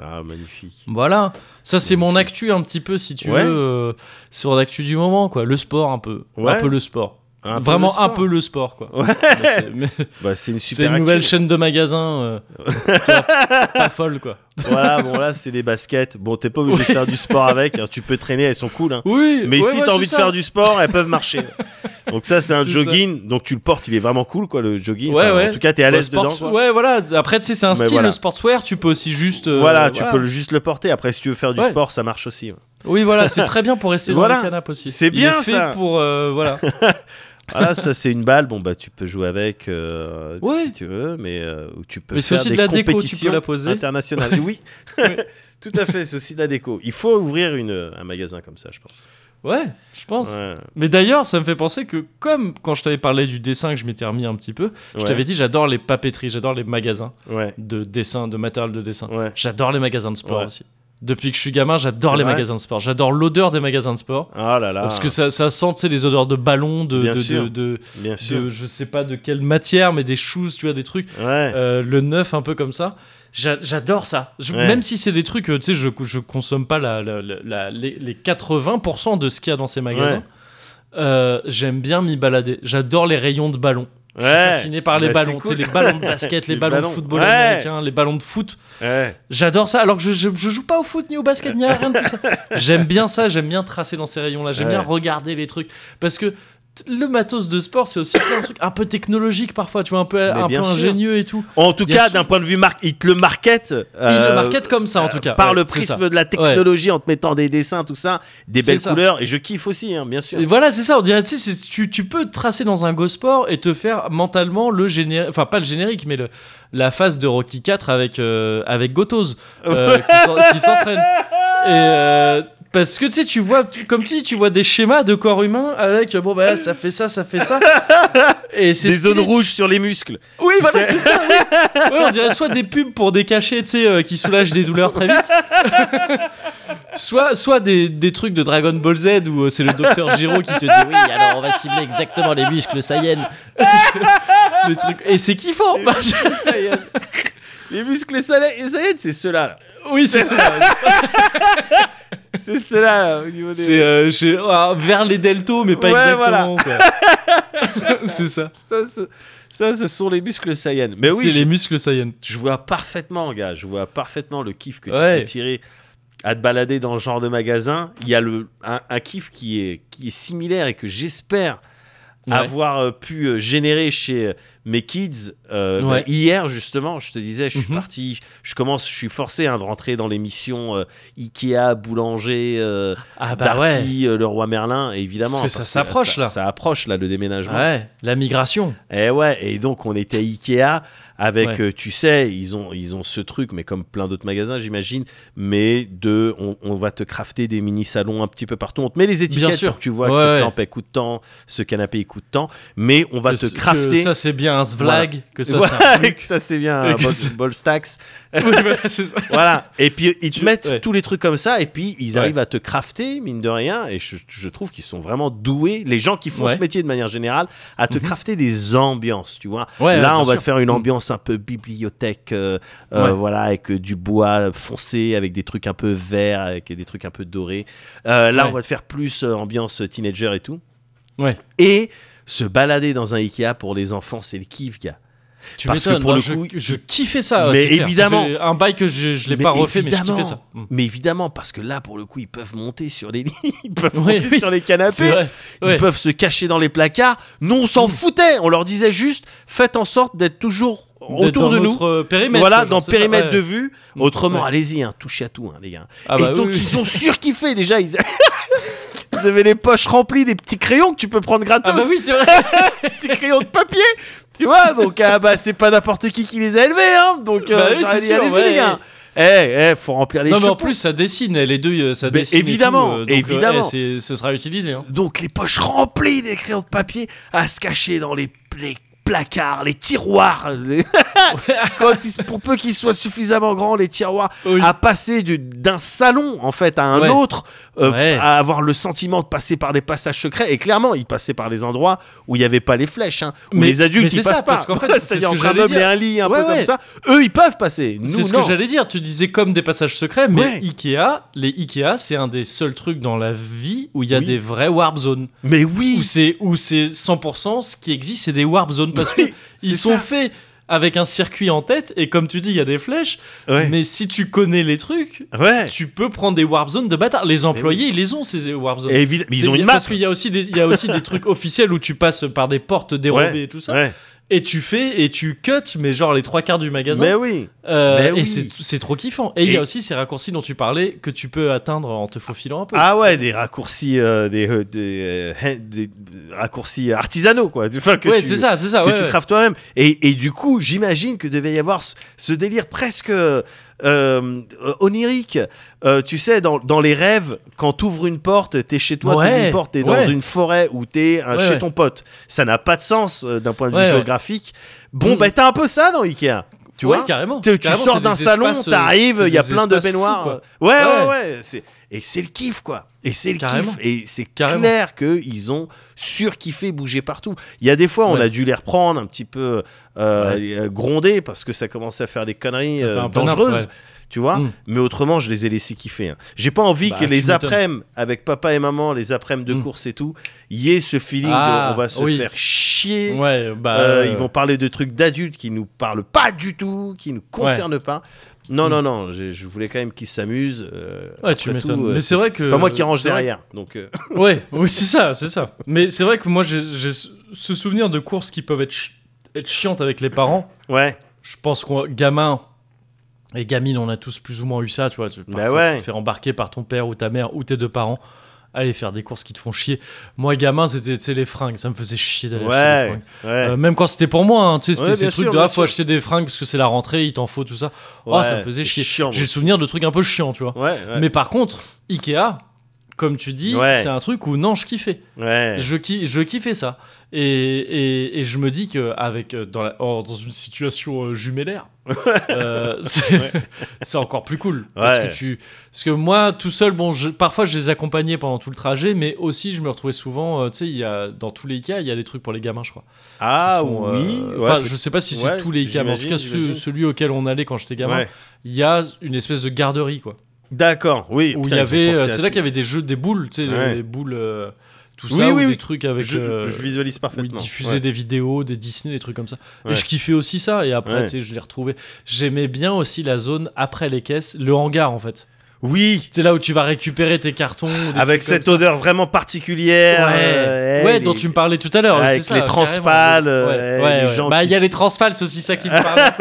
Speaker 1: Ah, magnifique.
Speaker 2: Voilà. Ça, c'est mon actu un petit peu, si tu
Speaker 1: Ouais.
Speaker 2: veux. euh, c'est mon actu du moment, quoi. Le sport, un peu.
Speaker 1: Ouais.
Speaker 2: Un peu le sport.
Speaker 1: Un peu
Speaker 2: Vraiment
Speaker 1: le sport.
Speaker 2: un peu le sport, quoi.
Speaker 1: Ouais.
Speaker 2: Mais c'est- mais-
Speaker 1: Bah, c'est une
Speaker 2: c'est
Speaker 1: super
Speaker 2: une nouvelle
Speaker 1: action.
Speaker 2: chaîne de magasins. euh, toi, pas folle, quoi.
Speaker 1: Voilà, bon là c'est des baskets. Bon, t'es pas obligé de faire du sport avec. hein. Tu peux traîner, elles sont cool. hein.
Speaker 2: Oui,
Speaker 1: Mais si t'as envie de faire du sport, elles peuvent marcher. Donc ça c'est un
Speaker 2: C'est
Speaker 1: jogging. Donc tu le portes, il est vraiment cool quoi le jogging.
Speaker 2: Ouais,
Speaker 1: Enfin, En
Speaker 2: ouais.
Speaker 1: tout cas t'es à l'aise dedans. quoi.
Speaker 2: Ouais, voilà. Après, tu sais, c'est un
Speaker 1: Mais
Speaker 2: style,
Speaker 1: voilà.
Speaker 2: le sportswear. Tu peux aussi juste. euh,
Speaker 1: voilà, tu peux le- juste le porter. Après si tu veux faire du
Speaker 2: Ouais.
Speaker 1: sport, ça marche aussi. hein. ouais.
Speaker 2: Oui, voilà, c'est très bien pour rester
Speaker 1: Voilà.
Speaker 2: dans le canapé aussi.
Speaker 1: C'est
Speaker 2: Il
Speaker 1: bien,
Speaker 2: est fait
Speaker 1: ça.
Speaker 2: pour. euh, voilà.
Speaker 1: Voilà, ça c'est une balle. Bon bah tu peux jouer avec euh,
Speaker 2: Ouais.
Speaker 1: si tu veux, mais euh, ou tu peux
Speaker 2: Mais c'est
Speaker 1: faire
Speaker 2: aussi
Speaker 1: des
Speaker 2: de la déco, tu peux
Speaker 1: compétitions
Speaker 2: la poser.
Speaker 1: internationales. Oui.
Speaker 2: Ouais.
Speaker 1: Tout à fait, c'est aussi de la déco. Il faut ouvrir une, un magasin comme ça, je pense.
Speaker 2: Ouais, je pense.
Speaker 1: Ouais.
Speaker 2: Mais d'ailleurs, ça me fait penser que, comme quand je t'avais parlé du dessin que je m'étais remis un petit peu, je
Speaker 1: Ouais.
Speaker 2: t'avais dit j'adore les papeteries, j'adore les magasins
Speaker 1: Ouais.
Speaker 2: de dessin, de matériel de dessin.
Speaker 1: Ouais.
Speaker 2: J'adore les magasins de sport
Speaker 1: Ouais.
Speaker 2: aussi. Depuis que je suis gamin, j'adore
Speaker 1: C'est
Speaker 2: les
Speaker 1: vrai
Speaker 2: magasins de sport. J'adore l'odeur des magasins de sport.
Speaker 1: Ah là là.
Speaker 2: Parce que ça, ça sent, tu sais, les odeurs de ballons, de,
Speaker 1: Bien
Speaker 2: de-
Speaker 1: sûr.
Speaker 2: de- de-
Speaker 1: bien
Speaker 2: de- Euh,
Speaker 1: sûr.
Speaker 2: je sais pas de quelle matière, mais des choses, tu vois, des trucs.
Speaker 1: Ouais.
Speaker 2: Euh, le neuf, un peu comme ça. J'a- J'adore ça. Je-
Speaker 1: Ouais.
Speaker 2: Même si c'est des trucs, euh, tu sais, je, je consomme pas la, la- la- la- les, les 80% de ce qu'il y a dans ces magasins.
Speaker 1: Ouais.
Speaker 2: Euh, J'aime bien m'y balader. J'adore les rayons de ballons. Je suis
Speaker 1: Ouais.
Speaker 2: fasciné par les
Speaker 1: Bah, c'est
Speaker 2: ballons. Tu sais,
Speaker 1: cool.
Speaker 2: les ballons de basket, les,
Speaker 1: Les
Speaker 2: ballons,
Speaker 1: ballons.
Speaker 2: de football
Speaker 1: Ouais.
Speaker 2: américain, les ballons de foot.
Speaker 1: Ouais.
Speaker 2: J'adore ça. Alors que je, je, je joue pas au foot, ni au basket, ni à rien de tout ça. J'aime bien ça. J'aime bien tracer dans ces rayons-là. J'aime
Speaker 1: Ouais.
Speaker 2: bien regarder les trucs. Parce que t- le matos de sport, c'est aussi un truc un peu technologique parfois, tu vois, un peu, un peu
Speaker 1: bien sûr.
Speaker 2: ingénieux et tout.
Speaker 1: En tout
Speaker 2: Il y a
Speaker 1: cas,
Speaker 2: sou-
Speaker 1: d'un point de vue marque, ils te le market.
Speaker 2: Il le
Speaker 1: euh,
Speaker 2: market comme ça, en tout cas.
Speaker 1: Par
Speaker 2: Ouais,
Speaker 1: le
Speaker 2: c'est ça.
Speaker 1: prisme de la technologie, en te mettant des dessins, tout ça, des
Speaker 2: C'est
Speaker 1: belles
Speaker 2: ça.
Speaker 1: couleurs. Et je kiffe aussi, hein, bien sûr.
Speaker 2: Et voilà, c'est ça, on dirait, tu sais, c'est- tu, tu peux tracer dans un go sport et te faire mentalement le générique, enfin pas le générique, mais le, la phase de Rocky 4 avec, euh, avec Gotos euh, qui s'en- qui s'entraîne. Et, euh, parce que tu sais, tu vois, tu- comme tu dis, tu vois des schémas de corps humain avec, euh, bon bah ça fait ça, ça fait ça. Et c'est
Speaker 1: Des
Speaker 2: stylé.
Speaker 1: zones rouges sur les muscles.
Speaker 2: Oui, voilà,
Speaker 1: sais.
Speaker 2: c'est ça. oui. Ouais, on dirait soit des pubs pour des cachets, tu sais, euh, qui soulagent des douleurs très vite. soit soit des, des trucs de Dragon Ball Z où euh, c'est le docteur Giro qui te dit oui, alors on va cibler exactement les muscles saiyans. Le truc et c'est kiffant.
Speaker 1: Les muscles saiyans. Les muscles saiyans, saiyans, c'est ceux-là. là.
Speaker 2: oui, c'est ça. ouais, c'est ça.
Speaker 1: C'est ceux-là, là, au niveau des.
Speaker 2: C'est euh, chez- ah, vers les deltos mais pas
Speaker 1: Ouais,
Speaker 2: exactement quoi. c'est ça.
Speaker 1: Ça, ce- ça, ce sont les muscles saiyans. Mais oui,
Speaker 2: c'est
Speaker 1: je,
Speaker 2: les muscles saiyans.
Speaker 1: je vois parfaitement, gars. Je vois parfaitement le kiff que
Speaker 2: Ouais.
Speaker 1: tu peux tirer à te balader dans ce genre de magasin. Il y a le, un, un kiff qui est, qui est similaire et que j'espère
Speaker 2: Ouais.
Speaker 1: avoir euh, pu euh, générer chez euh, mes kids. Euh, bah,
Speaker 2: Ouais.
Speaker 1: hier, justement, je te disais, je suis
Speaker 2: Mhm.
Speaker 1: parti, je commence, je suis forcé hein, de rentrer dans l'émission euh, Ikea, Boulanger, euh,
Speaker 2: Ah bah ouais.
Speaker 1: Darty, euh, le roi Merlin, évidemment.
Speaker 2: Parce que ça
Speaker 1: parce
Speaker 2: s'approche, là.
Speaker 1: Ça approche, là, le déménagement.
Speaker 2: Ouais, la migration.
Speaker 1: Et Eh ouais, et donc on était à Ikea avec,
Speaker 2: Ouais.
Speaker 1: euh, tu sais, ils ont, ils ont ce truc, mais comme plein d'autres magasins, j'imagine, mais de, on, on va te crafter des mini-salons un petit peu partout. On te met les étiquettes
Speaker 2: sûr.
Speaker 1: pour que tu vois
Speaker 2: Ouais,
Speaker 1: que cette
Speaker 2: ouais.
Speaker 1: lampe, elle coûte tant, ce canapé, il coûte tant, mais on va
Speaker 2: Que
Speaker 1: te
Speaker 2: c- que
Speaker 1: crafter.
Speaker 2: ça c'est bien un svlag, que ça
Speaker 1: Ouais,
Speaker 2: c'est un truc.
Speaker 1: ça c'est bien,
Speaker 2: Et
Speaker 1: un
Speaker 2: que
Speaker 1: bol,
Speaker 2: c'est-
Speaker 1: bol stacks.
Speaker 2: Oui, voilà, c'est ça.
Speaker 1: voilà. Et puis ils te
Speaker 2: Je-
Speaker 1: mettent
Speaker 2: ouais.
Speaker 1: tous les trucs comme ça, et puis ils
Speaker 2: Ouais.
Speaker 1: arrivent à te crafter, mine de rien. Et je, je trouve qu'ils sont vraiment doués, les gens qui font
Speaker 2: Ouais.
Speaker 1: ce métier de manière générale, à te
Speaker 2: Mhm.
Speaker 1: crafter des ambiances, tu vois.
Speaker 2: Ouais,
Speaker 1: Là,
Speaker 2: ouais,
Speaker 1: on
Speaker 2: bien
Speaker 1: va
Speaker 2: sûr.
Speaker 1: te faire une
Speaker 2: Mm.
Speaker 1: ambiance un peu bibliothèque, euh, euh,
Speaker 2: Ouais.
Speaker 1: voilà, avec euh, du bois foncé, avec des trucs un peu verts, avec des trucs un peu dorés. Euh, là,
Speaker 2: Ouais.
Speaker 1: on va te faire plus euh, ambiance teenager et tout.
Speaker 2: Ouais.
Speaker 1: Et se balader dans un Ikea pour les enfants, c'est le kiff, gars.
Speaker 2: Tu
Speaker 1: Parce que
Speaker 2: m'étonnes,
Speaker 1: pour
Speaker 2: moi,
Speaker 1: le
Speaker 2: je-
Speaker 1: coup,
Speaker 2: je, kiffais ça.
Speaker 1: Mais
Speaker 2: c'est clair. Ça
Speaker 1: évidemment.
Speaker 2: fait un bail que je, je l'ai
Speaker 1: Mais
Speaker 2: pas refait, mais je
Speaker 1: évidemment.
Speaker 2: kiffais ça. Mm.
Speaker 1: Mais évidemment, parce que là, pour le coup, ils peuvent monter sur les lits, ils peuvent
Speaker 2: Ouais,
Speaker 1: monter
Speaker 2: oui.
Speaker 1: sur les
Speaker 2: C'est
Speaker 1: canapés,
Speaker 2: vrai.
Speaker 1: ils
Speaker 2: Ouais.
Speaker 1: peuvent se cacher dans les placards. Nous, on s'en
Speaker 2: Mm.
Speaker 1: foutait. On leur disait juste, faites en sorte d'être toujours
Speaker 2: D'être
Speaker 1: autour
Speaker 2: dans
Speaker 1: de nous.
Speaker 2: notre, euh, périmètre,
Speaker 1: voilà,
Speaker 2: quoi,
Speaker 1: dans
Speaker 2: genre, c'est ça,
Speaker 1: périmètre
Speaker 2: ouais. Mm,
Speaker 1: de vue. Autrement,
Speaker 2: Ouais.
Speaker 1: allez-y, hein, touchez à tout, hein, les gars.
Speaker 2: Ah bah
Speaker 1: et donc,
Speaker 2: oui, oui.
Speaker 1: ils ont surkiffé déjà. Ils... ils avaient les poches remplies des petits crayons que tu peux prendre
Speaker 2: Ah
Speaker 1: gratos.
Speaker 2: bah oui, c'est vrai.
Speaker 1: des petits crayons de papier. Tu vois, donc, ah bah, c'est pas n'importe qui qui les a élevés. Hein. Donc,
Speaker 2: Bah oui,
Speaker 1: j'aurais
Speaker 2: c'est
Speaker 1: dit,
Speaker 2: sûr,
Speaker 1: allez-y,
Speaker 2: ouais.
Speaker 1: les gars. Eh, eh, faut remplir les
Speaker 2: non, mais en
Speaker 1: chopons.
Speaker 2: plus, ça dessine. eh, Les deux, euh, ça
Speaker 1: Mais
Speaker 2: dessine. et tout,
Speaker 1: évidemment,
Speaker 2: euh, donc, euh,
Speaker 1: évidemment.
Speaker 2: eh, c'est- ce sera utilisé. hein.
Speaker 1: Donc les poches remplies des crayons de papier à se cacher dans les, les placards, les tiroirs. les- Quand ils- pour peu qu'ils soient suffisamment grands, les tiroirs,
Speaker 2: Oui.
Speaker 1: à passer du- d'un salon en fait à un
Speaker 2: Ouais.
Speaker 1: autre, euh,
Speaker 2: Ouais.
Speaker 1: à avoir le sentiment de passer par des passages secrets. Et clairement, ils passaient par des endroits où il n'y avait pas les flèches, hein, où
Speaker 2: Mais-
Speaker 1: les
Speaker 2: mais
Speaker 1: adultes
Speaker 2: c'est
Speaker 1: ils
Speaker 2: ça,
Speaker 1: passent
Speaker 2: parce
Speaker 1: pas.
Speaker 2: qu'en fait,
Speaker 1: Voilà,
Speaker 2: c'est
Speaker 1: C'est-à-dire
Speaker 2: ce que
Speaker 1: entre un
Speaker 2: j'allais
Speaker 1: meuble
Speaker 2: dire.
Speaker 1: et un lit, un
Speaker 2: Ouais,
Speaker 1: peu comme
Speaker 2: ouais.
Speaker 1: ça. Eux, ils peuvent passer. Nous,
Speaker 2: C'est ce
Speaker 1: non.
Speaker 2: que j'allais dire. Tu disais comme des passages secrets, mais
Speaker 1: Ouais.
Speaker 2: Ikea, les Ikea, c'est un des seuls trucs dans la vie où il y a
Speaker 1: Oui.
Speaker 2: des vrais warp zones.
Speaker 1: Mais
Speaker 2: Où
Speaker 1: oui.
Speaker 2: c'est où c'est 100% ce qui existe, c'est des warp zones parce que
Speaker 1: Oui,
Speaker 2: Ils
Speaker 1: c'est
Speaker 2: sont
Speaker 1: ça.
Speaker 2: faits avec un circuit en tête et comme tu dis, il y a des flèches.
Speaker 1: Ouais.
Speaker 2: Mais si tu connais les trucs,
Speaker 1: Ouais.
Speaker 2: tu peux prendre des warp zones de bâtard. Les employés, ils les ont ces warp zones.
Speaker 1: Et évidemment,
Speaker 2: C'est
Speaker 1: ils ont
Speaker 2: bien
Speaker 1: une map.
Speaker 2: Parce qu'il y a aussi des, il y a aussi des trucs officiels où tu passes par des portes dérobées
Speaker 1: Ouais.
Speaker 2: et tout ça.
Speaker 1: Ouais.
Speaker 2: Et tu fais et tu cuts, mais genre les trois quarts du magasin.
Speaker 1: Mais oui.
Speaker 2: Euh,
Speaker 1: mais
Speaker 2: et
Speaker 1: oui.
Speaker 2: c'est- c'est trop kiffant. Et il y a
Speaker 1: Et-
Speaker 2: aussi ces raccourcis dont tu parlais que tu peux atteindre en te faufilant un peu.
Speaker 1: Ah ouais, des raccourcis, euh, des, euh, des, euh, des raccourcis artisanaux, quoi. Enfin, que
Speaker 2: ouais,
Speaker 1: tu,
Speaker 2: c'est ça, c'est ça.
Speaker 1: Que
Speaker 2: ouais,
Speaker 1: tu
Speaker 2: ouais.
Speaker 1: craftes toi-même. Et, et du coup, j'imagine que devait y avoir ce, ce délire presque euh, euh, onirique. Euh, tu sais, dans, dans les rêves, quand t'ouvres une porte, t'es chez toi, t'ouvres
Speaker 2: Ouais,
Speaker 1: une porte, t'es dans
Speaker 2: ouais.
Speaker 1: une forêt ou t'es euh,
Speaker 2: Ouais,
Speaker 1: chez
Speaker 2: ouais.
Speaker 1: ton pote. Ça n'a pas de sens euh, d'un point de
Speaker 2: Ouais,
Speaker 1: vue
Speaker 2: ouais.
Speaker 1: géographique. Bon,
Speaker 2: Mm.
Speaker 1: bah, t'as un peu ça dans Ikea. Tu
Speaker 2: Ouais,
Speaker 1: vois
Speaker 2: carrément.
Speaker 1: Tu, tu
Speaker 2: Carrément,
Speaker 1: sors
Speaker 2: c'est
Speaker 1: d'un
Speaker 2: des
Speaker 1: salon,
Speaker 2: espaces, euh,
Speaker 1: t'arrives,
Speaker 2: c'est
Speaker 1: il y a
Speaker 2: des
Speaker 1: plein de
Speaker 2: espaces fous,
Speaker 1: baignoires.
Speaker 2: quoi.
Speaker 1: ouais, ouais,
Speaker 2: Ouais.
Speaker 1: ouais. c'est- Et c'est le kiff, quoi. Et c'est le
Speaker 2: Carrément.
Speaker 1: kiff. Et c'est
Speaker 2: Carrément.
Speaker 1: clair qu'ils ont surkiffé bouger partout. Il y a des fois, on
Speaker 2: Ouais.
Speaker 1: a dû les reprendre un petit peu euh, euh, grondés parce que ça commençait à faire des conneries
Speaker 2: Ça fait
Speaker 1: euh,
Speaker 2: un peu nappe,
Speaker 1: dangereuses.
Speaker 2: ouais.
Speaker 1: Tu vois
Speaker 2: Mm.
Speaker 1: Mais autrement, je les ai laissés kiffer. hein. J'ai pas envie
Speaker 2: Bah,
Speaker 1: que
Speaker 2: tu
Speaker 1: les
Speaker 2: m'étonnes.
Speaker 1: après-midi, avec papa et maman, les après-midi de
Speaker 2: Mm.
Speaker 1: course et tout, y ait ce feeling
Speaker 2: Ah,
Speaker 1: de on va se
Speaker 2: oui.
Speaker 1: faire chier.
Speaker 2: Ouais, bah.
Speaker 1: Euh,
Speaker 2: euh,
Speaker 1: Ils vont parler de trucs d'adultes qui nous parlent pas du tout, qui nous concernent pas. Non,
Speaker 2: Mm.
Speaker 1: non, non, j'ai- je voulais quand même qu'ils s'amusent. euh,
Speaker 2: Ouais, tu
Speaker 1: après tout,
Speaker 2: m'étonnes.
Speaker 1: euh,
Speaker 2: Mais c'est vrai que.
Speaker 1: C'est pas moi qui range
Speaker 2: c'est vrai
Speaker 1: derrière. Donc, euh,
Speaker 2: Ouais, oui, c'est ça, c'est ça. Mais c'est vrai que moi, j'ai j'ai ce ce souvenir de courses qui peuvent être, chi- être chiantes avec les parents.
Speaker 1: ouais,
Speaker 2: Je pense qu'on, gamin et gamine, on a tous plus ou moins eu ça, tu vois. Tu-
Speaker 1: Bah
Speaker 2: Parfois,
Speaker 1: ouais.
Speaker 2: tu te fais embarquer par ton père ou ta mère ou tes deux parents. Aller faire des courses qui te font chier. Moi, gamin, c'était tu sais, les fringues. Ça me faisait chier d'aller acheter des
Speaker 1: ouais,
Speaker 2: fringues.
Speaker 1: ouais.
Speaker 2: Euh, même quand c'était pour moi, hein, tu sais, c'était
Speaker 1: Ouais,
Speaker 2: ces
Speaker 1: bien
Speaker 2: trucs
Speaker 1: sûr,
Speaker 2: de
Speaker 1: bien
Speaker 2: ah, faut
Speaker 1: sûr.
Speaker 2: acheter des fringues parce que c'est la rentrée, il t'en faut, tout ça. oh, ça me
Speaker 1: ouais,
Speaker 2: faisait
Speaker 1: c'est
Speaker 2: chier.
Speaker 1: chiant,
Speaker 2: J'ai
Speaker 1: moi
Speaker 2: le souvenir de trucs un peu chiants, tu vois.
Speaker 1: aussi. Ouais, ouais,
Speaker 2: Mais par contre, Ikea, comme tu dis,
Speaker 1: Ouais.
Speaker 2: c'est un truc où non, je kiffais.
Speaker 1: ouais.
Speaker 2: Je, ki- je kiffais ça. Et, et, et je me dis que avec, euh, dans, la- oh, dans une situation euh, jumellaire, euh, c'est c'est encore plus cool. Parce,
Speaker 1: Ouais.
Speaker 2: que tu, parce que moi, tout seul, bon, je- parfois je les accompagnais pendant tout le trajet, mais aussi je me retrouvais souvent, euh, tu sais, il y a- dans tous les cas, il y a des trucs pour les gamins, je crois. qui
Speaker 1: Ah
Speaker 2: sont, euh,
Speaker 1: oui, ouais,
Speaker 2: enfin,
Speaker 1: peut-
Speaker 2: je sais pas si c'est
Speaker 1: ouais,
Speaker 2: tous les cas, mais en tout
Speaker 1: j'imagine,
Speaker 2: cas, ce-
Speaker 1: j'imagine.
Speaker 2: celui auquel on allait quand j'étais gamin,
Speaker 1: ouais.
Speaker 2: il y a une espèce de garderie, quoi
Speaker 1: D'accord, oui.
Speaker 2: où il
Speaker 1: putain,
Speaker 2: y
Speaker 1: ils ont
Speaker 2: avait
Speaker 1: pensé
Speaker 2: euh,
Speaker 1: à
Speaker 2: c'est
Speaker 1: tout.
Speaker 2: là qu'il y avait des jeux des boules tu sais
Speaker 1: Ouais.
Speaker 2: les boules euh, tout
Speaker 1: Oui,
Speaker 2: ça ou
Speaker 1: oui,
Speaker 2: des
Speaker 1: oui.
Speaker 2: trucs avec
Speaker 1: Je,
Speaker 2: euh,
Speaker 1: je visualise
Speaker 2: où ils
Speaker 1: parfaitement.
Speaker 2: diffusaient
Speaker 1: ouais.
Speaker 2: des vidéos des Disney des trucs comme ça
Speaker 1: Ouais.
Speaker 2: et je kiffais aussi ça et après
Speaker 1: Ouais.
Speaker 2: tu sais je les retrouvais j'aimais bien aussi la zone après les caisses le hangar en fait
Speaker 1: Oui,
Speaker 2: c'est là où tu vas récupérer tes cartons ou des
Speaker 1: avec
Speaker 2: trucs comme
Speaker 1: cette
Speaker 2: ça.
Speaker 1: odeur vraiment particulière.
Speaker 2: Ouais,
Speaker 1: euh,
Speaker 2: Ouais,
Speaker 1: hey,
Speaker 2: dont
Speaker 1: les-
Speaker 2: tu me parlais tout à l'heure.
Speaker 1: Avec
Speaker 2: c'est ça,
Speaker 1: les
Speaker 2: carrément.
Speaker 1: transpales,
Speaker 2: Ouais,
Speaker 1: euh,
Speaker 2: ouais,
Speaker 1: les
Speaker 2: ouais.
Speaker 1: gens
Speaker 2: Bah, il
Speaker 1: qui
Speaker 2: y a les
Speaker 1: se-
Speaker 2: transpales, c'est aussi ça qui me parle.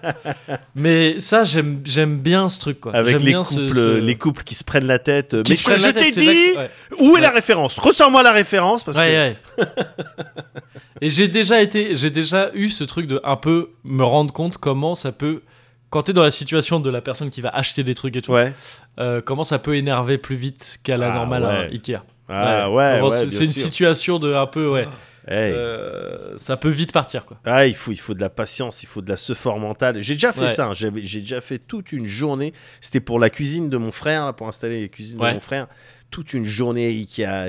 Speaker 2: beaucoup. Mais ça, j'aime j'aime bien ce truc. Quoi.
Speaker 1: Avec
Speaker 2: J'aime
Speaker 1: les
Speaker 2: bien
Speaker 1: couples,
Speaker 2: ce- ce-
Speaker 1: les couples qui se prennent la tête. euh,
Speaker 2: qui
Speaker 1: mais
Speaker 2: se
Speaker 1: je-
Speaker 2: prennent
Speaker 1: je,
Speaker 2: la tête,
Speaker 1: t'ai
Speaker 2: c'est là
Speaker 1: dit,
Speaker 2: que- ouais.
Speaker 1: où est la
Speaker 2: Ouais.
Speaker 1: référence Ressors-moi la référence parce que
Speaker 2: Ouais, ouais. Et j'ai déjà été, j'ai déjà eu ce truc de un peu me rendre compte comment ça peut, quand t'es dans la situation de la personne qui va acheter des trucs et tout,
Speaker 1: Ouais.
Speaker 2: euh, comment ça peut énerver plus vite qu'à la
Speaker 1: Ah,
Speaker 2: normale
Speaker 1: ouais.
Speaker 2: à Ikea.
Speaker 1: Ah ouais,
Speaker 2: Comment
Speaker 1: ouais,
Speaker 2: c'est
Speaker 1: bien
Speaker 2: c'est une
Speaker 1: sûr.
Speaker 2: situation de un peu, ouais,
Speaker 1: Hey.
Speaker 2: euh, ça peut vite partir quoi.
Speaker 1: Ah, il faut, il faut de la patience, il faut de la sephore mentale. J'ai déjà fait
Speaker 2: Ouais.
Speaker 1: ça. hein. J'avais, j'ai déjà fait toute une journée. C'était pour la cuisine de mon frère, là, pour installer les cuisines
Speaker 2: Ouais.
Speaker 1: de mon frère. Toute une journée qui a, à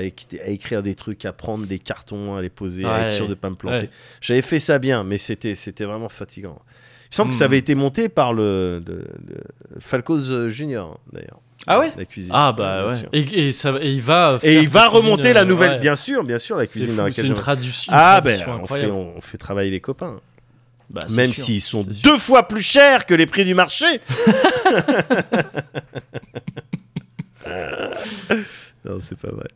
Speaker 1: écrire des trucs, à prendre des cartons, à les poser, à être
Speaker 2: Ouais.
Speaker 1: sûr de pas me planter.
Speaker 2: Ouais.
Speaker 1: J'avais fait ça bien, mais c'était, c'était vraiment fatigant. Il me semble que ça
Speaker 2: Hmm.
Speaker 1: avait été monté par le, le- le Falcoz Junior, d'ailleurs.
Speaker 2: Ah ouais
Speaker 1: La cuisine.
Speaker 2: Ah bah
Speaker 1: bien
Speaker 2: ouais.
Speaker 1: sûr.
Speaker 2: Et, et ça, et il va.
Speaker 1: Et
Speaker 2: faire
Speaker 1: il va
Speaker 2: cuisine,
Speaker 1: remonter la
Speaker 2: euh,
Speaker 1: nouvelle,
Speaker 2: ouais.
Speaker 1: bien sûr, bien sûr, la
Speaker 2: C'est
Speaker 1: cuisine
Speaker 2: fou,
Speaker 1: dans laquelle
Speaker 2: c'est une,
Speaker 1: j'en-
Speaker 2: traduction.
Speaker 1: Ah ben, on fait,
Speaker 2: incroyable.
Speaker 1: on, on fait travailler les copains.
Speaker 2: Bah, c'est
Speaker 1: Même
Speaker 2: sûr,
Speaker 1: s'ils sont
Speaker 2: c'est sûr.
Speaker 1: deux fois plus chers que les prix du marché. non, c'est pas vrai.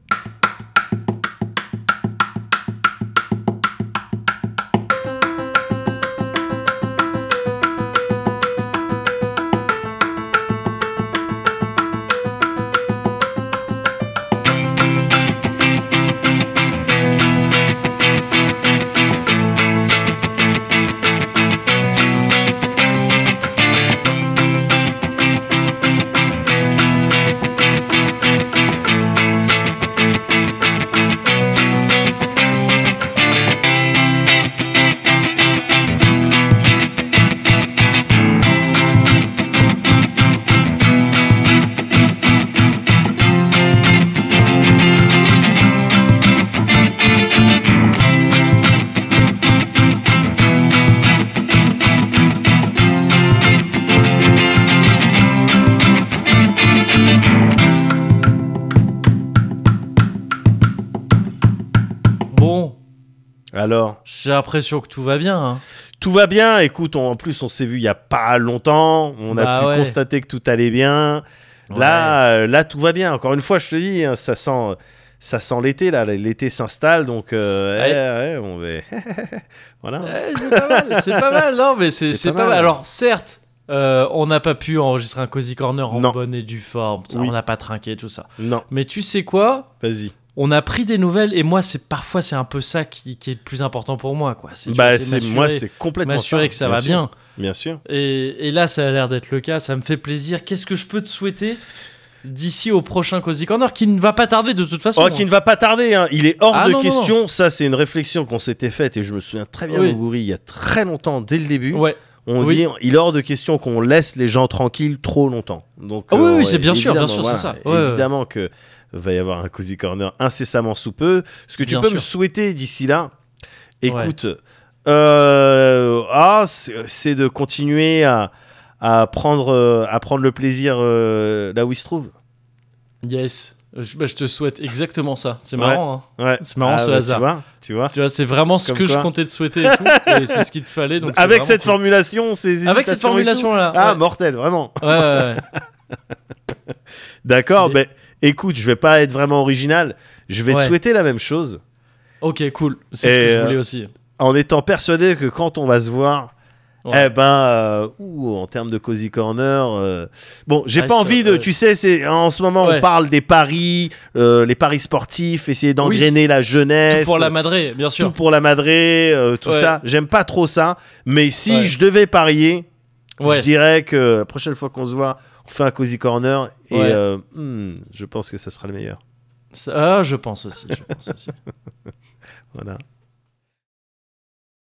Speaker 2: Bon,
Speaker 1: Alors,
Speaker 2: j'ai l'impression que tout va bien. hein.
Speaker 1: tout va bien. Écoute, on- en plus, on s'est vu il y a pas longtemps. On a
Speaker 2: Bah
Speaker 1: pu
Speaker 2: ouais.
Speaker 1: constater que tout allait bien. Là, euh, là, tout va bien. Encore une fois, je te dis, hein, ça sent, ça sent l'été. Là, l'été s'installe, donc euh, eh, ouais, on va. voilà.
Speaker 2: Eh, c'est pas mal, c'est pas mal, non, mais c'est c'est pas, mal. Alors, certes, euh, on n'a pas pu enregistrer un Cozy Corner en
Speaker 1: Non.
Speaker 2: bonne et due forme, ça,
Speaker 1: Oui.
Speaker 2: on n'a pas trinqué, tout ça.
Speaker 1: Non,
Speaker 2: Mais tu sais quoi
Speaker 1: vas-y.
Speaker 2: on a pris des nouvelles et moi c'est parfois c'est un peu ça qui, qui est le plus important pour moi quoi. tu vois,
Speaker 1: Bah, c'est moi,
Speaker 2: m'assurer-
Speaker 1: c'est complètement
Speaker 2: m'assurer que ça va
Speaker 1: sûr.
Speaker 2: bien.
Speaker 1: Bien sûr.
Speaker 2: Et, et là ça a l'air d'être le cas, ça me fait plaisir. Qu'est-ce que je peux te souhaiter d'ici au prochain Cozy Corner qui ne va pas tarder de toute façon
Speaker 1: Oh, qui ne va pas tarder, hein. il est hors
Speaker 2: Ah,
Speaker 1: de
Speaker 2: non, non,
Speaker 1: question. Ça, c'est une réflexion qu'on s'était faite et je me souviens très bien,
Speaker 2: Oui.
Speaker 1: Moguri, il y a très longtemps, dès le début.
Speaker 2: Ouais.
Speaker 1: On
Speaker 2: Oui.
Speaker 1: dit, il est hors de question qu'on laisse les gens tranquilles trop longtemps. Donc,
Speaker 2: Ah oui, oui,
Speaker 1: on-
Speaker 2: c'est bien sûr, bien sûr,
Speaker 1: évidemment,
Speaker 2: c'est ça.
Speaker 1: voilà,
Speaker 2: Ouais, ouais.
Speaker 1: évidemment que va y avoir un Cozy Corner incessamment sous peu. Ce que tu
Speaker 2: Bien
Speaker 1: peux
Speaker 2: sûr.
Speaker 1: me souhaiter d'ici là,
Speaker 2: Ouais.
Speaker 1: écoute, euh, ah, c'est c'est de continuer à, à, prendre, euh, à prendre le plaisir euh, là où il se trouve.
Speaker 2: Yes. Euh, Je, bah, je te souhaite exactement ça. C'est marrant. hein.
Speaker 1: Ouais.
Speaker 2: C'est marrant, ce hasard.
Speaker 1: Tu vois, tu vois.
Speaker 2: Tu vois, c'est vraiment ce
Speaker 1: Comme
Speaker 2: que je
Speaker 1: quoi.
Speaker 2: comptais te souhaiter et tout. et c'est ce qu'il te fallait. Donc c'est
Speaker 1: Avec
Speaker 2: vraiment
Speaker 1: cette
Speaker 2: cool.
Speaker 1: formulation, ces
Speaker 2: Avec
Speaker 1: hésitations
Speaker 2: cette
Speaker 1: et tout.
Speaker 2: formulation là.
Speaker 1: Ah,
Speaker 2: ouais.
Speaker 1: mortel, vraiment.
Speaker 2: Ouais, ouais, ouais.
Speaker 1: D'accord,
Speaker 2: Stylé.
Speaker 1: ben écoute, je vais pas être vraiment original. Je vais te
Speaker 2: Ouais.
Speaker 1: souhaiter la même chose
Speaker 2: Ok, cool. C'est ce que
Speaker 1: Et, euh,
Speaker 2: je voulais aussi.
Speaker 1: en étant persuadé que quand on va se voir,
Speaker 2: Ouais.
Speaker 1: eh ben, euh, ouh, en termes de cozy corner, euh, bon, j'ai
Speaker 2: Ah,
Speaker 1: pas
Speaker 2: ça,
Speaker 1: envie de,
Speaker 2: ouais.
Speaker 1: tu sais, c'est en ce moment
Speaker 2: Ouais.
Speaker 1: on parle des paris, euh, les paris sportifs, essayer d'engrainer la jeunesse, euh,
Speaker 2: Tout pour la madrée, bien
Speaker 1: tout
Speaker 2: sûr.
Speaker 1: pour la madrée, euh, tout
Speaker 2: Ouais.
Speaker 1: ça. J'aime pas trop ça, mais si
Speaker 2: Ouais.
Speaker 1: je devais parier,
Speaker 2: Ouais.
Speaker 1: je dirais que la prochaine fois qu'on se voit, on fait un cozy corner et
Speaker 2: Ouais.
Speaker 1: euh, hmm, je pense que ça sera le meilleur.
Speaker 2: Ça- ah, je pense aussi. Je pense aussi.
Speaker 1: Voilà.